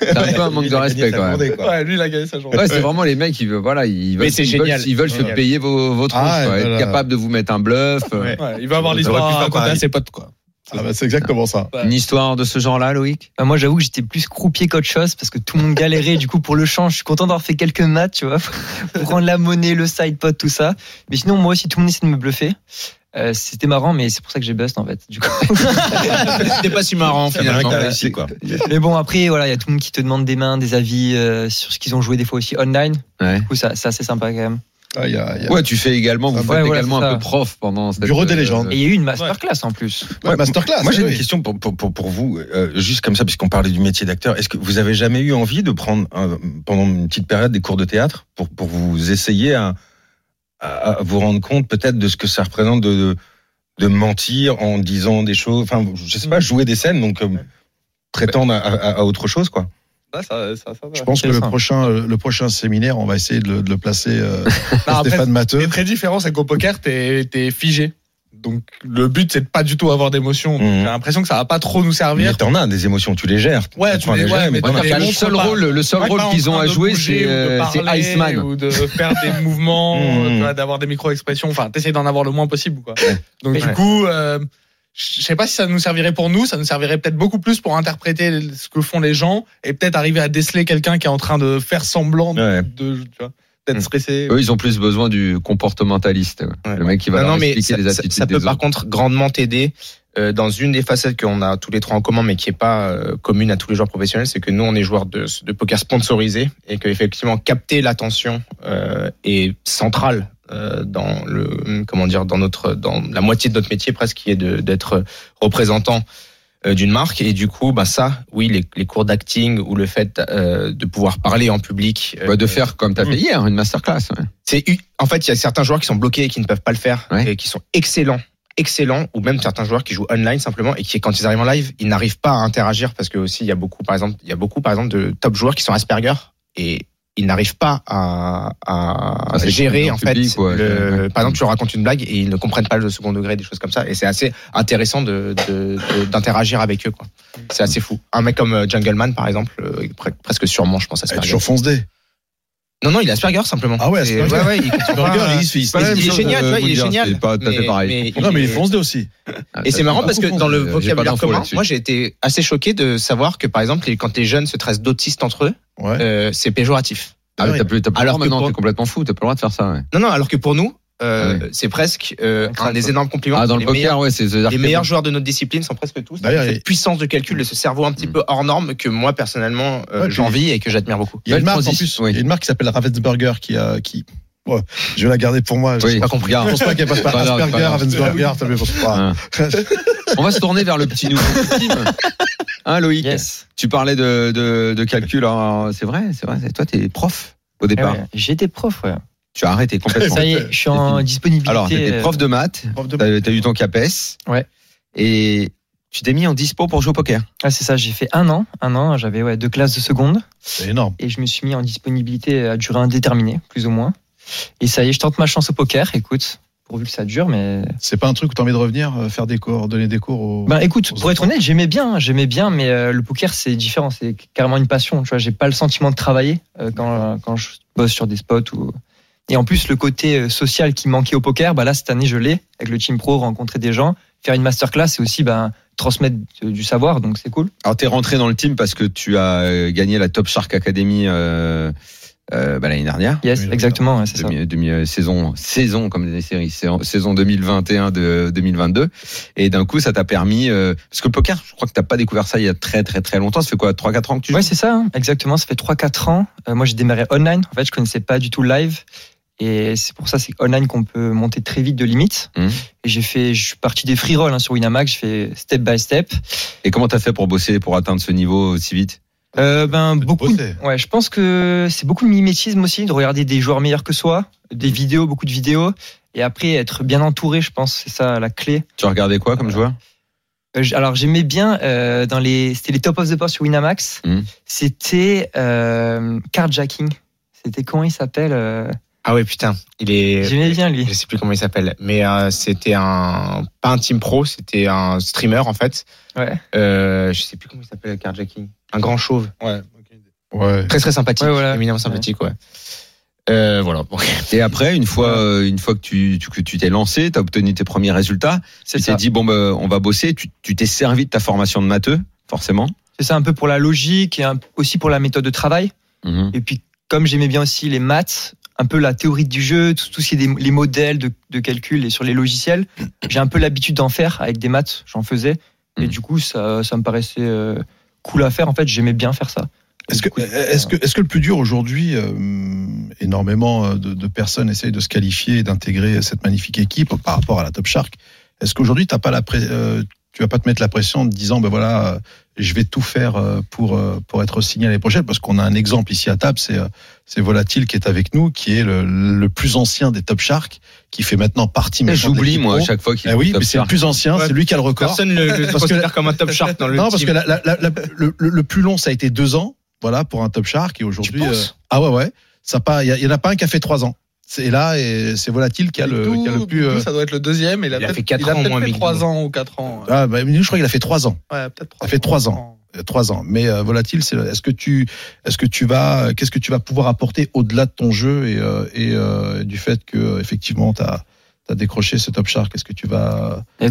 [SPEAKER 1] C'est un peu un manque de respect quand même.
[SPEAKER 7] Ouais, lui, il a gagné sa journée.
[SPEAKER 1] Ouais, c'est vraiment les mecs qui veulent, voilà, ils veulent,
[SPEAKER 5] Mais c'est
[SPEAKER 1] ils veulent,
[SPEAKER 5] génial.
[SPEAKER 1] ils veulent se
[SPEAKER 5] Génial.
[SPEAKER 1] payer vos, vos tronches,
[SPEAKER 3] Ah,
[SPEAKER 1] quoi, être
[SPEAKER 3] voilà.
[SPEAKER 1] capable de vous mettre un bluff. euh,
[SPEAKER 5] Ouais.
[SPEAKER 7] Ouais, il va avoir l'histoire à raconter à ses potes, quoi.
[SPEAKER 3] Ah bah, c'est exactement ça.
[SPEAKER 1] Une histoire de ce genre-là, Loïc
[SPEAKER 4] Bah, moi, j'avoue que j'étais plus croupier qu'autre chose parce que tout le monde galérait. du coup, pour le change, je suis content d'avoir fait quelques maths, tu vois, pour prendre la monnaie, le side pot, tout ça. Mais sinon, moi aussi, tout le monde essayait de me bluffer. Euh, c'était marrant, mais c'est pour ça que j'ai bust en fait. Du coup.
[SPEAKER 5] C'était pas si marrant
[SPEAKER 6] Il y en a un
[SPEAKER 5] finalement.
[SPEAKER 6] qui a réussi, quoi.
[SPEAKER 7] Ah,
[SPEAKER 4] mais bon, après, voilà, il y a tout le monde qui te demande des mains, des avis euh, sur ce qu'ils ont joué des fois aussi online.
[SPEAKER 1] Ouais.
[SPEAKER 4] Du coup, ça, c'est assez sympa quand même.
[SPEAKER 3] Ah, il y a- il y a-
[SPEAKER 1] Ouais, tu fais également, vous
[SPEAKER 4] Ouais,
[SPEAKER 1] faites
[SPEAKER 4] voilà,
[SPEAKER 1] également
[SPEAKER 4] c'est
[SPEAKER 1] un
[SPEAKER 4] ça.
[SPEAKER 1] peu prof pendant cette.
[SPEAKER 3] Bureau des
[SPEAKER 1] euh,
[SPEAKER 3] légendes.
[SPEAKER 4] Et il y a eu une masterclass en plus.
[SPEAKER 3] Ouais,
[SPEAKER 6] Ouais,
[SPEAKER 3] masterclass.
[SPEAKER 6] Moi, j'ai
[SPEAKER 3] oui.
[SPEAKER 6] une question pour, pour, pour, pour vous, euh, juste comme ça, puisqu'on parlait du métier d'acteur. Est-ce que vous avez jamais eu envie de prendre euh, pendant une petite période des cours de théâtre pour, pour vous essayer à, à- à vous rendre compte peut-être de ce que ça représente de, de, de mentir en disant des choses, enfin, je sais pas, jouer des scènes, donc euh, prétendre à, à- à autre chose, quoi.
[SPEAKER 3] Je pense que le
[SPEAKER 4] Intéressant.
[SPEAKER 3] prochain, euh, le prochain séminaire, on va essayer de le, de le placer euh, à
[SPEAKER 7] Non, après,
[SPEAKER 3] Stéphane
[SPEAKER 7] Ce qui
[SPEAKER 3] Matteux.
[SPEAKER 7] est très différent, c'est qu'au poker, t'es es figé. Donc le but, c'est de pas du tout avoir d'émotion.
[SPEAKER 3] Mm.
[SPEAKER 7] Donc,
[SPEAKER 6] Mhm.
[SPEAKER 7] J'ai l'impression que ça va pas trop nous
[SPEAKER 6] Mais
[SPEAKER 7] servir.
[SPEAKER 6] t'en as des émotions, tu les gères.
[SPEAKER 7] Ouais, tu
[SPEAKER 6] T'apprends à
[SPEAKER 7] les- ouais,
[SPEAKER 6] gérer,
[SPEAKER 7] mais
[SPEAKER 6] t'en
[SPEAKER 7] t'en
[SPEAKER 6] as.
[SPEAKER 7] as-
[SPEAKER 1] Le seul
[SPEAKER 7] Pas-
[SPEAKER 1] rôle, le seul
[SPEAKER 7] Ouais,
[SPEAKER 1] rôle
[SPEAKER 7] pas en
[SPEAKER 1] qu'ils ont
[SPEAKER 7] train
[SPEAKER 1] à
[SPEAKER 7] de
[SPEAKER 1] jouer,
[SPEAKER 7] bouger
[SPEAKER 1] c'est
[SPEAKER 7] ou de
[SPEAKER 1] euh, c'est
[SPEAKER 7] parler
[SPEAKER 1] Iceman. Mmh,
[SPEAKER 7] ou de faire des mouvements,
[SPEAKER 6] Mhm.
[SPEAKER 7] euh, tu vois, d'avoir des micro-expressions. Enfin, t'essayes d'en avoir le moins possible. Quoi. Donc du
[SPEAKER 5] Ouais.
[SPEAKER 7] coup, euh, je sais pas si ça nous servirait pour nous. Ça nous servirait peut-être beaucoup plus pour interpréter ce que font les gens et peut-être arriver à déceler quelqu'un qui est en train de faire semblant de-
[SPEAKER 6] Ouais.
[SPEAKER 7] de, tu vois, d'être
[SPEAKER 1] Mmh.
[SPEAKER 5] Mhm.
[SPEAKER 7] stressé.
[SPEAKER 1] Eux, ils ont plus besoin du comportementaliste. ouais.
[SPEAKER 5] Ouais.
[SPEAKER 1] Le mec qui va
[SPEAKER 5] Non,
[SPEAKER 1] leur
[SPEAKER 5] non, mais
[SPEAKER 1] expliquer
[SPEAKER 5] ça,
[SPEAKER 1] les
[SPEAKER 5] ça-
[SPEAKER 1] attitudes
[SPEAKER 5] ça peut
[SPEAKER 1] des
[SPEAKER 5] par
[SPEAKER 1] autres.
[SPEAKER 5] contre grandement t'aider euh, dans une des facettes qu'on a tous les trois en commun, mais qui est pas euh, commune à tous les joueurs professionnels, c'est que nous on est joueurs de, de poker sponsorisé et que effectivement capter l'attention euh, est central euh, dans le comment dire dans notre dans la moitié de notre métier presque qui est de- d'être représentant euh, d'une marque et du coup bah ça oui les, les cours d'acting ou le fait euh, de pouvoir parler en public euh,
[SPEAKER 1] Bah, de faire comme t'as fait hier, une masterclass. ouais.
[SPEAKER 5] c'est u- en fait il y a certains joueurs qui sont bloqués et qui ne peuvent pas le faire
[SPEAKER 1] Ouais.
[SPEAKER 5] et qui sont excellents excellents ou même certains joueurs qui jouent online simplement et qui quand ils arrivent en live ils n'arrivent pas à interagir parce que aussi il y a beaucoup par exemple il y a beaucoup par exemple de top joueurs qui sont Asperger et ils n'arrivent pas à, à
[SPEAKER 1] Ah, c'est
[SPEAKER 5] gérer
[SPEAKER 1] compliqué,
[SPEAKER 5] en fait
[SPEAKER 1] quoi.
[SPEAKER 5] le-
[SPEAKER 1] Ouais.
[SPEAKER 5] par exemple tu leur racontes une blague et ils ne comprennent pas le second degré des choses comme ça et c'est assez intéressant de- de- de- d'interagir avec eux quoi c'est assez fou un mec comme euh, Jungleman par exemple euh, pre- presque sûrement je pense
[SPEAKER 3] Elle est
[SPEAKER 5] Asperger
[SPEAKER 3] toujours fonce D.
[SPEAKER 5] non non il est Asperger simplement
[SPEAKER 3] Ah ouais,
[SPEAKER 5] C'est-
[SPEAKER 3] Asperger.
[SPEAKER 5] ouais, ouais, il comprend pas,
[SPEAKER 3] Burger,
[SPEAKER 5] euh,
[SPEAKER 3] il se fait-
[SPEAKER 5] pas la même
[SPEAKER 1] Il est
[SPEAKER 5] chose,
[SPEAKER 1] génial,
[SPEAKER 5] euh,
[SPEAKER 1] tu vois, il est
[SPEAKER 5] vous dire,
[SPEAKER 1] génial.
[SPEAKER 5] c'est pas tout à fait
[SPEAKER 1] Mais-
[SPEAKER 5] pareil.
[SPEAKER 1] mais-
[SPEAKER 3] Non, mais il est fonce D aussi.
[SPEAKER 1] Ah,
[SPEAKER 5] Et c'est marrant parce que dans le
[SPEAKER 1] J'ai pas
[SPEAKER 5] vocabulaire
[SPEAKER 1] d'infos
[SPEAKER 5] commun,
[SPEAKER 1] là-dessus.
[SPEAKER 5] moi j'ai été assez choqué de savoir que par exemple, les- quand les jeunes se tracent d'autistes entre eux,
[SPEAKER 3] Ouais.
[SPEAKER 5] euh, c'est péjoratif.
[SPEAKER 1] Ah, mais t'as plus, t'as plus le
[SPEAKER 5] Alors
[SPEAKER 1] droit
[SPEAKER 5] que
[SPEAKER 1] maintenant,
[SPEAKER 5] pour-
[SPEAKER 1] t'es complètement fou, t'as plus le droit de faire ça. ouais.
[SPEAKER 5] Non, non, alors que pour nous, euh,
[SPEAKER 1] Ah
[SPEAKER 5] c'est presque euh, un des énormes compliments.
[SPEAKER 1] Ah, dans
[SPEAKER 5] les
[SPEAKER 1] le poker,
[SPEAKER 5] meilleurs,
[SPEAKER 1] ouais, c'est
[SPEAKER 5] les meilleurs joueurs de notre discipline sont presque tous.
[SPEAKER 3] D'ailleurs, il y a-
[SPEAKER 5] cette puissance de calcul de ce cerveau un petit
[SPEAKER 1] Mm.
[SPEAKER 5] peu hors norme que moi personnellement euh,
[SPEAKER 3] Ouais, puis-
[SPEAKER 5] j'envie et que j'admire beaucoup.
[SPEAKER 3] Il y a
[SPEAKER 1] Belle
[SPEAKER 3] une marque en
[SPEAKER 1] transition,
[SPEAKER 3] plus.
[SPEAKER 1] oui.
[SPEAKER 3] Il y a une marque qui s'appelle Ravensburger qui a, qui. Ouais, je vais la garder pour moi. Je
[SPEAKER 1] Oui,
[SPEAKER 5] pas compris.
[SPEAKER 1] regarde.
[SPEAKER 3] pense pas qu'elle passe par
[SPEAKER 1] Pas grave,
[SPEAKER 3] Asperger,
[SPEAKER 1] pas grave.
[SPEAKER 3] Ravensburger, ça me pense pas.
[SPEAKER 1] Hein.
[SPEAKER 3] Ah,
[SPEAKER 1] On va se tourner vers le petit nouveau team. Hein, Loïc
[SPEAKER 4] Yes.
[SPEAKER 1] Tu parlais de, Euh, de, de calcul. en- C'est vrai, c'est vrai. Toi, t'es prof au
[SPEAKER 4] Eh
[SPEAKER 1] départ.
[SPEAKER 4] ouais, J'étais prof,
[SPEAKER 7] Euh,
[SPEAKER 4] ouais.
[SPEAKER 1] Tu as arrêté complètement.
[SPEAKER 4] Ça y est, je suis
[SPEAKER 1] C'est
[SPEAKER 4] en
[SPEAKER 1] fini.
[SPEAKER 4] disponibilité.
[SPEAKER 1] Alors, t'étais
[SPEAKER 4] euh,
[SPEAKER 1] prof de maths.
[SPEAKER 3] Prof de-
[SPEAKER 1] T'as t'as eu ton CAPES.
[SPEAKER 4] Ouais.
[SPEAKER 1] Et tu t'es mis en dispo pour jouer au poker.
[SPEAKER 4] Ah, c'est ça, j'ai fait un an. Un an, j'avais ouais, deux classes de seconde.
[SPEAKER 3] C'est énorme.
[SPEAKER 4] Et je me suis mis en disponibilité euh, à durée indéterminée, plus ou moins. Et ça y est, je tente ma chance au poker. Écoute, pourvu que ça dure, mais.
[SPEAKER 3] C'est pas un truc où t'as envie de revenir, euh, faire des cours, donner des cours au.
[SPEAKER 4] Ben écoute,
[SPEAKER 3] aux
[SPEAKER 4] pour être
[SPEAKER 3] enfants.
[SPEAKER 4] honnête, j'aimais bien, hein, j'aimais bien, mais euh, le poker c'est différent, c'est carrément une passion. Tu vois, j'ai pas le sentiment de travailler euh, quand euh, quand je bosse sur des spots ou. Et en plus, le côté euh, social qui manquait au poker, bah là cette année je l'ai avec le team pro, rencontrer des gens, faire une masterclass et aussi ben transmettre du du savoir, donc c'est cool.
[SPEAKER 1] Alors, t'es rentré dans le team parce que tu as euh, gagné la Top Shark Academy euh, euh, bah, l'année dernière.
[SPEAKER 4] Yes,
[SPEAKER 3] Oui,
[SPEAKER 4] exactement, ouais, c'est ça.
[SPEAKER 1] Demi- demi- euh, saison, saison comme des séries, saison, saison 2021 de 2022. Et d'un coup, ça t'a permis, euh, parce que le poker, je crois que t'as pas découvert ça il y a très très très longtemps. Ça fait quoi, 3-4 ans que tu joues
[SPEAKER 4] Ouais, c'est ça, hein, exactement. Ça fait 3-4 ans. Euh, moi, j'ai démarré online. En fait, je connaissais pas du tout le live. Et c'est pour ça, c'est online qu'on peut monter très vite de limites.
[SPEAKER 1] Mhm.
[SPEAKER 4] Et j'ai fait, je suis parti des free rolls hein, sur Winamax. Je fais step by step.
[SPEAKER 1] Et comment t'as fait pour bosser, pour atteindre ce niveau aussi vite
[SPEAKER 4] Euh, ben beaucoup.
[SPEAKER 3] bosser.
[SPEAKER 4] Ouais, je pense que c'est beaucoup de mimétisme aussi, de regarder des joueurs meilleurs que soi, des vidéos, beaucoup de vidéos, et après être bien entouré. Je pense c'est ça la clé.
[SPEAKER 1] Tu regardais quoi comme joueur
[SPEAKER 4] Euh, j- Alors j'aimais bien euh, dans les c'était les top of the pop sur Winamax.
[SPEAKER 1] Mhm.
[SPEAKER 4] C'était euh, carjacking. C'était comment il s'appelle euh,
[SPEAKER 5] Ah ouais putain, il est.
[SPEAKER 4] J'aimais bien lui.
[SPEAKER 5] je sais plus comment il s'appelle, mais euh, c'était un pas un team pro, c'était un streamer en fait.
[SPEAKER 4] Ouais.
[SPEAKER 5] Euh, je sais plus comment il s'appelle, le carjacking. Un grand chauve.
[SPEAKER 3] Ouais.
[SPEAKER 5] Très très sympathique,
[SPEAKER 4] Ouais, voilà.
[SPEAKER 5] éminemment sympathique, ouais.
[SPEAKER 1] Euh, voilà. Et après, une fois, euh, une fois que tu, tu- que tu t'es lancé, tu as obtenu tes premiers résultats,
[SPEAKER 4] C'est
[SPEAKER 1] tu t'es
[SPEAKER 4] ça.
[SPEAKER 1] dit, bon, bah, on va bosser, tu tu t'es servi de ta formation de matheux, forcément.
[SPEAKER 4] C'est ça un peu pour la logique et un- aussi pour la méthode de travail.
[SPEAKER 1] Mhm.
[SPEAKER 4] Et puis, comme j'aimais bien aussi les maths, un peu la théorie du jeu, tout, tout ce qui est des- les modèles de, de calcul et sur les logiciels, j'ai un peu l'habitude d'en faire avec des maths, j'en faisais. Et
[SPEAKER 1] Mhm.
[SPEAKER 4] du coup, ça, ça me paraissait euh, cool à faire. En fait, j'aimais bien faire ça.
[SPEAKER 3] Est-ce que, est-ce que, est-ce que le plus dur aujourd'hui, euh, énormément euh, de, de personnes essayent de se qualifier et d'intégrer cette magnifique équipe par rapport à la Top Shark. Est-ce qu'aujourd'hui, t'as pas la pré- euh, tu vas pas te mettre la pression en te disant, ben voilà, euh, je vais tout faire euh, pour euh, pour être signé l'année prochaine, parce qu'on a un exemple ici à table, c'est euh, c'est Volatile qui est avec nous, qui est le, le plus ancien des Top Shark, qui fait maintenant partie.
[SPEAKER 1] Et
[SPEAKER 3] maintenant de
[SPEAKER 1] J'oublie,
[SPEAKER 3] l'équipe
[SPEAKER 1] moi, à
[SPEAKER 3] pro.
[SPEAKER 1] chaque fois qu'il
[SPEAKER 3] Eh oui,
[SPEAKER 1] top
[SPEAKER 3] mais c'est le
[SPEAKER 1] star.
[SPEAKER 3] plus ancien,
[SPEAKER 7] Ouais.
[SPEAKER 3] c'est lui qui a le record
[SPEAKER 5] Personne ne le
[SPEAKER 3] Parce que-
[SPEAKER 5] considère comme un top shark dans le
[SPEAKER 3] non, parce
[SPEAKER 5] team.
[SPEAKER 3] que la- la- la- la- le, le- le plus long, ça a été deux ans, voilà, pour un Top Shark. Et aujourd'hui,
[SPEAKER 4] Tu penses
[SPEAKER 3] euh, ah ouais, ouais, ça pas, il y, a- il y en a pas un qui a fait trois ans. C'est là, et c'est volatile qui a le, qui a le plus. euh,
[SPEAKER 7] Ça doit être le deuxième. Il a,
[SPEAKER 5] Il a
[SPEAKER 7] peut-être-
[SPEAKER 5] fait quatre
[SPEAKER 7] il a
[SPEAKER 5] ans,
[SPEAKER 7] peut-être
[SPEAKER 5] moi,
[SPEAKER 7] fait
[SPEAKER 5] Big
[SPEAKER 7] trois
[SPEAKER 5] Blue.
[SPEAKER 7] ans ou quatre ans. Ouais,
[SPEAKER 3] ah, bah, nous, je crois qu'il a fait trois ans,
[SPEAKER 7] peut-être trois.
[SPEAKER 3] Ça fait trois ans. euh, trois ans. Mais euh, volatile, c'est. Est-ce que tu, est-ce que tu vas, qu'est-ce que tu vas pouvoir apporter au-delà de ton jeu et, euh, et euh, du fait que euh, effectivement, t'as as décroché ce Top Shark. Qu'est-ce que tu vas,
[SPEAKER 4] Et-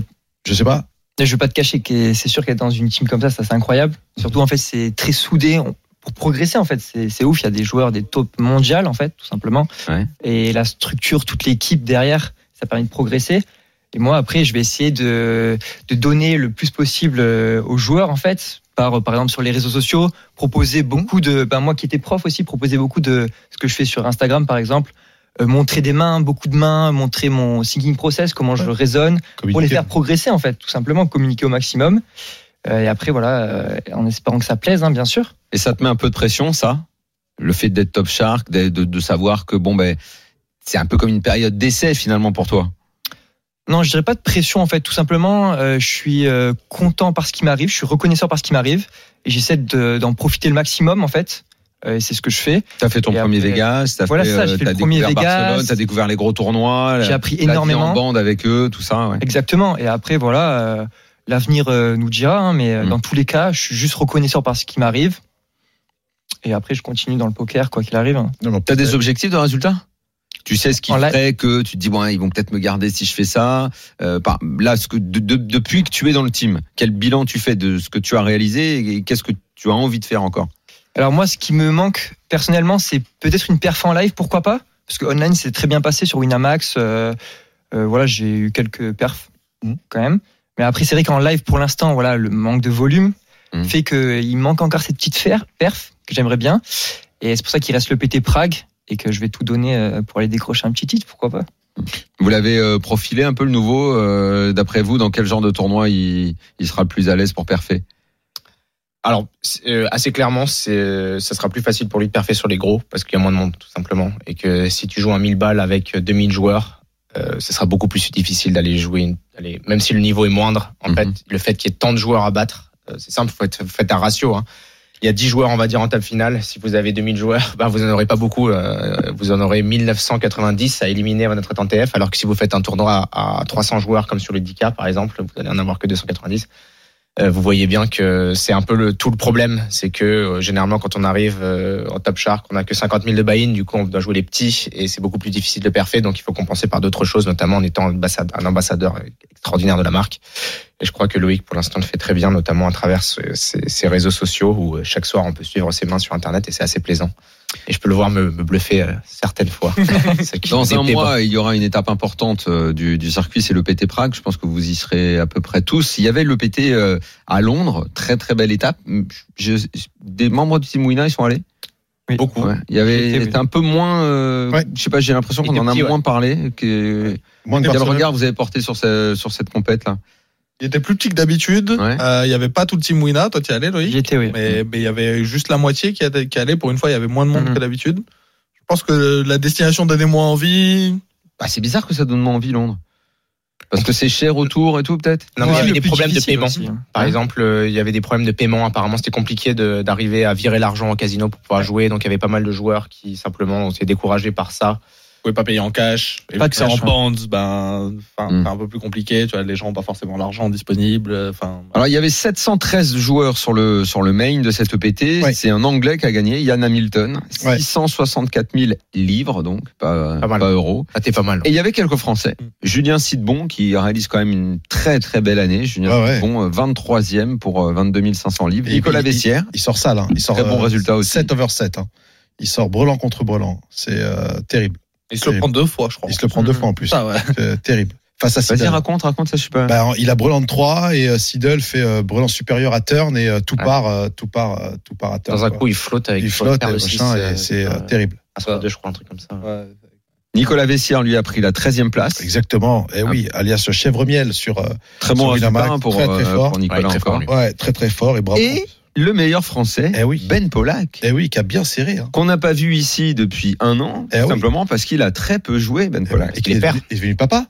[SPEAKER 3] je sais pas.
[SPEAKER 4] Et je veux pas te cacher que c'est sûr qu'être dans une team comme ça, ça c'est incroyable. Surtout en fait, c'est très soudé. On- pour progresser en fait, c'est c'est ouf. Il y a des joueurs des top mondiales en fait, tout simplement.
[SPEAKER 1] Ouais.
[SPEAKER 4] Et la structure, toute l'équipe derrière, ça permet de progresser. Et moi après, je vais essayer de, de donner le plus possible euh, aux joueurs en fait, par euh, par exemple sur les réseaux sociaux, proposer beaucoup de, ben moi qui étais prof aussi, proposer beaucoup de ce que je fais sur Instagram par exemple, euh, montrer des mains, beaucoup de mains, montrer mon thinking process, comment je raisonne pour les
[SPEAKER 3] communiquer.
[SPEAKER 4] faire progresser en fait, tout simplement communiquer au maximum. Euh, et après voilà, euh, en espérant que ça plaise, hein, bien sûr.
[SPEAKER 1] Et ça te met un peu de pression, ça Le fait d'être top shark, de, de- de savoir que, bon, ben, c'est un peu comme une période d'essai, finalement, pour toi.
[SPEAKER 4] Non, je dirais pas de pression en fait, tout simplement. euh, je suis euh, content par ce qui m'arrive, je suis reconnaissant par ce qui m'arrive, et j'essaie de- d'en profiter le maximum en fait. Euh, et c'est ce que je fais.
[SPEAKER 1] T'as fait ton
[SPEAKER 4] Et
[SPEAKER 1] premier
[SPEAKER 4] après-
[SPEAKER 1] Vegas, t'as
[SPEAKER 4] Voilà
[SPEAKER 1] fait,
[SPEAKER 4] ça,
[SPEAKER 1] euh,
[SPEAKER 4] j'ai fait
[SPEAKER 1] t'as
[SPEAKER 4] le premier
[SPEAKER 1] découvert
[SPEAKER 4] Vegas.
[SPEAKER 1] Barcelone, t'as découvert les gros tournois,
[SPEAKER 4] J'ai
[SPEAKER 1] Ah la-
[SPEAKER 4] appris
[SPEAKER 1] la vie en
[SPEAKER 4] énormément.
[SPEAKER 1] bande avec eux, tout ça. ouais.
[SPEAKER 4] Exactement. Et après, voilà, euh, l'avenir euh, nous dira, hein, mais euh,
[SPEAKER 1] Mm.
[SPEAKER 4] dans tous les cas, je suis juste reconnaissant par ce qui m'arrive. Et après, je continue dans le poker, quoi qu'il arrive. hein.
[SPEAKER 3] Non, mais
[SPEAKER 1] T'as des objectifs de résultats tu sais ce qui
[SPEAKER 4] En la-
[SPEAKER 1] ferait que tu te dis bon hein, ils vont peut-être me garder si je fais ça. Euh, par- là ce que de- de- depuis que tu es dans le team, quel bilan tu fais de ce que tu as réalisé et qu'est-ce que tu as envie de faire encore
[SPEAKER 4] Alors moi, ce qui me manque personnellement, c'est peut-être une perf en live, pourquoi pas Parce que online, c'est très bien passé sur Winamax. euh, euh, voilà, j'ai eu quelques perfs
[SPEAKER 3] Mhm.
[SPEAKER 4] quand même. Mais après, c'est vrai qu'en live, pour l'instant, voilà, le manque de volume
[SPEAKER 1] Mhm.
[SPEAKER 7] Mmh.
[SPEAKER 4] fait qu'il manque encore cette petite fer- perf que j'aimerais bien. Et c'est pour ça qu'il reste le PT Prague et que je vais tout donner euh, pour aller décrocher un petit titre, pourquoi pas
[SPEAKER 1] Vous l'avez euh, profilé un peu le nouveau euh, d'après vous dans quel genre de tournoi il, il sera le plus à l'aise pour perfer
[SPEAKER 5] Alors, c'est, euh, assez clairement, c'est, euh, ça sera plus facile pour lui de perfer sur les gros parce qu'il y a moins de monde, tout simplement. Et que si tu joues un 1000 balles avec euh, 2000 joueurs, euh, ce sera beaucoup plus difficile d'aller jouer, une- d'aller- même si le niveau est moindre. En
[SPEAKER 1] Mhm.
[SPEAKER 5] fait, le fait qu'il y ait tant de joueurs à battre, euh, c'est simple, faut être, faut être un ratio. hein. Il y a 10 joueurs, on va dire, en table finale. Si vous avez 2000 joueurs, bah, vous n'en aurez pas beaucoup. euh, vous en aurez 1990 à éliminer à notre étant TF. Alors que si vous faites un tournoi à, à 300 joueurs, comme sur le 10K, par exemple, vous allez en avoir que 290. Euh, vous voyez bien que c'est un peu le, tout le problème. C'est que euh, généralement, quand on arrive euh, en top shark, on a que 50 000 de buy-in. Du coup, on doit jouer les petits et c'est beaucoup plus difficile de perfer. Donc, il faut compenser par d'autres choses, notamment en étant ambassade- un ambassadeur extraordinaire de la marque. Et je crois que Loïc, pour l'instant, le fait très bien, notamment à travers ce- ces ces réseaux sociaux où euh, chaque soir, on peut suivre ses mains sur Internet et c'est assez plaisant. Et je peux le voir me, me bluffer euh, certaines fois. Ce qui
[SPEAKER 1] Dans
[SPEAKER 5] me
[SPEAKER 1] un
[SPEAKER 5] déplaît
[SPEAKER 1] mois, il y aura une étape importante euh, du, du circuit, c'est le PT Prague. Je pense que vous y serez à peu près tous. Il y avait le PT euh, à Londres, très très belle étape. Je- je- des membres du team Wina, ils sont allés.
[SPEAKER 4] Oui.
[SPEAKER 5] Beaucoup.
[SPEAKER 1] Ouais. Il y avait,
[SPEAKER 4] J'étais, oui.
[SPEAKER 1] c'était un peu moins. euh,
[SPEAKER 3] Ouais.
[SPEAKER 1] Je sais pas, j'ai l'impression
[SPEAKER 5] Il
[SPEAKER 1] qu'on
[SPEAKER 5] était
[SPEAKER 1] en a
[SPEAKER 5] petit, ouais.
[SPEAKER 1] moins parlé. Que...
[SPEAKER 3] Moins de
[SPEAKER 1] Quel
[SPEAKER 3] personnes.
[SPEAKER 1] regard vous avez porté sur, ce- sur cette compète là
[SPEAKER 7] Il était plus petit que d'habitude.
[SPEAKER 1] Ouais.
[SPEAKER 7] Euh, il y avait pas tout le team Wina. Toi, tu y allé, Loïc
[SPEAKER 4] J'y étais, oui.
[SPEAKER 7] Mais mais il y avait juste la moitié qui, était- qui allait. Pour une fois, il y avait moins de monde
[SPEAKER 4] Mhm.
[SPEAKER 7] que d'habitude. Je pense que la destination donnait moins envie.
[SPEAKER 1] bah, C'est bizarre que ça donne moins envie Londres. Parce que c'est cher autour et tout peut-être.
[SPEAKER 5] Non, mais il y
[SPEAKER 4] Ouais,
[SPEAKER 5] avait
[SPEAKER 4] le
[SPEAKER 5] des
[SPEAKER 4] plus
[SPEAKER 5] problèmes de
[SPEAKER 4] difficile
[SPEAKER 5] paiement.
[SPEAKER 4] aussi, hein.
[SPEAKER 5] Par exemple, euh, il y avait des problèmes de paiement. Apparemment, c'était compliqué de- d'arriver à virer l'argent au casino pour pouvoir jouer. Donc, il y avait pas mal de joueurs qui simplement ont été découragés par ça.
[SPEAKER 7] pouvez pas payer en cash. Et
[SPEAKER 4] Pas
[SPEAKER 7] vu
[SPEAKER 4] de
[SPEAKER 7] que c'est en
[SPEAKER 4] cash, ouais.
[SPEAKER 7] bande, ben, enfin,
[SPEAKER 1] Mm.
[SPEAKER 7] c'est un peu plus compliqué. Tu vois, les gens ont pas forcément l'argent disponible. euh, Enfin,
[SPEAKER 1] Alors il y avait 713 joueurs sur le sur le main de cette EPT.
[SPEAKER 3] Ouais.
[SPEAKER 1] C'est un Anglais qui a gagné, Ian Hamilton,
[SPEAKER 3] Ouais.
[SPEAKER 1] 664 000 livres donc pas
[SPEAKER 5] Pas
[SPEAKER 1] pas,
[SPEAKER 5] mal.
[SPEAKER 1] euros.
[SPEAKER 5] Ah, t'es pas mal.
[SPEAKER 1] Et il y avait quelques Français. Julien Sidbon qui réalise quand même une très très belle année. Julien
[SPEAKER 3] Ah ouais.
[SPEAKER 1] Sidbon, euh, 23e pour euh, 22 500 livres.
[SPEAKER 3] Et
[SPEAKER 1] Nicolas
[SPEAKER 3] il- il-
[SPEAKER 1] Vessière.
[SPEAKER 3] Il sort ça, là. Il sort
[SPEAKER 1] Très bon résultat aussi.
[SPEAKER 3] 7 over 7. hein. Il sort brelan contre brelan. C'est euh, terrible.
[SPEAKER 7] ils se le
[SPEAKER 3] et-
[SPEAKER 7] prennent deux fois, je crois.
[SPEAKER 3] Il se le prend deux fois en plus.
[SPEAKER 7] Ça, ouais.
[SPEAKER 3] C'est euh, terrible. Face à
[SPEAKER 1] Vas-y
[SPEAKER 3] Sidel.
[SPEAKER 1] raconte raconte ça je sais pas.
[SPEAKER 3] Bah, il a brelan de 3 et euh, Sidel fait euh, brelan supérieur à turn et euh, tout, part, euh, tout part euh, tout part à turn.
[SPEAKER 5] Dans un
[SPEAKER 3] quoi.
[SPEAKER 5] coup, il flotte avec
[SPEAKER 3] il flotte et machin, et c'est euh, terrible.
[SPEAKER 5] à 62, je crois, un truc comme ça.
[SPEAKER 7] Ouais.
[SPEAKER 1] Nicolas Vessière lui a pris la 13e place.
[SPEAKER 3] Exactement.
[SPEAKER 7] Ah.
[SPEAKER 3] Et oui, alias chèvre miel sur euh,
[SPEAKER 1] Très bon
[SPEAKER 3] Sur
[SPEAKER 1] résultat
[SPEAKER 3] Winamax,
[SPEAKER 1] pour,
[SPEAKER 3] très, très
[SPEAKER 1] euh,
[SPEAKER 3] fort.
[SPEAKER 1] pour Nicolas
[SPEAKER 5] Ouais, très
[SPEAKER 1] encore.
[SPEAKER 5] fort, lui.
[SPEAKER 3] ouais, très très fort et bravo.
[SPEAKER 1] Et le meilleur Français,
[SPEAKER 3] Eh oui.
[SPEAKER 1] Ben Polak.
[SPEAKER 3] Eh oui, qui a bien serré. hein.
[SPEAKER 1] qu'on n'a pas vu ici depuis un an,
[SPEAKER 3] Eh oui. Eh
[SPEAKER 1] simplement parce qu'il a très peu joué, Ben Pollack.
[SPEAKER 3] Et qu'il est,
[SPEAKER 1] perd.
[SPEAKER 3] devenu- il est devenu papa.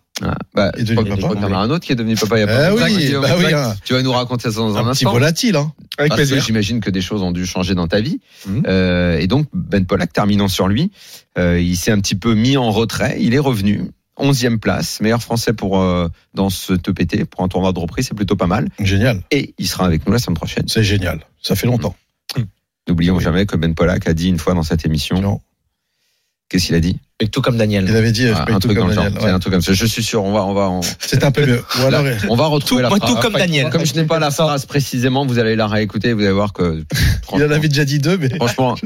[SPEAKER 1] bah,
[SPEAKER 3] il est
[SPEAKER 1] je crois
[SPEAKER 3] devenu
[SPEAKER 1] que- je
[SPEAKER 3] papa.
[SPEAKER 1] crois qu'il y en a un autre qui est devenu papa il y a pas
[SPEAKER 3] Eh
[SPEAKER 1] longtemps.
[SPEAKER 3] oui,
[SPEAKER 1] Guillaume,
[SPEAKER 3] bah oui,
[SPEAKER 1] tu-
[SPEAKER 3] un-
[SPEAKER 1] Tu vas nous raconter ça dans un,
[SPEAKER 3] Un petit
[SPEAKER 1] instant.
[SPEAKER 3] volatile. Hein.
[SPEAKER 7] Avec
[SPEAKER 1] Parce que
[SPEAKER 7] plaisir.
[SPEAKER 1] j'imagine que des choses ont dû changer dans ta vie.
[SPEAKER 3] Mhm.
[SPEAKER 1] Euh, et donc, Ben Pollack, terminant sur lui, euh, il s'est un petit peu mis en retrait. Il est revenu. 11e place, meilleur français pour euh, dans ce TPT, pour un tournoi de reprise, c'est plutôt pas mal.
[SPEAKER 3] Génial.
[SPEAKER 1] Et il sera avec nous la semaine prochaine.
[SPEAKER 3] C'est génial. Ça fait longtemps.
[SPEAKER 1] N'oublions
[SPEAKER 3] Oui.
[SPEAKER 1] jamais que Ben Pollack a dit une fois dans cette émission,
[SPEAKER 3] Non.
[SPEAKER 1] qu'est-ce qu'il a dit
[SPEAKER 5] Et tout comme Daniel.
[SPEAKER 3] Il avait dit. euh, je
[SPEAKER 1] Ah,
[SPEAKER 3] paye
[SPEAKER 1] un
[SPEAKER 3] tout
[SPEAKER 1] truc
[SPEAKER 3] comme
[SPEAKER 1] dans le genre.
[SPEAKER 3] Daniel,
[SPEAKER 1] C'est
[SPEAKER 3] ouais.
[SPEAKER 1] un truc comme ça. Je suis sûr, on va, on va, on,
[SPEAKER 3] C'est un peu mieux. Ou alors, euh,
[SPEAKER 1] Là, on va retrouver la phrase.
[SPEAKER 5] comme Daniel.
[SPEAKER 1] Comme je n'ai pas la phrase précisément, vous allez la réécouter, vous allez voir que.
[SPEAKER 3] il en
[SPEAKER 1] franchement,
[SPEAKER 3] avait déjà dit deux, mais.
[SPEAKER 1] Franchement,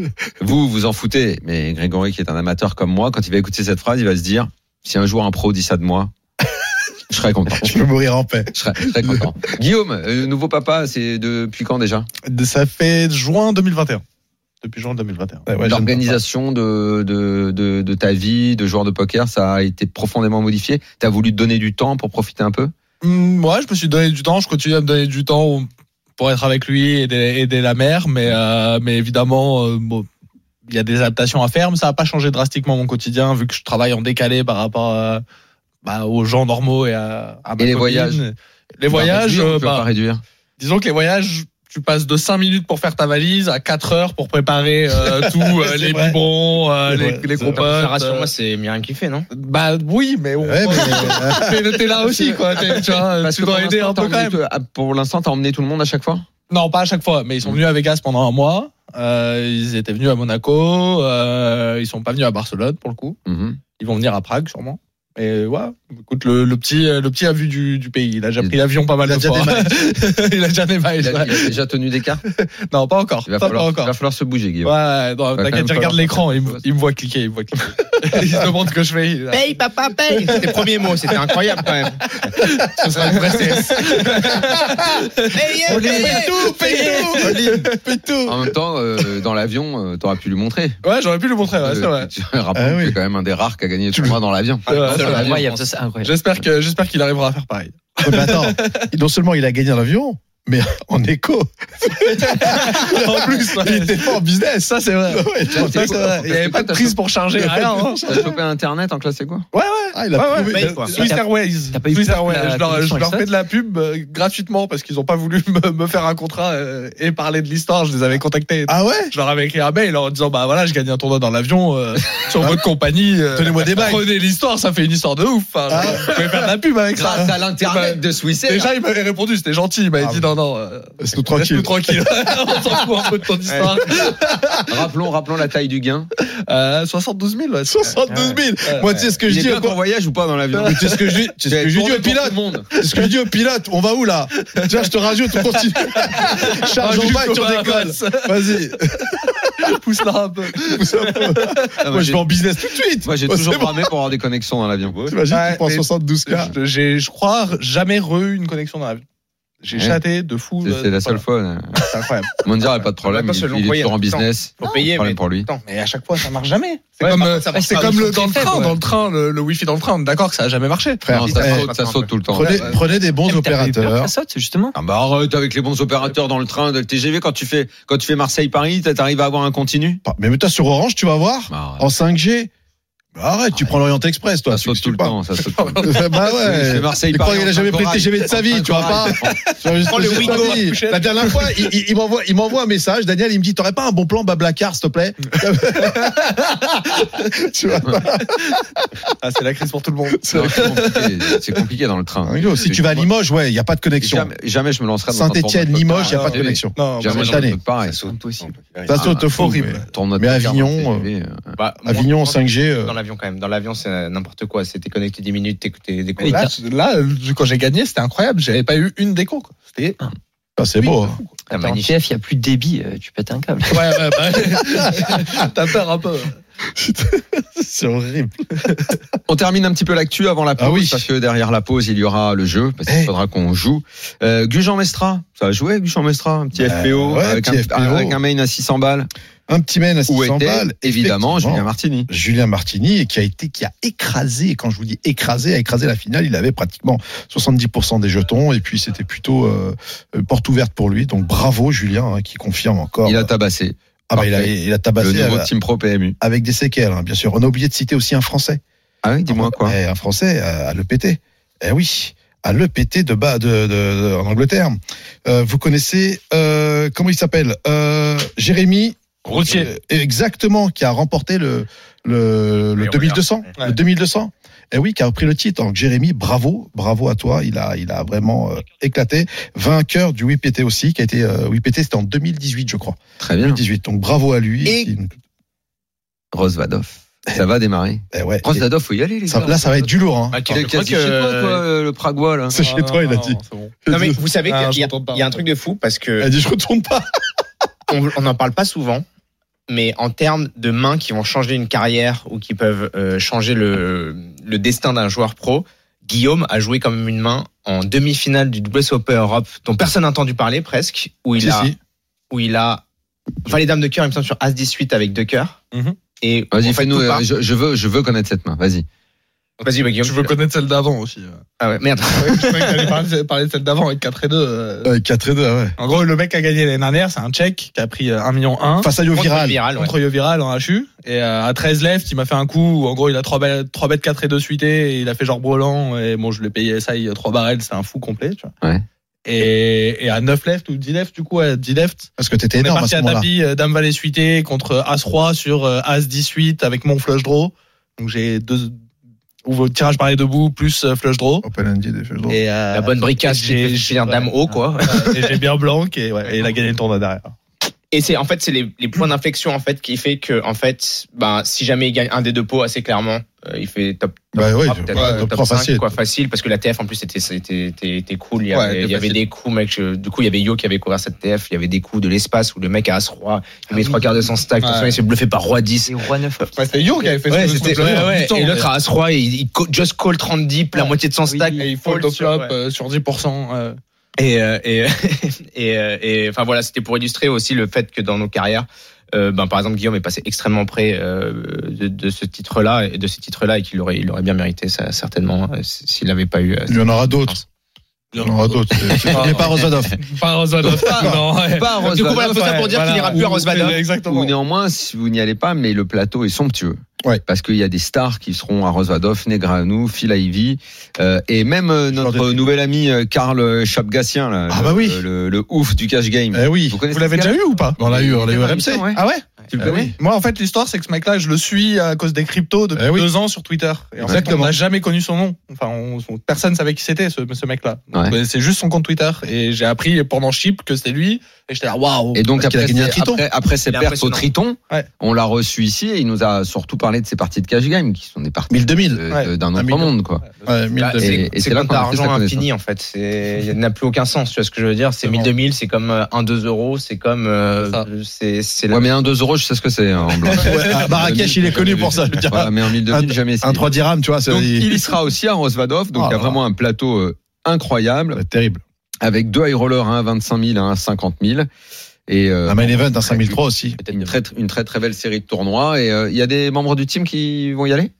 [SPEAKER 1] vous, vous en foutez. Mais Grégory, qui est un amateur comme moi, quand il va écouter cette phrase, il va se dire si un jour un pro dit ça de moi, je serais content.
[SPEAKER 3] Je peux mourir en paix.
[SPEAKER 1] Je serais, je serais content. Guillaume, euh, nouveau papa, c'est depuis quand déjà
[SPEAKER 7] De- Ça fait juin 2021. Depuis juin 2021.
[SPEAKER 3] Ah Ouais, ouais, je ne-
[SPEAKER 1] L'organisation de, de, de, de ta vie, de joueur de poker, ça a été profondément modifié. Tu as voulu te donner du temps pour profiter un peu
[SPEAKER 7] Moi, Mm, je me suis donné du temps. Je continue à me donner du temps pour être avec lui et aider, aider la mère. Mais, euh, mais évidemment, euh, bon, il y a des adaptations à faire. Mais ça n'a pas changé drastiquement mon quotidien vu que je travaille en décalé par rapport à- bah, aux gens normaux et à, à ma
[SPEAKER 3] bah,
[SPEAKER 1] Et les
[SPEAKER 7] copine.
[SPEAKER 1] voyages
[SPEAKER 7] Les voyages,
[SPEAKER 1] Tu vas réduire ou
[SPEAKER 7] euh,
[SPEAKER 1] tu vas
[SPEAKER 7] bah,
[SPEAKER 1] pas réduire.
[SPEAKER 7] disons que les voyages, tu passes de 5 minutes pour faire ta valise à 4 heures pour préparer euh, tout, euh,
[SPEAKER 3] C'est
[SPEAKER 7] les
[SPEAKER 3] vrai.
[SPEAKER 7] biberons, euh,
[SPEAKER 3] C'est
[SPEAKER 7] les,
[SPEAKER 3] vrai,
[SPEAKER 7] les
[SPEAKER 3] c'est
[SPEAKER 7] gros
[SPEAKER 3] vrai.
[SPEAKER 7] potes, euh,
[SPEAKER 5] Ah, Rassure-moi, c'est Myriam qui fait, non
[SPEAKER 7] Bah oui, mais on
[SPEAKER 3] Ouais, mais-
[SPEAKER 7] t'es, t'es là aussi, quoi. T'es- tu vois, tu dois aider un peu quand même.
[SPEAKER 1] Euh, ah, Pour l'instant, t'as emmené tout le monde à chaque fois
[SPEAKER 7] Non, pas à chaque fois, mais ils sont venus à Vegas pendant un mois. Euh, ils étaient venus à Monaco. Euh, ils sont pas venus à Barcelone pour le coup. Ils vont venir à Prague sûrement. Et ouais, écoute, le, le petit, le petit a vu du, du pays. Il a déjà
[SPEAKER 1] Il-
[SPEAKER 7] pris l'avions pas mal
[SPEAKER 3] il a
[SPEAKER 7] de
[SPEAKER 3] déjà
[SPEAKER 7] fois. il a déjà des miles.
[SPEAKER 1] il, a, il
[SPEAKER 7] ouais.
[SPEAKER 1] a déjà tenu des cartes.
[SPEAKER 7] Non, pas encore.
[SPEAKER 1] Il va,
[SPEAKER 7] pas
[SPEAKER 1] falloir,
[SPEAKER 7] encore.
[SPEAKER 1] il va falloir se bouger, Guillaume.
[SPEAKER 7] Ouais, non,
[SPEAKER 1] va quand
[SPEAKER 7] t'inquiète,
[SPEAKER 1] même
[SPEAKER 7] il
[SPEAKER 1] falloir
[SPEAKER 7] regarde l'écran,
[SPEAKER 1] faire
[SPEAKER 7] il,
[SPEAKER 1] quelque
[SPEAKER 7] me-
[SPEAKER 1] chose.
[SPEAKER 7] il me voit cliquer, il me voit cliquer. il se demande ce que je fais. il-
[SPEAKER 5] Paye, papa, paye C'était le premier mot, c'était incroyable quand même.
[SPEAKER 7] Ce sera une vraie CS.
[SPEAKER 5] Paye, paye tout, paye tout
[SPEAKER 1] En même temps, euh, dans l'avion, euh, t'aurais pu lui montrer.
[SPEAKER 7] Ouais, j'aurais pu le montrer, ouais, c'est vrai.
[SPEAKER 1] Euh, tu- Rappelons
[SPEAKER 3] Ah
[SPEAKER 1] que
[SPEAKER 3] oui.
[SPEAKER 1] t'es quand même un des rares qui a gagné le tournoi dans l'avion.
[SPEAKER 7] C'est vrai.
[SPEAKER 1] Dans l'avion.
[SPEAKER 4] Incroyable, ça, c'est incroyable.
[SPEAKER 7] J'espère que j'espère qu'il arrivera à faire pareil.
[SPEAKER 3] Mais attends, non seulement il a gagné dans l'avion, mais en écho.
[SPEAKER 7] en plus, ouais.
[SPEAKER 3] Il était fort en business.
[SPEAKER 7] ça c'est vrai.
[SPEAKER 3] Ouais,
[SPEAKER 1] T'as-
[SPEAKER 7] Ça,
[SPEAKER 1] t'as-
[SPEAKER 7] c'est vrai. Il n'y avait pas de prise pour charger, rien. hein.
[SPEAKER 1] T'as chopé Internet en classe, c'est quoi
[SPEAKER 7] Ouais, ouais.
[SPEAKER 3] Ah, il a
[SPEAKER 7] Ouais, ouais,
[SPEAKER 3] prouvé-
[SPEAKER 5] paye, quoi.
[SPEAKER 7] Swiss
[SPEAKER 4] T'as-
[SPEAKER 7] Airways.
[SPEAKER 4] t'as pas eu
[SPEAKER 7] Swiss
[SPEAKER 4] peur que
[SPEAKER 7] Airways.
[SPEAKER 4] la
[SPEAKER 7] Je leur,
[SPEAKER 4] connexion
[SPEAKER 7] je leur
[SPEAKER 4] elle
[SPEAKER 7] fais de la pub euh, gratuitement parce qu'ils n'ont pas voulu me, me faire un contrat euh, et parler de l'histoire. Je les avais contactés.
[SPEAKER 3] Ah ouais
[SPEAKER 7] Je leur avais écrit un mail en disant bah voilà, je gagne un tournoi dans l'avion euh, sur votre compagnie. euh,
[SPEAKER 3] Donnez-moi des bagues.
[SPEAKER 7] Prenez l'histoire, ça fait une histoire de ouf. hein. Enfin,
[SPEAKER 3] Ah.
[SPEAKER 7] Vous pouvez faire de la pub avec ça.
[SPEAKER 1] Grâce à l'Internet de Suisse. Air.
[SPEAKER 7] Déjà, il m'avait répondu, c'était gentil. Il m'avait
[SPEAKER 3] Ah,
[SPEAKER 7] dit non, non, euh,
[SPEAKER 3] Laisse-nous
[SPEAKER 7] laisse-nous
[SPEAKER 3] tranquille.
[SPEAKER 7] tranquille. On s'en fout un peu de ton histoire.
[SPEAKER 1] Rappelons, rappelons la taille du gain.
[SPEAKER 7] Euh, 72 000, ouais.
[SPEAKER 3] 72 000 Moi, tu sais ce que
[SPEAKER 1] Il
[SPEAKER 3] je
[SPEAKER 1] est
[SPEAKER 3] dis
[SPEAKER 1] bien
[SPEAKER 3] au
[SPEAKER 1] en voyage ou pas dans l'avion
[SPEAKER 3] Mais tu sais ce que je dis, tu sais ce que je dis
[SPEAKER 1] Tourne
[SPEAKER 3] au
[SPEAKER 1] pour
[SPEAKER 3] pilote,
[SPEAKER 1] tout le monde.
[SPEAKER 3] tu sais ce que je dis au pilote, on va où là Tiens, je te rajoute, on continue.
[SPEAKER 1] Ah,
[SPEAKER 3] Charge en bas et tu redécolles. Vas-y,
[SPEAKER 7] Pousse-la un peu.
[SPEAKER 3] pousse un peu.
[SPEAKER 1] Ah,
[SPEAKER 3] Moi, je vais
[SPEAKER 1] j'ai-
[SPEAKER 3] en business tout de suite.
[SPEAKER 1] Moi, j'ai
[SPEAKER 3] Oh,
[SPEAKER 1] toujours
[SPEAKER 3] c'est bon.
[SPEAKER 1] bramé pour avoir des connexions dans l'avion.
[SPEAKER 3] T'imagines,
[SPEAKER 7] Ouais,
[SPEAKER 3] tu prends
[SPEAKER 7] mais-
[SPEAKER 3] 72 k
[SPEAKER 7] Je- J'ai, je crois, jamais re une connexion dans l'avion. J'ai
[SPEAKER 1] Ouais.
[SPEAKER 7] chaté de fou.
[SPEAKER 1] C'est
[SPEAKER 7] de-
[SPEAKER 1] c'est la seule
[SPEAKER 7] voilà.
[SPEAKER 1] fois. euh,
[SPEAKER 7] C'est incroyable.
[SPEAKER 1] Mondial n'a pas de problème.
[SPEAKER 5] Pas
[SPEAKER 1] Il,
[SPEAKER 5] se
[SPEAKER 1] il est
[SPEAKER 5] l'envoyer
[SPEAKER 1] toujours en
[SPEAKER 5] en même temps.
[SPEAKER 1] business.
[SPEAKER 5] Faut
[SPEAKER 1] Pas de
[SPEAKER 5] payer, mais
[SPEAKER 1] problème pour lui.
[SPEAKER 5] Attends, mais à chaque fois ça marche jamais.
[SPEAKER 7] C'est comme,
[SPEAKER 5] par
[SPEAKER 7] euh,
[SPEAKER 5] contre, ça marche
[SPEAKER 7] c'est
[SPEAKER 5] pas,
[SPEAKER 7] comme
[SPEAKER 5] ils
[SPEAKER 7] le,
[SPEAKER 5] sont
[SPEAKER 7] dans le
[SPEAKER 5] très
[SPEAKER 7] train.
[SPEAKER 5] faibles,
[SPEAKER 7] Dans
[SPEAKER 5] ouais.
[SPEAKER 7] le train, le, le Wi-Fi dans le train, on est d'accord que ça a jamais marché.
[SPEAKER 3] Frère,
[SPEAKER 1] Non, ça
[SPEAKER 3] eh,
[SPEAKER 1] saute, ça saute tout le temps.
[SPEAKER 3] prenez, prenez des bons
[SPEAKER 4] T'avais peur que
[SPEAKER 3] opérateurs.
[SPEAKER 4] Ça saute, justement.
[SPEAKER 1] Ah bah arrête avec les bons opérateurs dans le train de TGV quand tu fais quand tu fais Marseille Paris t'arrives à avoir un continu
[SPEAKER 3] Pas- Mais mets-toi sur Orange, tu vas voir,
[SPEAKER 1] Bah, arrête.
[SPEAKER 3] en 5G. Bah Arrête, tu prends l'Orient Express, toi.
[SPEAKER 1] Ça
[SPEAKER 3] tu
[SPEAKER 1] saute tout
[SPEAKER 3] sais
[SPEAKER 1] le
[SPEAKER 3] pas.
[SPEAKER 1] temps, ça saute tout le temps.
[SPEAKER 3] bah
[SPEAKER 1] C'est
[SPEAKER 3] ouais.
[SPEAKER 1] Marseille.
[SPEAKER 3] Il croit qu'il a
[SPEAKER 1] Paris,
[SPEAKER 3] jamais
[SPEAKER 1] on
[SPEAKER 3] pris le
[SPEAKER 1] prend
[SPEAKER 3] TGV de sa vie, tu vois pas. Tu vois, juste
[SPEAKER 5] Prends le
[SPEAKER 3] de sa
[SPEAKER 5] Ouigo.
[SPEAKER 3] vie. La dernière fois, il, il- il m'envoie, il m'envoie un message. Daniel, il me dit, t'aurais pas un bon plan Blablacar, s'il te plaît? tu vois pas.
[SPEAKER 10] Ah, c'est la crise pour tout le monde.
[SPEAKER 1] Non, C'est compliqué, c'est compliqué dans le train.
[SPEAKER 3] Si tu vas à Limoges, ouais, il n'y a pas de connexion.
[SPEAKER 1] Jamais, jamais je me lancerai dans un
[SPEAKER 3] Saint-Etienne,
[SPEAKER 1] format de
[SPEAKER 3] Limoges, il n'y a
[SPEAKER 1] podcast.
[SPEAKER 3] pas de
[SPEAKER 1] Ah,
[SPEAKER 3] connexion.
[SPEAKER 7] Non,
[SPEAKER 1] Jamais
[SPEAKER 3] Cette
[SPEAKER 1] dans un
[SPEAKER 3] année.
[SPEAKER 1] truc pareil.
[SPEAKER 4] C'est impossible.
[SPEAKER 3] Ça, Ah,
[SPEAKER 1] Ah,
[SPEAKER 3] c'est autofou.
[SPEAKER 7] horrible.
[SPEAKER 1] Tourne notre
[SPEAKER 3] Mais
[SPEAKER 1] carte dans
[SPEAKER 3] Avignon,
[SPEAKER 1] le TGV, euh,
[SPEAKER 5] Bah, moi,
[SPEAKER 3] Avignon,
[SPEAKER 5] je pense
[SPEAKER 3] 5G.
[SPEAKER 5] que
[SPEAKER 3] euh,
[SPEAKER 5] Dans l'avion, quand même. Dans l'avion, c'est euh, n'importe quoi. C'était connecté 10 minutes, t'écoutais des
[SPEAKER 7] Là,
[SPEAKER 5] concerts.
[SPEAKER 7] là, quand j'ai gagné, c'était incroyable. J'avais pas eu une déco. quoi. C'était
[SPEAKER 3] ça, c'est beau. hein.
[SPEAKER 5] Ah,
[SPEAKER 4] En
[SPEAKER 5] magnifique.
[SPEAKER 4] TF, il n'y a plus de débit, euh, tu pètes un câble.
[SPEAKER 7] Ouais, ouais, bah, t'as peur un peu.
[SPEAKER 3] C'est horrible.
[SPEAKER 1] On termine un petit peu l'actu avant la pause,
[SPEAKER 3] Ah oui.
[SPEAKER 1] parce que derrière la pause, il y aura le jeu, parce qu'il
[SPEAKER 3] Eh.
[SPEAKER 1] faudra qu'on joue. Euh, Gujan Mestra, ça a joué Gujan Mestra, un petit
[SPEAKER 3] Bah,
[SPEAKER 1] FPO,
[SPEAKER 3] ouais,
[SPEAKER 1] avec,
[SPEAKER 3] petit
[SPEAKER 1] un,
[SPEAKER 3] FPO.
[SPEAKER 1] avec un main à 600 balles.
[SPEAKER 3] Un petit mail à
[SPEAKER 1] Où
[SPEAKER 3] 600
[SPEAKER 1] était,
[SPEAKER 3] balles.
[SPEAKER 1] évidemment,
[SPEAKER 3] Effectivement.
[SPEAKER 1] Julien Martini.
[SPEAKER 3] Julien Martini et qui a été qui a écrasé et quand je vous dis écrasé a écrasé la finale il avait pratiquement 70% des jetons et puis c'était plutôt euh, euh, porte ouverte pour lui donc bravo Julien hein, qui confirme encore
[SPEAKER 1] Il a tabassé
[SPEAKER 3] Ah bah, il, a,
[SPEAKER 1] parfait.
[SPEAKER 3] il a tabassé
[SPEAKER 1] le nouveau
[SPEAKER 3] euh,
[SPEAKER 1] Team Pro PMU.
[SPEAKER 3] avec des séquelles hein, bien sûr on a oublié de citer aussi un français
[SPEAKER 1] Ah oui, dis-moi quoi.
[SPEAKER 3] Eh, un français euh, à l'EPT eh oui à l'EPT de bas de, de- de- en Angleterre Euh, vous connaissez euh, comment il s'appelle euh, Jérémy
[SPEAKER 7] Routier.
[SPEAKER 3] Euh, exactement, qui a remporté le, le, le 2200. Le 2200. Et Eh oui, qui a repris le titre. Donc, Jérémy, bravo, bravo à toi. Il a, il a vraiment euh, éclaté. Vainqueur du WIPT aussi, qui a été, euh, WIPT, c'était en 2018, je crois.
[SPEAKER 1] Très bien.
[SPEAKER 3] 2018. Donc, bravo à lui.
[SPEAKER 5] Et-
[SPEAKER 3] Qui-
[SPEAKER 1] Rose Vadoff. Ça va démarrer.
[SPEAKER 3] eh ouais.
[SPEAKER 1] Rose
[SPEAKER 3] Et
[SPEAKER 1] Vadoff, faut y aller, les
[SPEAKER 3] ça-
[SPEAKER 1] gars.
[SPEAKER 3] là, ça va être du lourd, hein.
[SPEAKER 1] Il est quasi chez toi, quoi, euh, le Pragois, là.
[SPEAKER 3] C'est chez toi, il a dit.
[SPEAKER 5] Non, mais vous savez
[SPEAKER 7] Ah,
[SPEAKER 5] qu'il y, a-
[SPEAKER 7] je t'entends pas.
[SPEAKER 5] il y a un truc de fou parce
[SPEAKER 3] Il
[SPEAKER 5] que
[SPEAKER 3] a dit, je retourne pas.
[SPEAKER 5] on n'en parle pas souvent, mais en termes de mains qui vont changer une carrière ou qui peuvent euh, changer le, le destin d'un joueur pro, Guillaume a joué quand même une main en demi-finale du WSOP Europe dont personne n'a entendu parler presque, où il
[SPEAKER 3] Si,
[SPEAKER 5] a,
[SPEAKER 3] si.
[SPEAKER 5] Où il a valet dame de cœur, il me semble, sur As 18 avec deux cœurs.
[SPEAKER 7] Mhm.
[SPEAKER 5] Et
[SPEAKER 1] Vas-y,
[SPEAKER 5] en fait,
[SPEAKER 1] fais-nous,
[SPEAKER 5] tout
[SPEAKER 1] euh,
[SPEAKER 5] part-
[SPEAKER 1] je, je veux, je veux connaître cette main, vas-y.
[SPEAKER 5] Vas-y, bah, Guillaume.
[SPEAKER 7] Tu veux connaître celle d'avant aussi.
[SPEAKER 5] Ah ouais, merde.
[SPEAKER 7] Je croyais que t'allais parler- parler de celle d'avant avec 4 et 2. euh.
[SPEAKER 3] Euh, 4 et 2, ah ouais.
[SPEAKER 7] En gros, le mec qui a gagné l'année dernière, c'est un tchèque qui a pris euh, 1 million 1
[SPEAKER 3] Face à Yo
[SPEAKER 5] Contre
[SPEAKER 3] Viral.
[SPEAKER 5] Viral, ouais.
[SPEAKER 7] contre Yoviral en HU. Et euh, à 13 left, il m'a fait un coup où en gros, il a 3 bêtes, 3 bêtes 4 et 2 suitées. Et il a fait genre Brolant. Et bon, je l'ai payé ça, il y a 3 barrels, c'est un fou complet, tu vois.
[SPEAKER 1] Ouais.
[SPEAKER 7] Et, et à 9 left ou 10 left, du coup, à 10 left,
[SPEAKER 3] Parce que t'étais
[SPEAKER 7] on est
[SPEAKER 3] énorme à
[SPEAKER 7] parti
[SPEAKER 3] ce
[SPEAKER 7] à
[SPEAKER 3] moment-là.
[SPEAKER 7] tapis, euh, Dame Valet suité contre euh, As Roi sur euh, As 18 avec mon flush draw. Donc j'ai deux ou tirage par les deux bouts plus euh, flush draw.
[SPEAKER 3] Open-ended, je vois.
[SPEAKER 7] Et, euh,
[SPEAKER 5] La bonne bricasse,
[SPEAKER 7] j'ai-
[SPEAKER 5] j'ai
[SPEAKER 7] j'ai-
[SPEAKER 5] un dame haut, quoi.
[SPEAKER 7] euh, et j'ai bien blanc et, ouais, et il a gagné le tournoi derrière.
[SPEAKER 5] Et c'est en fait c'est les, les points d'inflexion en fait qui fait que en fait bah si jamais il gagne un des deux pots assez clairement euh, il fait top
[SPEAKER 3] Bah oui,
[SPEAKER 5] trois, peut-être,
[SPEAKER 3] ouais,
[SPEAKER 5] euh,
[SPEAKER 3] top
[SPEAKER 5] top
[SPEAKER 3] trois
[SPEAKER 5] 5,
[SPEAKER 3] facile.
[SPEAKER 5] quoi facile parce que la TF en plus était c'était était- était cool il y
[SPEAKER 7] Ouais,
[SPEAKER 5] avait, il y avait
[SPEAKER 7] facile.
[SPEAKER 5] des coups mec je- du coup il y avait Yo qui avait couvert cette TF il y avait des coups de l'espace où le mec a as roi il met trois quarts de son stack de toute façon,
[SPEAKER 7] Ah Ouais.
[SPEAKER 5] il s'est bluffé par roi 10
[SPEAKER 4] C'est roi 9.
[SPEAKER 7] Ouais, c'était Yo qui avait fait
[SPEAKER 5] Ouais,
[SPEAKER 7] ce
[SPEAKER 5] c'était- ouais, ouais. et l'autre a as roi il, il co- just call 30 deep la
[SPEAKER 7] Ouais.
[SPEAKER 5] moitié de son stack
[SPEAKER 7] il faut le
[SPEAKER 5] fold sur-
[SPEAKER 7] flop
[SPEAKER 5] ouais.
[SPEAKER 7] euh, sur 10%. euh,
[SPEAKER 5] Et, euh, et, et, euh, et, enfin voilà, c'était pour illustrer aussi le fait que dans nos carrières, euh, ben, par exemple, Guillaume est passé extrêmement près euh, de, de ce titre-là et de ce titre-là et qu'il aurait, il aurait bien mérité ça certainement euh, s- s'il n'avait pas eu. euh,
[SPEAKER 3] Il y en aura d'autres. Il y en aura d'autres.
[SPEAKER 5] Ah,
[SPEAKER 3] Mais pas Rosadov.
[SPEAKER 7] pas Rosvadov. non, ouais.
[SPEAKER 1] Pas
[SPEAKER 5] Du coup, voilà, tout ça pour dire qu'il n'ira plus à Rosvadov.
[SPEAKER 7] Exactement.
[SPEAKER 1] Ou néanmoins, si vous n'y allez pas, mais le plateau est somptueux.
[SPEAKER 3] Ouais.
[SPEAKER 1] Parce qu'il y a des stars qui seront à Rosvadov, Negranou, Phil Ivy, euh, et même euh,
[SPEAKER 3] Genre
[SPEAKER 1] notre
[SPEAKER 3] de-
[SPEAKER 1] nouvel ami euh, Karl Chapgassien, là,
[SPEAKER 3] Ah
[SPEAKER 1] le-
[SPEAKER 3] bah oui.
[SPEAKER 1] le, le ouf du cash game.
[SPEAKER 3] Eh oui.
[SPEAKER 1] connaissez
[SPEAKER 7] Vous l'avez
[SPEAKER 1] ce gars
[SPEAKER 7] déjà eu ou pas
[SPEAKER 3] On l'a eu, on l'a eu
[SPEAKER 1] Ouais.
[SPEAKER 3] RMC.
[SPEAKER 1] Ouais.
[SPEAKER 7] Ah ouais
[SPEAKER 1] Tu le
[SPEAKER 3] Eh
[SPEAKER 1] connais
[SPEAKER 3] oui.
[SPEAKER 7] Moi, en fait, l'histoire, c'est que ce mec-là, je le suis à cause des cryptos depuis
[SPEAKER 3] Eh oui.
[SPEAKER 7] deux ans sur Twitter. Et en fait, on
[SPEAKER 3] Exactement.
[SPEAKER 7] n'a jamais connu son nom. Enfin, on, on- personne savait qui c'était, ce, ce mec-là. Donc,
[SPEAKER 1] Ouais.
[SPEAKER 7] euh, C'est juste son compte Twitter. Et j'ai appris pendant Chip que c'était lui. Et j'étais là, waouh.
[SPEAKER 1] Et donc
[SPEAKER 3] Parce qu'il a
[SPEAKER 1] après,
[SPEAKER 3] gagné
[SPEAKER 1] ses-
[SPEAKER 3] un Triton.
[SPEAKER 1] après, après ses
[SPEAKER 5] Il est
[SPEAKER 1] pertes au Triton,
[SPEAKER 7] Ouais.
[SPEAKER 1] on l'a reçu ici et il nous a surtout parlé de ses parties de cash game qui sont des parties
[SPEAKER 3] 1000-2000.
[SPEAKER 1] de-
[SPEAKER 7] Ouais.
[SPEAKER 1] de- d'un
[SPEAKER 3] Un
[SPEAKER 1] autre
[SPEAKER 3] million.
[SPEAKER 1] monde quoi.
[SPEAKER 3] Ouais,
[SPEAKER 5] Bah,
[SPEAKER 3] 1000-2000.
[SPEAKER 1] Et-
[SPEAKER 5] c'est
[SPEAKER 1] et c'est
[SPEAKER 5] c'est
[SPEAKER 1] là
[SPEAKER 5] comme
[SPEAKER 1] qu'on
[SPEAKER 5] t'as
[SPEAKER 1] a fait sa
[SPEAKER 5] argent
[SPEAKER 1] connaissance.
[SPEAKER 5] infini en fait. C'est- Il n'a plus aucun sens, tu vois ce que je veux dire. C'est
[SPEAKER 7] Exactement.
[SPEAKER 5] 1000, 2000, c'est comme 1, 2 euros, c'est comme. euh,
[SPEAKER 7] C'est ça.
[SPEAKER 5] C'est c'est la-
[SPEAKER 1] Ouais mais un 2 euros, je sais ce que c'est hein, en blanc.
[SPEAKER 3] Ouais, à Marrakech, il est connu pour ça, je veux dire.
[SPEAKER 1] Voilà, mais en 1000 2000,
[SPEAKER 3] Un-
[SPEAKER 1] jamais essayé.
[SPEAKER 3] Un 3 dirhams, tu vois, c'est
[SPEAKER 1] Donc, il y sera aussi à Rosvadov, donc
[SPEAKER 3] Ah,
[SPEAKER 1] il y a
[SPEAKER 3] là,
[SPEAKER 1] vraiment un plateau euh, incroyable.
[SPEAKER 3] Ouais, terrible.
[SPEAKER 1] avec deux high rollers, un à 25 000, un à 50 000. Et euh,
[SPEAKER 3] Un main event, un 5003 aussi.
[SPEAKER 1] une, très, une très très belle série de tournois. Et euh, il y a des membres du team qui vont y aller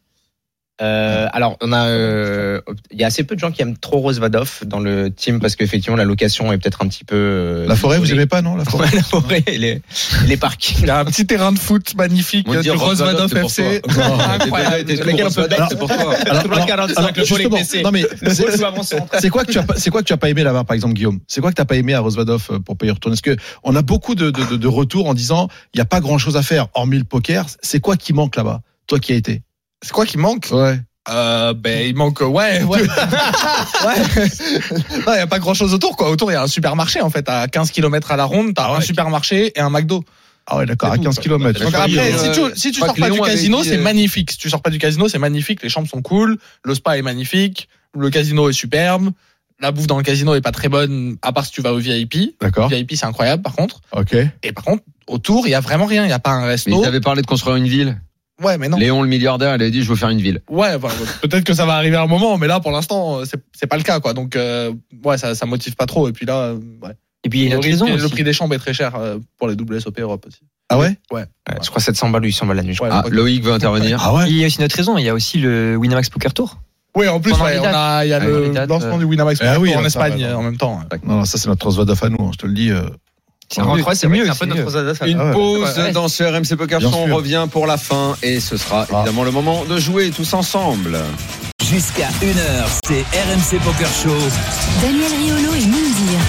[SPEAKER 5] Euh, alors, on a, euh, il y a assez peu de gens qui aiment trop Rosvadov dans le team parce qu'effectivement, la location est peut-être un petit peu. euh,
[SPEAKER 3] La forêt, vous
[SPEAKER 5] isolée.
[SPEAKER 3] aimez pas, non La forêt
[SPEAKER 5] Ouais, la forêt et les, les parcs.
[SPEAKER 11] Il a un petit terrain de foot magnifique
[SPEAKER 6] On va
[SPEAKER 11] du
[SPEAKER 6] dire
[SPEAKER 11] Rosvadov
[SPEAKER 6] Rosvadov,
[SPEAKER 11] FC.
[SPEAKER 6] c'est
[SPEAKER 7] Ah,
[SPEAKER 5] Incroyable.
[SPEAKER 6] t'es- t'es-
[SPEAKER 5] Lequel on peut
[SPEAKER 6] Rosvadov,
[SPEAKER 5] mettre
[SPEAKER 6] c'est pour toi.
[SPEAKER 5] Alors,
[SPEAKER 3] alors, alors, justement, non, mais c'est- C'est quoi que tu as pas, c'est quoi que tu as pas aimé là-bas, par exemple, Guillaume C'est quoi que t'as pas aimé à Rosvadov euh, pour payer retourner Parce que on a beaucoup de, de, de- de retours en disant il n'y a pas grand-chose à faire hormis le poker. C'est quoi qui manque là-bas Toi qui as été
[SPEAKER 11] C'est quoi qui manque
[SPEAKER 3] Ouais.
[SPEAKER 11] Euh, ben, il manque, ouais, ouais. ouais. Non, il n'y a pas grand chose autour, quoi. Autour, il y a un supermarché, en fait. À 15 km à la ronde, t'as un supermarché et un McDo.
[SPEAKER 3] Ah ouais, d'accord,
[SPEAKER 11] C'est
[SPEAKER 3] à
[SPEAKER 11] tout,
[SPEAKER 3] 15
[SPEAKER 11] quoi.
[SPEAKER 3] km.
[SPEAKER 11] Donc après, si
[SPEAKER 3] euh,
[SPEAKER 11] tu, si tu
[SPEAKER 12] crois
[SPEAKER 11] sors
[SPEAKER 12] que
[SPEAKER 11] pas du
[SPEAKER 12] Léon avait
[SPEAKER 11] casino,
[SPEAKER 12] dit,
[SPEAKER 11] c'est
[SPEAKER 12] euh,
[SPEAKER 11] magnifique. Si tu sors pas du casino, c'est magnifique. Les chambres sont cool. Le spa est magnifique. Le casino est superbe. La bouffe dans le casino est pas très bonne, à part si tu vas au VIP.
[SPEAKER 3] D'accord.
[SPEAKER 11] VIP, c'est incroyable, par contre.
[SPEAKER 3] Ok.
[SPEAKER 11] Et par contre, autour, il y a vraiment rien. Il n'y a pas un
[SPEAKER 12] Mais
[SPEAKER 1] Oh.
[SPEAKER 11] resto.
[SPEAKER 12] ils avaient parlé de construire une ville.
[SPEAKER 11] Ouais, mais non.
[SPEAKER 12] Léon, le milliardaire, il avait dit, je veux faire une ville.
[SPEAKER 11] Ouais, bah, peut-être que ça va arriver à un moment, mais là, pour l'instant, euh, c'est c'est pas le cas, quoi. Donc, euh, ouais, ça, ça motive pas trop. Et puis là, euh, ouais.
[SPEAKER 13] Et puis il y a une
[SPEAKER 11] le,
[SPEAKER 13] autre
[SPEAKER 11] prix,
[SPEAKER 13] raison.
[SPEAKER 11] le
[SPEAKER 13] aussi.
[SPEAKER 11] prix des chambres est très cher euh, pour les WSOP Europe aussi.
[SPEAKER 3] Ah ouais
[SPEAKER 5] Ouais, Je crois 700 balles ou 800 balles la nuit. je crois.
[SPEAKER 11] Ouais,
[SPEAKER 12] Ah,
[SPEAKER 11] ok.
[SPEAKER 12] Loïc veut intervenir.
[SPEAKER 3] Ah ouais
[SPEAKER 13] Il y a aussi une autre raison. Il y a aussi le Winamax Poker Tour.
[SPEAKER 11] Oui, en plus,
[SPEAKER 13] Pendant
[SPEAKER 11] ouais,
[SPEAKER 13] les
[SPEAKER 11] on
[SPEAKER 13] dates.
[SPEAKER 11] a, il y a
[SPEAKER 13] Pendant
[SPEAKER 11] le
[SPEAKER 13] les dates,
[SPEAKER 11] lancement
[SPEAKER 13] euh,
[SPEAKER 11] du Winamax
[SPEAKER 3] Ah oui,
[SPEAKER 11] en
[SPEAKER 3] alors ça,
[SPEAKER 11] Espagne
[SPEAKER 3] ouais,
[SPEAKER 11] euh, en même temps.
[SPEAKER 3] Non, non, ça c'est notre Rosvadov à nous, hein, je te le dis. euh.
[SPEAKER 13] C'est
[SPEAKER 5] En
[SPEAKER 13] mieux,
[SPEAKER 5] croix, c'est
[SPEAKER 13] c'est
[SPEAKER 5] vrai que
[SPEAKER 13] mieux,
[SPEAKER 5] c'est un peu
[SPEAKER 13] c'est
[SPEAKER 5] notre
[SPEAKER 13] mieux.
[SPEAKER 5] Rosada, ça.
[SPEAKER 1] Une
[SPEAKER 3] Ah ouais.
[SPEAKER 1] pause
[SPEAKER 13] Ouais.
[SPEAKER 1] dans ce RMC Poker
[SPEAKER 3] Bien
[SPEAKER 1] Show. On
[SPEAKER 3] sûr.
[SPEAKER 1] revient pour la fin et ce sera évidemment le moment de jouer tous ensemble.
[SPEAKER 8] Jusqu'à 1h, c'est RMC Poker Show.
[SPEAKER 9] Daniel Riolo et Moundir.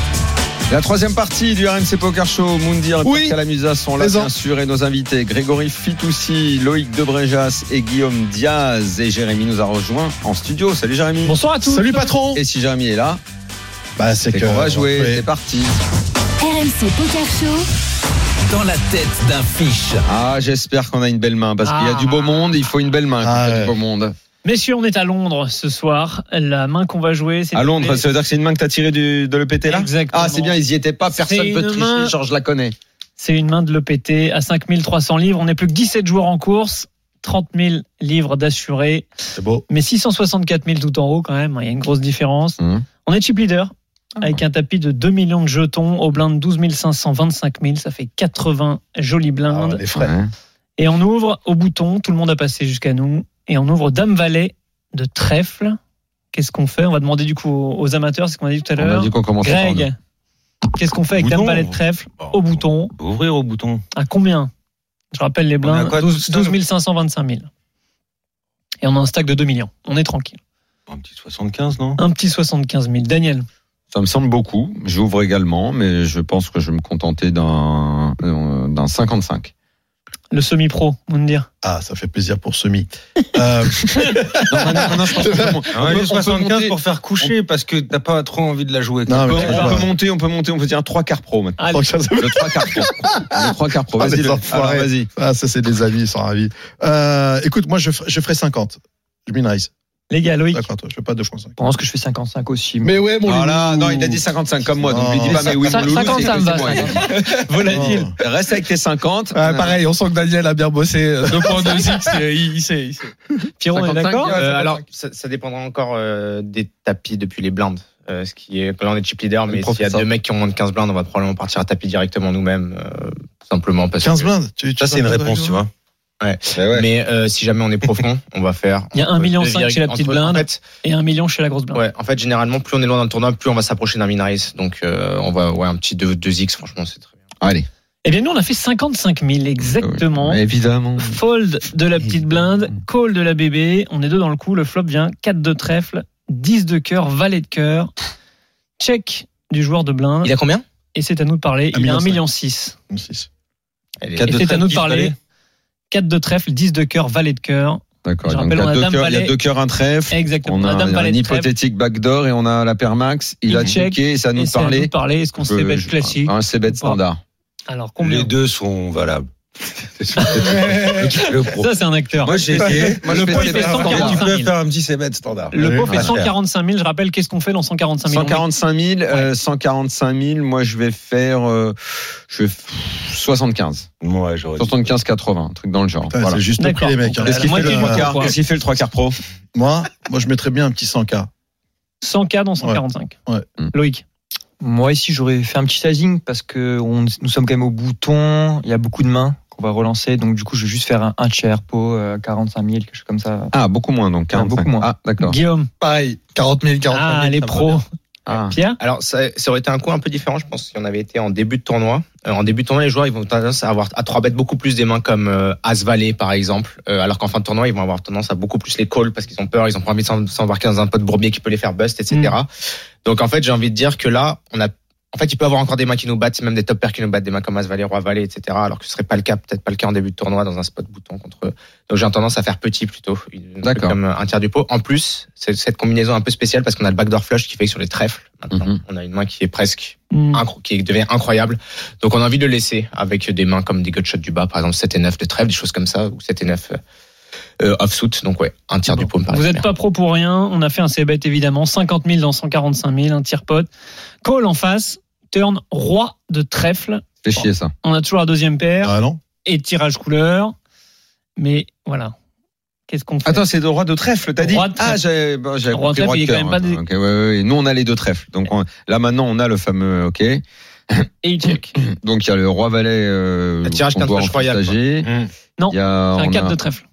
[SPEAKER 1] La troisième partie du RMC Poker Show, Moundir et
[SPEAKER 11] Oui.
[SPEAKER 1] Pascal Amusa sont là,
[SPEAKER 11] Présent.
[SPEAKER 1] bien sûr, et nos invités, Grégory Fitoussi, Loïc Debrejas et Guillaume Diaz. Et Jérémy nous a rejoint en studio. Salut Jérémy.
[SPEAKER 11] Bonsoir à tous.
[SPEAKER 3] Salut patron
[SPEAKER 1] Et si Jérémy est là,
[SPEAKER 3] Bah c'est
[SPEAKER 1] c'est
[SPEAKER 3] que
[SPEAKER 1] qu'on va
[SPEAKER 3] on
[SPEAKER 1] jouer.
[SPEAKER 3] fait-
[SPEAKER 1] C'est parti.
[SPEAKER 9] RMC Poker Show.
[SPEAKER 8] Dans la tête d'un fiche.
[SPEAKER 1] Ah, j'espère qu'on a une belle main parce qu'il y a du beau monde, il faut une belle main.
[SPEAKER 3] Ah,
[SPEAKER 1] quand il y a
[SPEAKER 3] ouais.
[SPEAKER 1] du beau monde.
[SPEAKER 4] Messieurs, on est à Londres ce soir. La main qu'on va jouer, c'est
[SPEAKER 1] À Londres, ça veut dire que c'est une main que t'as tirée du- de l'EPT là
[SPEAKER 4] Exactement.
[SPEAKER 1] Ah, c'est bien, ils y étaient pas,
[SPEAKER 4] C'est
[SPEAKER 1] personne
[SPEAKER 4] une
[SPEAKER 1] peut tricher,
[SPEAKER 4] main-
[SPEAKER 1] genre je la connais.
[SPEAKER 4] C'est une main de l'EPT à 5300 livres. On n'est plus que 17 joueurs en course. 30 000 livres d'assurés,
[SPEAKER 3] C'est beau.
[SPEAKER 4] mais 664 000 tout en haut quand même. hein, Il y a une grosse différence.
[SPEAKER 12] Mhm.
[SPEAKER 4] On est chip leader avec un tapis de 2 millions de jetons au blind 12 500, 25 000. Ça fait 80 jolies
[SPEAKER 3] Ah,
[SPEAKER 4] blindes.
[SPEAKER 3] les frères.
[SPEAKER 12] Ouais.
[SPEAKER 4] Et on ouvre au bouton, tout le monde a passé jusqu'à nous, et on ouvre Dame Valet de trèfle. Qu'est-ce qu'on fait On va demander du coup aux aux amateurs, c'est ce qu'on a dit tout à
[SPEAKER 12] On a
[SPEAKER 4] l'heure.
[SPEAKER 12] dit qu'on commençait par nous.
[SPEAKER 4] Greg, qu'est-ce qu'on fait avec Dame
[SPEAKER 6] Bouton.
[SPEAKER 4] Valet de trèfle
[SPEAKER 6] Bon.
[SPEAKER 4] Au bouton.
[SPEAKER 6] Ouvrir au bouton.
[SPEAKER 4] À combien Je rappelle les
[SPEAKER 6] On a
[SPEAKER 4] blindes
[SPEAKER 6] quoi,
[SPEAKER 4] 12,
[SPEAKER 6] 12 000?
[SPEAKER 4] 525 000. Et on a un stack de 2 millions. On est tranquille.
[SPEAKER 6] Un petit 75, non
[SPEAKER 4] Un petit 75 000. Daniel,
[SPEAKER 12] Ça me semble beaucoup. J'ouvre également, mais je pense que je vais me contenter d'un euh, d'un 55.
[SPEAKER 4] le semi-pro, on va dire.
[SPEAKER 3] Ah, ça fait plaisir pour Semi. Euh,
[SPEAKER 6] Non, non, non, non, je pense que c'est bon.
[SPEAKER 12] peut-
[SPEAKER 6] Un
[SPEAKER 12] on peut
[SPEAKER 6] 75
[SPEAKER 12] monter.
[SPEAKER 6] pour faire coucher parce que t'as pas trop envie de la jouer.
[SPEAKER 3] Non,
[SPEAKER 6] On
[SPEAKER 3] mais
[SPEAKER 6] peut-
[SPEAKER 3] tu
[SPEAKER 6] on
[SPEAKER 3] vois.
[SPEAKER 6] peut monter, on peut monter, on peut dire un 3 quarts pro maintenant.
[SPEAKER 4] Allez.
[SPEAKER 12] Le 3 quarts pro. Le 3 quarts pro.
[SPEAKER 3] Ah,
[SPEAKER 12] Vas-y,
[SPEAKER 3] les
[SPEAKER 12] le-
[SPEAKER 3] enfoirés.
[SPEAKER 12] alors, vas-y.
[SPEAKER 3] ah, ça c'est des amis, ils sont ravis. Euh, écoute, moi je, fer- je ferai 50. Je mine raise.
[SPEAKER 4] Les gars, Loïc,
[SPEAKER 3] D'accord, toi, je fais pas 2.5.
[SPEAKER 13] Je pense que je fais 55 aussi. mais-
[SPEAKER 3] Mais ouais, mon
[SPEAKER 1] Voilà,
[SPEAKER 3] loulou.
[SPEAKER 1] Oh Ah non, il a dit 55 comme moi, donc
[SPEAKER 3] Non.
[SPEAKER 1] lui dis pas, mais oui, mon
[SPEAKER 4] Cin-
[SPEAKER 1] loulou,
[SPEAKER 4] 50,
[SPEAKER 1] c'est
[SPEAKER 4] ça
[SPEAKER 1] que
[SPEAKER 4] me
[SPEAKER 1] c'est
[SPEAKER 4] va,
[SPEAKER 1] moi. Ah,
[SPEAKER 4] 50.
[SPEAKER 1] Volatile. Reste avec tes 50.
[SPEAKER 11] Ouais, pareil, on sent que Daniel a bien bossé. euh, 2.2x, euh, il, il sait, il sait.
[SPEAKER 4] Pierrot, on est
[SPEAKER 5] 55,
[SPEAKER 4] d'accord
[SPEAKER 5] euh,
[SPEAKER 11] Ouais, 55.
[SPEAKER 5] alors, ça, ça dépendra encore euh, des tapis depuis les blindes. Euh, ce qui est, là, on est chip leader, mais s'il y a
[SPEAKER 12] professeur.
[SPEAKER 5] deux mecs qui ont moins de 15 blindes, on va probablement partir à tapis directement nous-mêmes, euh, simplement parce
[SPEAKER 3] 15
[SPEAKER 5] que-
[SPEAKER 3] blindes. Tu, tu
[SPEAKER 6] Ça, c'est une
[SPEAKER 3] vas-
[SPEAKER 6] réponse, tu vois.
[SPEAKER 1] Bah ouais.
[SPEAKER 5] Mais euh, si jamais on est profond, on va faire.
[SPEAKER 4] Il y a
[SPEAKER 5] entre
[SPEAKER 4] 1,5 million
[SPEAKER 5] deux virg-
[SPEAKER 4] chez la petite
[SPEAKER 5] entre-
[SPEAKER 4] blinde.
[SPEAKER 5] En fait,
[SPEAKER 4] Et un million chez la grosse blinde.
[SPEAKER 5] ouais, en fait, généralement, plus on est loin dans le tournoi, plus on va s'approcher d'un min race. Donc, euh, on va, ouais, un petit 2, 2x, franchement, c'est très bien.
[SPEAKER 12] Allez.
[SPEAKER 4] Eh bien, nous, on a fait 55 000, exactement.
[SPEAKER 12] Évidemment.
[SPEAKER 4] Fold de la petite blinde, call de la bébé. On est deux dans le coup. Le flop vient 4 de trèfle, 10 de cœur, valet de cœur. Check du joueur de blinde.
[SPEAKER 5] Il a combien
[SPEAKER 4] Et c'est à nous de parler.
[SPEAKER 3] Un
[SPEAKER 4] Il a
[SPEAKER 3] million
[SPEAKER 4] 1,6 million. six.
[SPEAKER 3] Six.
[SPEAKER 5] Elle est-
[SPEAKER 6] Quatre
[SPEAKER 4] Et
[SPEAKER 6] de
[SPEAKER 4] c'est à
[SPEAKER 6] trèfle,
[SPEAKER 4] nous de
[SPEAKER 6] dix
[SPEAKER 4] parler.
[SPEAKER 6] palais.
[SPEAKER 4] 4 de trèfle, 10 de cœur, valet de cœur.
[SPEAKER 12] D'accord.
[SPEAKER 4] Je
[SPEAKER 12] donc,
[SPEAKER 4] rappelle,
[SPEAKER 12] t'as
[SPEAKER 4] on a
[SPEAKER 12] deux
[SPEAKER 4] Dame
[SPEAKER 12] cœurs, il y a
[SPEAKER 4] Valet.
[SPEAKER 12] deux cœurs, un trèfle.
[SPEAKER 4] Exactement.
[SPEAKER 12] On a
[SPEAKER 4] Madame
[SPEAKER 12] un
[SPEAKER 4] valet de trèfle.
[SPEAKER 12] hypothétique backdoor et on a la pair max.
[SPEAKER 4] Il
[SPEAKER 12] Il a
[SPEAKER 4] check.
[SPEAKER 12] checké et ça
[SPEAKER 4] Et
[SPEAKER 12] nous
[SPEAKER 4] c'est à nous de
[SPEAKER 12] parlait.
[SPEAKER 4] parler. Est-ce qu'on se fait
[SPEAKER 12] Euh,
[SPEAKER 4] bête
[SPEAKER 12] je-
[SPEAKER 4] classique
[SPEAKER 12] Un CBET
[SPEAKER 4] ou pas
[SPEAKER 12] standard.
[SPEAKER 4] Alors, combien
[SPEAKER 6] Les deux sont valables. Le pro.
[SPEAKER 4] Ça, c'est un acteur.
[SPEAKER 6] Moi, j'ai essayé.
[SPEAKER 12] Moi, je
[SPEAKER 6] Le
[SPEAKER 12] fais
[SPEAKER 6] pot,
[SPEAKER 12] CBET
[SPEAKER 6] il fait
[SPEAKER 12] standard.
[SPEAKER 6] 145 000.
[SPEAKER 4] 145
[SPEAKER 6] Tu
[SPEAKER 4] 000.
[SPEAKER 6] peux faire un petit CBET standard.
[SPEAKER 4] Le pot
[SPEAKER 6] Ouais.
[SPEAKER 4] fait 145 000. Je rappelle, qu'est-ce qu'on fait dans 145 000 On met
[SPEAKER 12] 145 000, euh, 145 000, moi je vais faire euh, je vais f- 75,
[SPEAKER 6] Ouais, j'aurais dit.
[SPEAKER 12] 75, 80, un truc dans le genre.
[SPEAKER 3] Putain,
[SPEAKER 12] Voilà.
[SPEAKER 3] C'est juste le prix,
[SPEAKER 4] D'accord.
[SPEAKER 3] les mecs. hein.
[SPEAKER 4] Qu'est-ce qu'il
[SPEAKER 3] Moi,
[SPEAKER 4] fait, le-
[SPEAKER 3] je-
[SPEAKER 4] trois quarts.
[SPEAKER 6] Qu'est-ce qu'il fait le 3 quarts pro
[SPEAKER 3] Moi, moi, je mettrais bien un petit 100K.
[SPEAKER 4] 100K dans 145.
[SPEAKER 3] Ouais.
[SPEAKER 12] Mm.
[SPEAKER 4] Loïc.
[SPEAKER 13] Moi ici j'aurais fait un petit sizing parce que on- nous sommes quand même au bouton, il y a beaucoup de mains qu'on
[SPEAKER 14] qu'on va relancer. Donc, du coup, je vais juste faire un, un tiers pot, euh, 45 000, quelque chose comme ça.
[SPEAKER 15] Ah, beaucoup moins donc. 45.
[SPEAKER 14] beaucoup moins.
[SPEAKER 15] Ah, d'accord.
[SPEAKER 4] Guillaume.
[SPEAKER 16] Pareil, 40 000, 40 000.
[SPEAKER 4] Ah, les
[SPEAKER 16] ça me va
[SPEAKER 4] pros.
[SPEAKER 16] bien.
[SPEAKER 15] Ah.
[SPEAKER 4] Pierre
[SPEAKER 5] Alors, ça, ça aurait été un coup un peu différent, je pense, si on avait été en début de tournoi. Euh, en début de tournoi, les joueurs, ils vont tendance à avoir à trois bêtes beaucoup plus des mains comme euh, As Valet, par exemple. Euh, alors qu'en fin de tournoi, ils vont avoir tendance à beaucoup plus les calls parce qu'ils ont peur, ils ont pas envie de s'em- s'embarquer dans un pot de bourbier qui peut les faire bust, etc. Donc, en fait, j'ai envie de dire que là, on a, en fait, il peut avoir encore des mains qui nous battent, même des top pairs qui nous battent, des mains comme As Valet, Roi Valet, etc. Alors que ce serait pas le cas, peut-être pas le cas en début de tournoi dans un spot bouton contre eux. Donc, j'ai tendance à faire petit plutôt. une-
[SPEAKER 15] D'accord.
[SPEAKER 5] Comme un tiers du pot. En plus, c'est cette combinaison un peu spéciale parce qu'on a le backdoor flush qui fait que sur les trèfles, maintenant,
[SPEAKER 15] Mhm.
[SPEAKER 5] on a une main qui est presque
[SPEAKER 4] Mm.
[SPEAKER 5] incro- qui devient incroyable. Donc on a envie de le laisser avec des mains comme des gutshots du bas, par exemple 7 et 9 de trèfle, des choses comme ça, ou 7 et 9 euh, euh, offsuit. Donc ouais, un tiers du paume par
[SPEAKER 4] Vous n'êtes pas pro pour rien. On a fait un C-bet évidemment. 50 000 dans 145 000, un tir pot. Call en face. Turn roi de trèfle.
[SPEAKER 15] Fait chier ça.
[SPEAKER 4] On a toujours la deuxième paire
[SPEAKER 3] Ah non
[SPEAKER 4] et tirage couleur. Mais voilà. Qu'est-ce qu'on fait
[SPEAKER 1] Attends, c'est de roi de trèfle, t'as dit
[SPEAKER 4] Roi de trèfle.
[SPEAKER 1] Ah, j'avais bon, j'avais
[SPEAKER 4] Roi de
[SPEAKER 1] compris
[SPEAKER 4] trèfle,
[SPEAKER 1] roi de
[SPEAKER 4] il est quand
[SPEAKER 1] cœur.
[SPEAKER 4] même pas des-
[SPEAKER 1] Ok, ouais, ouais, ouais. Nous, on a les deux trèfles. Donc on- là, maintenant, on a le fameux. Ok.
[SPEAKER 4] Et il check.
[SPEAKER 1] Donc il y a le roi valet. Euh,
[SPEAKER 5] Un tirage
[SPEAKER 1] qu'on doit
[SPEAKER 5] quinte
[SPEAKER 1] en
[SPEAKER 5] royale, quoi. Mmh.
[SPEAKER 1] partager.
[SPEAKER 6] Mm.
[SPEAKER 4] Non,
[SPEAKER 1] Il y a-
[SPEAKER 4] C'est un
[SPEAKER 1] on
[SPEAKER 4] 4
[SPEAKER 1] a-
[SPEAKER 4] de trèfle.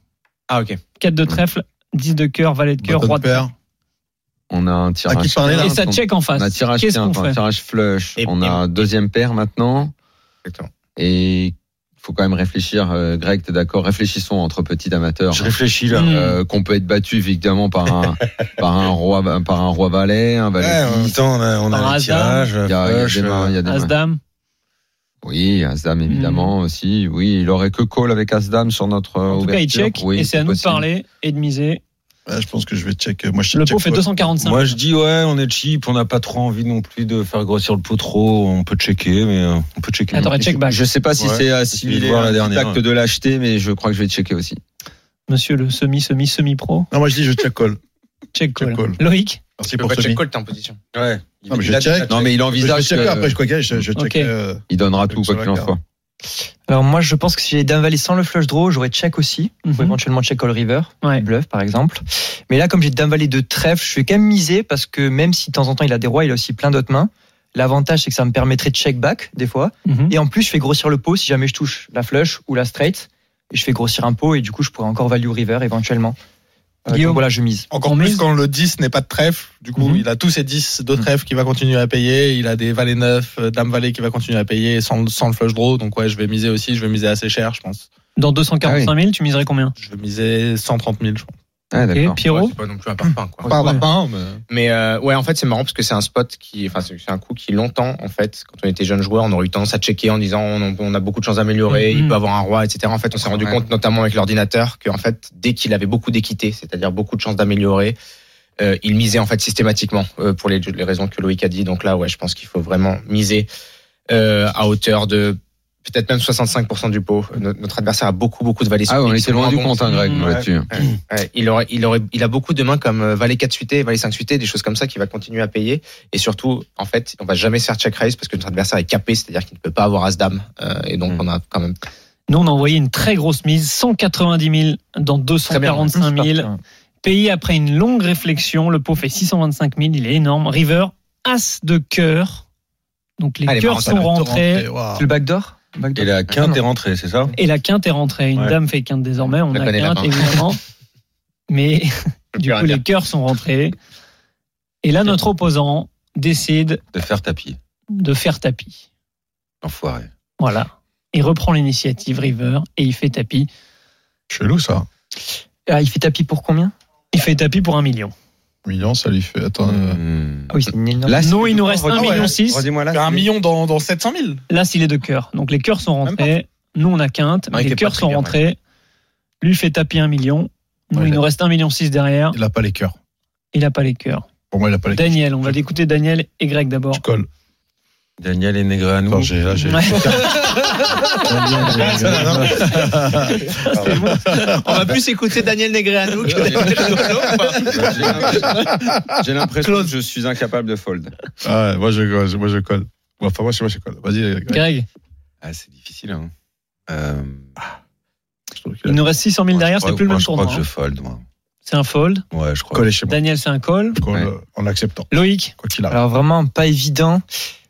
[SPEAKER 5] Ah ok.
[SPEAKER 4] 4 de trèfle, 10 de cœur, valet de cœur,
[SPEAKER 3] Bâton
[SPEAKER 4] roi
[SPEAKER 3] de
[SPEAKER 4] de cœur.
[SPEAKER 3] paire.
[SPEAKER 1] On a
[SPEAKER 14] Ah,
[SPEAKER 1] un tirage.
[SPEAKER 3] À qui parler, là
[SPEAKER 4] Et ça
[SPEAKER 1] on-
[SPEAKER 4] check en face.
[SPEAKER 1] On a tirage
[SPEAKER 4] Qu'est-ce qu'on
[SPEAKER 1] quinte, un
[SPEAKER 4] fait
[SPEAKER 1] tirage flush.
[SPEAKER 5] Et-
[SPEAKER 1] on a
[SPEAKER 5] et-
[SPEAKER 1] un deuxième paire maintenant.
[SPEAKER 5] Exactement.
[SPEAKER 1] Et il faut quand même réfléchir. euh, Greg, t'es d'accord Réfléchissons entre petits amateurs.
[SPEAKER 6] Je réfléchis là.
[SPEAKER 4] Mm.
[SPEAKER 1] Euh, qu'on peut être battu évidemment par un par un roi par un roi valet un
[SPEAKER 6] Ouais,
[SPEAKER 1] valet
[SPEAKER 6] Eh, en même temps, on a, euh, on
[SPEAKER 4] Par
[SPEAKER 6] a les
[SPEAKER 4] hasard.
[SPEAKER 6] tirages.
[SPEAKER 1] il y a, il y a
[SPEAKER 6] flush,
[SPEAKER 1] des mains, il y a des mains.
[SPEAKER 4] As-Dame.
[SPEAKER 1] Oui, Asdam évidemment aussi. Oui, il aurait que call avec Asdam sur notre.
[SPEAKER 4] En tout cas, il check. et c'est à nous de parler et de miser.
[SPEAKER 3] Ouais, Je pense que je vais check. euh, Moi, je
[SPEAKER 4] Le
[SPEAKER 3] check
[SPEAKER 4] pot fait
[SPEAKER 3] quoi.
[SPEAKER 4] 245.
[SPEAKER 6] Moi je dis ouais, on est cheap, on n'a pas trop envie non plus de faire grossir le pot trop. On peut checker, mais euh, on peut checker.
[SPEAKER 4] Attends, et check
[SPEAKER 1] Bah,
[SPEAKER 4] back.
[SPEAKER 1] Je sais pas si
[SPEAKER 6] Ouais,
[SPEAKER 1] c'est assimilé
[SPEAKER 6] voir
[SPEAKER 1] à
[SPEAKER 6] la
[SPEAKER 1] la
[SPEAKER 6] dernière,
[SPEAKER 1] acte
[SPEAKER 6] ouais.
[SPEAKER 1] de l'acheter, mais je crois que je vais checker aussi.
[SPEAKER 4] Monsieur le semi, semi, semi-pro.
[SPEAKER 3] Non, moi, je dis je check call.
[SPEAKER 4] Check call.
[SPEAKER 3] Check call.
[SPEAKER 4] Loïc.
[SPEAKER 3] Merci
[SPEAKER 5] Tu peux
[SPEAKER 3] pour
[SPEAKER 5] pas
[SPEAKER 3] ce
[SPEAKER 5] check
[SPEAKER 3] mi-
[SPEAKER 5] call, t'es en position.
[SPEAKER 6] Ouais.
[SPEAKER 3] Non, mais je check.
[SPEAKER 1] Non, mais il
[SPEAKER 3] Je vais
[SPEAKER 1] envisage
[SPEAKER 16] euh,
[SPEAKER 3] checker après,
[SPEAKER 1] qu'il
[SPEAKER 3] je crois je, je check.
[SPEAKER 4] Ok.
[SPEAKER 3] euh,
[SPEAKER 1] donnera tout
[SPEAKER 3] Sur
[SPEAKER 1] quoi
[SPEAKER 3] la
[SPEAKER 1] qu'il en
[SPEAKER 3] carte.
[SPEAKER 1] soit.
[SPEAKER 14] Alors, moi, je pense que si j'ai Dame Valet sans le flush draw, j'aurais check aussi. Ou
[SPEAKER 4] Mhm.
[SPEAKER 14] éventuellement check all river,
[SPEAKER 4] Ouais.
[SPEAKER 14] bluff par exemple. Mais là, comme j'ai Dame Valet de trèfle, je suis quand même misé parce que même si de temps en temps il a des rois, il a aussi plein d'autres mains. L'avantage, c'est que ça me permettrait de check back des fois.
[SPEAKER 4] Mhm.
[SPEAKER 14] Et en plus, je fais grossir le pot si jamais je touche la flush ou la straight. Et je fais grossir un pot et du coup, je pourrais encore value river éventuellement. Euh,
[SPEAKER 4] Guillaume.
[SPEAKER 14] donc voilà, je mise.
[SPEAKER 16] Encore
[SPEAKER 4] On
[SPEAKER 16] plus
[SPEAKER 4] mise
[SPEAKER 16] quand le 10 n'est pas de trèfle. Du coup,
[SPEAKER 4] Mhm.
[SPEAKER 16] il a tous ses 10 de trèfle qui va continuer à payer. Il a des valets 9, euh, dame valet qui va continuer à payer sans, le- sans le flush draw. Donc ouais, je vais miser aussi. Je vais miser assez cher, je pense.
[SPEAKER 4] Dans
[SPEAKER 5] Ah
[SPEAKER 4] 245 000, tu miserais combien
[SPEAKER 16] Je vais miser 130 000, je pense.
[SPEAKER 1] Ah,
[SPEAKER 4] Et
[SPEAKER 1] d'accord.
[SPEAKER 4] Pierrot
[SPEAKER 5] Ouais, c'est pas non plus un parpaing, quoi.
[SPEAKER 16] Pas,
[SPEAKER 4] Ouais.
[SPEAKER 16] pas, pas, mais...
[SPEAKER 5] Mais euh, ouais, en fait, c'est marrant parce que c'est un spot qui, enfin, c'est c'est un coup qui longtemps, en fait, quand on était jeune joueur, on aurait eu tendance à checker en disant on, on a beaucoup de chances d'améliorer,
[SPEAKER 4] Mhm.
[SPEAKER 5] il peut avoir un roi, etc. En fait, on s'est rendu
[SPEAKER 1] Mm-hmm. Ouais.
[SPEAKER 5] compte, notamment avec l'ordinateur, qu'en fait, dès qu'il avait beaucoup d'équité, c'est-à-dire beaucoup de chances d'améliorer, euh, il misait en fait systématiquement euh, pour les, les raisons que Loïc a dit. Donc là, ouais, je pense qu'il faut vraiment miser euh, à hauteur de peut-être même 65% du pot. Notre, notre adversaire a beaucoup, beaucoup de valets.
[SPEAKER 1] Ah, ouais, on
[SPEAKER 5] solides,
[SPEAKER 1] était
[SPEAKER 5] ils sont
[SPEAKER 1] loin
[SPEAKER 5] moins
[SPEAKER 1] du
[SPEAKER 5] bons.
[SPEAKER 1] compte, hein, Greg,
[SPEAKER 4] Mmh,
[SPEAKER 1] moi, là-dessus.
[SPEAKER 5] Ouais, il, aurait, il, aurait, il a beaucoup de mains comme euh, valet 4 suité, valet 5 suité, des choses comme ça qui va continuer à payer. Et surtout, en fait, on va jamais se faire check raise parce que notre adversaire est capé, c'est-à-dire qu'il ne peut pas avoir as dame. Euh, et donc,
[SPEAKER 1] Mm.
[SPEAKER 5] on a quand même.
[SPEAKER 4] Nous, on a envoyé une très grosse mise, 190 000 dans
[SPEAKER 5] Mmh.
[SPEAKER 4] 245 000. Payé après une longue réflexion, le pot fait 625 000, il est énorme. River, as de cœur. Donc les
[SPEAKER 5] Allez,
[SPEAKER 4] cœurs
[SPEAKER 5] marrant,
[SPEAKER 4] sont rentrés
[SPEAKER 3] rentrée, waouh.
[SPEAKER 14] Le backdoor,
[SPEAKER 6] Et
[SPEAKER 14] backdoor.
[SPEAKER 4] Ah,
[SPEAKER 6] la quinte est rentrée, c'est ça
[SPEAKER 4] et la quinte est rentrée. Une
[SPEAKER 6] Ouais.
[SPEAKER 4] dame fait quinte désormais, on
[SPEAKER 5] la
[SPEAKER 4] a
[SPEAKER 5] connais, la
[SPEAKER 4] quinte
[SPEAKER 5] main.
[SPEAKER 4] évidemment. Mais
[SPEAKER 5] plus
[SPEAKER 4] du
[SPEAKER 5] rien
[SPEAKER 4] coup,
[SPEAKER 5] dire.
[SPEAKER 4] les cœurs sont rentrés. Et là, notre opposant décide
[SPEAKER 6] De faire tapis.
[SPEAKER 4] de faire tapis.
[SPEAKER 6] Enfoiré.
[SPEAKER 4] Voilà. Il reprend l'initiative River et il fait tapis.
[SPEAKER 3] Chelou, ça.
[SPEAKER 14] Ah, il fait tapis pour combien
[SPEAKER 4] Il fait tapis pour un million.
[SPEAKER 3] Million, ça lui fait. Attends.
[SPEAKER 16] Mhm.
[SPEAKER 3] euh,
[SPEAKER 6] Hmm.
[SPEAKER 14] Ah oui, c'est une énorme.
[SPEAKER 1] Là,
[SPEAKER 4] Nous, il nous reste un
[SPEAKER 16] redis-moi,
[SPEAKER 4] million
[SPEAKER 16] ouais.
[SPEAKER 4] six.
[SPEAKER 1] Redis-moi là.
[SPEAKER 16] J'ai un million dans, dans 700 000.
[SPEAKER 4] Là, s'il est de cœur. Donc les cœurs sont rentrés. Nous, on a quinte.
[SPEAKER 5] Non, il
[SPEAKER 4] les
[SPEAKER 5] était
[SPEAKER 4] cœurs
[SPEAKER 5] pas
[SPEAKER 4] sont
[SPEAKER 5] trigger,
[SPEAKER 4] rentrés. Lui fait tapis un million. Nous,
[SPEAKER 3] Ouais,
[SPEAKER 4] il
[SPEAKER 3] il a-
[SPEAKER 4] nous reste un million six derrière.
[SPEAKER 3] Il a pas les cœurs.
[SPEAKER 4] Il n'a pas les cœurs.
[SPEAKER 3] Pour moi, il a pas les cœurs.
[SPEAKER 4] Daniel, on va l'écouter Daniel et Greg d'abord.
[SPEAKER 3] Je colle.
[SPEAKER 6] Daniel et Negreanu.
[SPEAKER 3] Attends, j'ai- là, j'ai-
[SPEAKER 4] Ouais.
[SPEAKER 5] On va plus écouter Daniel Negreanu que
[SPEAKER 1] J'ai l'impression- Bah, J'ai l'impression que je suis incapable de fold.
[SPEAKER 3] Ah ouais, moi, je, moi, je colle. Bon, Enfin, moi, je, moi, je colle. Vas-y. euh, Greg.
[SPEAKER 4] Greg,
[SPEAKER 6] Ah, c'est difficile. Hein. Euh,
[SPEAKER 3] Je trouve qu'il a-
[SPEAKER 4] il nous reste 600 000
[SPEAKER 6] moi,
[SPEAKER 4] derrière.
[SPEAKER 6] je
[SPEAKER 4] C'est
[SPEAKER 6] crois-
[SPEAKER 4] plus le
[SPEAKER 6] moi,
[SPEAKER 4] même
[SPEAKER 6] je crois
[SPEAKER 4] tournoi.
[SPEAKER 6] que je
[SPEAKER 4] hein.
[SPEAKER 6] fold, moi.
[SPEAKER 4] C'est un fold.
[SPEAKER 6] Ouais, je crois.
[SPEAKER 3] Collé chez moi.
[SPEAKER 4] Daniel, c'est un call.
[SPEAKER 3] Je colle,
[SPEAKER 1] Ouais.
[SPEAKER 3] euh, En l'acceptant,
[SPEAKER 4] Loïc,
[SPEAKER 3] quoi qu'il arrive.
[SPEAKER 14] Alors vraiment pas évident.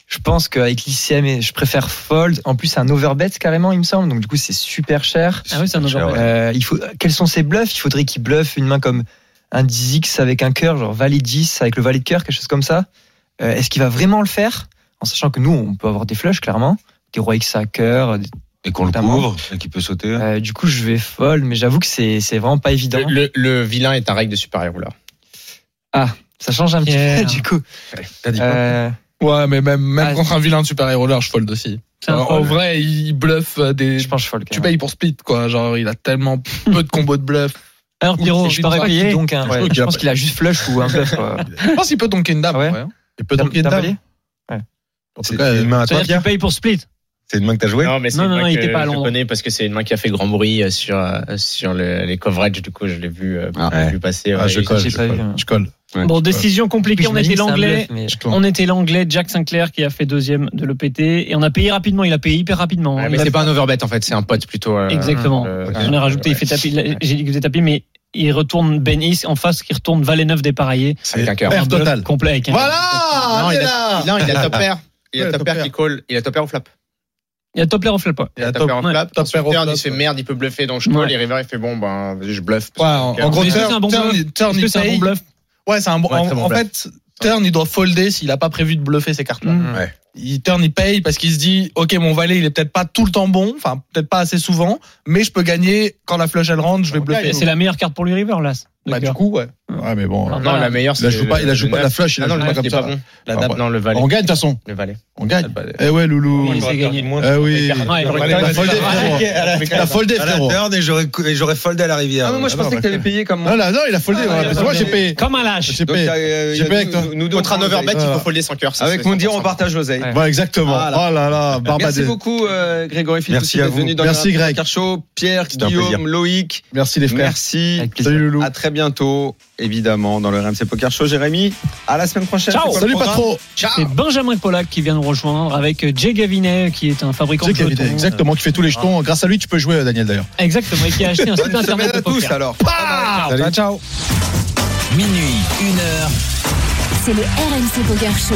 [SPEAKER 17] Je pense qu'avec l'ICM, je préfère fold. En plus, c'est un overbet carrément, il me semble. Donc, du coup, c'est super cher.
[SPEAKER 4] Ah oui, c'est un
[SPEAKER 17] Super cher,
[SPEAKER 4] overbet.
[SPEAKER 17] ouais. Euh, il faut... Quels sont ses bluffs Il faudrait qu'il bluffe une main comme un 10x avec un cœur, genre valet 10 avec le valet de cœur, quelque chose comme ça. Euh, Est-ce qu'il va vraiment le faire En sachant que nous, on peut avoir des flushs, clairement. Des rois X à cœur. des-
[SPEAKER 6] Et qu'on le
[SPEAKER 17] Notamment.
[SPEAKER 6] couvre, et qu'il peut sauter.
[SPEAKER 17] Euh, du coup, je vais fold, mais j'avoue que c'est c'est vraiment pas évident.
[SPEAKER 5] Le, le vilain est un règle de super rouleur.
[SPEAKER 17] Ça change un petit
[SPEAKER 4] Pierre.
[SPEAKER 17] peu, du coup.
[SPEAKER 6] T'as dit quoi
[SPEAKER 17] Euh,
[SPEAKER 3] Ouais, mais même, même
[SPEAKER 17] Ah,
[SPEAKER 3] contre un vilain de super héros là, je fold aussi.
[SPEAKER 4] C'est un
[SPEAKER 3] Alors, en vrai, il bluffe euh, des.
[SPEAKER 17] je pense que je fold. quand
[SPEAKER 3] Oh, Tu
[SPEAKER 17] même.
[SPEAKER 3] payes pour split, quoi. Genre, il a tellement peu de combos de bluff.
[SPEAKER 4] Alors, Pierrot,
[SPEAKER 3] Ou
[SPEAKER 4] je
[SPEAKER 3] c'est
[SPEAKER 4] peux
[SPEAKER 3] une
[SPEAKER 4] réveiller.
[SPEAKER 17] Donc, un- ouais,
[SPEAKER 3] qu'il
[SPEAKER 17] je
[SPEAKER 3] a
[SPEAKER 17] pense
[SPEAKER 3] pas-
[SPEAKER 17] qu'il a juste flush ou un bluff. quoi.
[SPEAKER 3] Je pense qu'il peut donker une dame.
[SPEAKER 17] Ah ouais
[SPEAKER 3] ouais.
[SPEAKER 6] Il peut
[SPEAKER 17] T'as-
[SPEAKER 6] donc une
[SPEAKER 17] t'as
[SPEAKER 6] dame.
[SPEAKER 17] payé
[SPEAKER 6] En tout
[SPEAKER 3] euh,
[SPEAKER 6] cas, C'est une main à toi,
[SPEAKER 4] C'est-à-dire
[SPEAKER 6] Pierre
[SPEAKER 4] qu'il paye pour split.
[SPEAKER 6] C'est une main que t'as joué
[SPEAKER 5] Non, mais c'est
[SPEAKER 4] Non,
[SPEAKER 5] une
[SPEAKER 4] non,
[SPEAKER 5] main
[SPEAKER 4] non, il
[SPEAKER 5] que
[SPEAKER 4] était pas à
[SPEAKER 5] je
[SPEAKER 4] Londres.
[SPEAKER 5] connais parce que c'est une main qui a fait grand bruit euh, sur, euh, sur le- les coverages. Du coup, je l'ai vu, euh,
[SPEAKER 6] Ah,
[SPEAKER 5] je l'ai
[SPEAKER 6] ouais.
[SPEAKER 5] vu passer.
[SPEAKER 6] Ah,
[SPEAKER 5] ouais,
[SPEAKER 6] je
[SPEAKER 5] et-
[SPEAKER 6] colle.
[SPEAKER 17] j'ai
[SPEAKER 6] je
[SPEAKER 17] pas
[SPEAKER 6] colle,
[SPEAKER 17] vu, hein.
[SPEAKER 6] Je colle. Ouais,
[SPEAKER 4] Ah, Bon,
[SPEAKER 6] je colle.
[SPEAKER 4] décision compliquée. On
[SPEAKER 17] J'imagine
[SPEAKER 4] était
[SPEAKER 17] que c'est un
[SPEAKER 4] l'anglais.
[SPEAKER 17] bluff, mais-
[SPEAKER 4] On était l'anglais Jack Sinclair qui a fait deuxième de l'EPT et on a payé rapidement. Il a payé hyper rapidement.
[SPEAKER 5] Ouais,
[SPEAKER 4] Il
[SPEAKER 5] mais
[SPEAKER 4] a-
[SPEAKER 5] c'est pas un overbet en fait, c'est un pote plutôt. euh,
[SPEAKER 4] Exactement.
[SPEAKER 5] euh,
[SPEAKER 4] On a rajouté, il fait tapis. il a- J'ai dit qu'il faisait tapis, mais il retourne Ben Is en face, qui retourne Valet 9 dépareillé.
[SPEAKER 5] avec un cœur.
[SPEAKER 18] Paire
[SPEAKER 4] Bluff
[SPEAKER 18] totale.
[SPEAKER 4] Complet avec un-
[SPEAKER 18] Voilà
[SPEAKER 5] Non,
[SPEAKER 18] on est
[SPEAKER 5] il
[SPEAKER 18] là
[SPEAKER 5] Non, il a top pair. Il
[SPEAKER 18] Ouais,
[SPEAKER 5] a top
[SPEAKER 18] top
[SPEAKER 5] pair
[SPEAKER 18] pair.
[SPEAKER 5] qui call. Il a top pair au flop.
[SPEAKER 4] Il y a Topler au flop. ouais.
[SPEAKER 5] Il a top pair au
[SPEAKER 4] ouais,
[SPEAKER 5] flop.
[SPEAKER 3] top pair au
[SPEAKER 5] Turn,
[SPEAKER 3] flop.
[SPEAKER 5] il se fait merde, il peut bluffer donc je call.
[SPEAKER 4] Ouais.
[SPEAKER 5] Et river, il fait bon, ben vas-y, je bluffe.
[SPEAKER 3] Ouais, en, en gros,
[SPEAKER 4] Mais est-ce que
[SPEAKER 3] turn,
[SPEAKER 4] c'est un bon
[SPEAKER 3] turn,
[SPEAKER 4] bluff
[SPEAKER 3] il- turn,
[SPEAKER 4] Est-ce
[SPEAKER 3] il
[SPEAKER 4] que c'est un
[SPEAKER 3] paye.
[SPEAKER 4] bon bluff
[SPEAKER 3] Ouais, c'est un bon.
[SPEAKER 6] Ouais,
[SPEAKER 3] en
[SPEAKER 6] très bon
[SPEAKER 3] en
[SPEAKER 6] bluff.
[SPEAKER 3] fait, turn, il doit folder s'il a pas prévu de bluffer ces cartes-là.
[SPEAKER 4] Mm.
[SPEAKER 6] Ouais.
[SPEAKER 3] Il turn, il paye parce qu'il se dit, ok, mon valet, il est peut-être pas tout le temps bon, enfin peut-être pas assez souvent, mais je peux gagner quand la flush elle rentre, je vais bluffer.
[SPEAKER 4] C'est la meilleure carte pour lui River, l'as. de
[SPEAKER 3] Bah, du
[SPEAKER 4] cœur.
[SPEAKER 3] coup, ouais.
[SPEAKER 18] Ouais, mais bon. euh,
[SPEAKER 4] Non,
[SPEAKER 5] Non, la meilleure,
[SPEAKER 18] Il a
[SPEAKER 5] c'est.
[SPEAKER 18] joué pas, il a
[SPEAKER 5] le
[SPEAKER 18] joué pas
[SPEAKER 5] neuf.
[SPEAKER 18] la flush, il
[SPEAKER 5] Ah
[SPEAKER 18] a
[SPEAKER 5] non, le
[SPEAKER 18] joué pas
[SPEAKER 5] neuf,
[SPEAKER 18] comme
[SPEAKER 5] il est
[SPEAKER 18] ça.
[SPEAKER 5] pas bon.
[SPEAKER 3] La
[SPEAKER 18] Ah,
[SPEAKER 3] dame,
[SPEAKER 18] ouais.
[SPEAKER 5] Non, le valet.
[SPEAKER 18] On gagne de toute façon.
[SPEAKER 5] Le valet. Ah,
[SPEAKER 18] On gagne.
[SPEAKER 3] bah,
[SPEAKER 18] Eh ouais, loulou.
[SPEAKER 4] Il s'est gagné.
[SPEAKER 18] Eh oui.
[SPEAKER 4] Ouais, il aurait-
[SPEAKER 18] T'as foldé, frérot. T'as foldé,
[SPEAKER 6] À la
[SPEAKER 18] frérot.
[SPEAKER 6] turn et j'aurais cou- et j'aurais foldé à la rivière.
[SPEAKER 1] Ah, mais moi, je pensais que t'avais payé comme
[SPEAKER 18] Non,
[SPEAKER 1] moi.
[SPEAKER 18] là, non, il a foldé.
[SPEAKER 1] Ah,
[SPEAKER 18] ouais,
[SPEAKER 1] il a
[SPEAKER 18] parce que Moi, j'ai
[SPEAKER 1] foldé.
[SPEAKER 18] payé.
[SPEAKER 4] Comme un lâche.
[SPEAKER 18] J'ai
[SPEAKER 1] Donc,
[SPEAKER 18] payé.
[SPEAKER 1] t'as, euh,
[SPEAKER 18] J'ai
[SPEAKER 1] y a
[SPEAKER 18] payé
[SPEAKER 1] nous-
[SPEAKER 18] avec toi.
[SPEAKER 1] nous deux,
[SPEAKER 5] Contre
[SPEAKER 1] on
[SPEAKER 5] un overbet, il
[SPEAKER 18] Voilà.
[SPEAKER 5] faut folder sans cœur. ça,
[SPEAKER 1] Avec
[SPEAKER 5] c'est
[SPEAKER 1] Moundir, on
[SPEAKER 5] 100%.
[SPEAKER 1] partage l'oseille.
[SPEAKER 17] Ouais.
[SPEAKER 18] Voilà, exactement.
[SPEAKER 1] Voilà.
[SPEAKER 18] Oh là là,
[SPEAKER 1] Merci
[SPEAKER 18] Barbadé.
[SPEAKER 1] beaucoup, euh, Grégory Philippe.
[SPEAKER 6] Merci à vous.
[SPEAKER 1] Venu dans
[SPEAKER 18] Merci,
[SPEAKER 1] le
[SPEAKER 18] Greg.
[SPEAKER 1] Carcho, Pierre,
[SPEAKER 6] C'était un plaisir.
[SPEAKER 1] Guillaume, Loïc.
[SPEAKER 18] Merci les frères.
[SPEAKER 1] Merci.
[SPEAKER 17] Avec plaisir.
[SPEAKER 18] Salut loulou.
[SPEAKER 1] À très bientôt, évidemment, dans le RMC Poker Show. Jérémy, à la semaine prochaine.
[SPEAKER 4] Ciao.
[SPEAKER 1] C'est quoi le
[SPEAKER 18] Salut
[SPEAKER 1] programme
[SPEAKER 18] patron.
[SPEAKER 4] C'est Benjamin Pollack qui vient nous rejoindre avec euh, Jay Gavinet, qui est un fabricant
[SPEAKER 18] Tu sais qu'il
[SPEAKER 4] de
[SPEAKER 18] y a
[SPEAKER 4] jetons. euh,
[SPEAKER 18] des- Exactement, qui fait tous les jetons. Grâce à lui, tu peux jouer, euh, Daniel, d'ailleurs.
[SPEAKER 4] Exactement. Et qui a acheté un site
[SPEAKER 1] Bonne semaine
[SPEAKER 4] internet Bah de
[SPEAKER 1] à tous,
[SPEAKER 4] poker.
[SPEAKER 1] alors.
[SPEAKER 18] Salut.
[SPEAKER 3] ciao.
[SPEAKER 8] Minuit, 1h,
[SPEAKER 9] C'est le RMC Poker Show.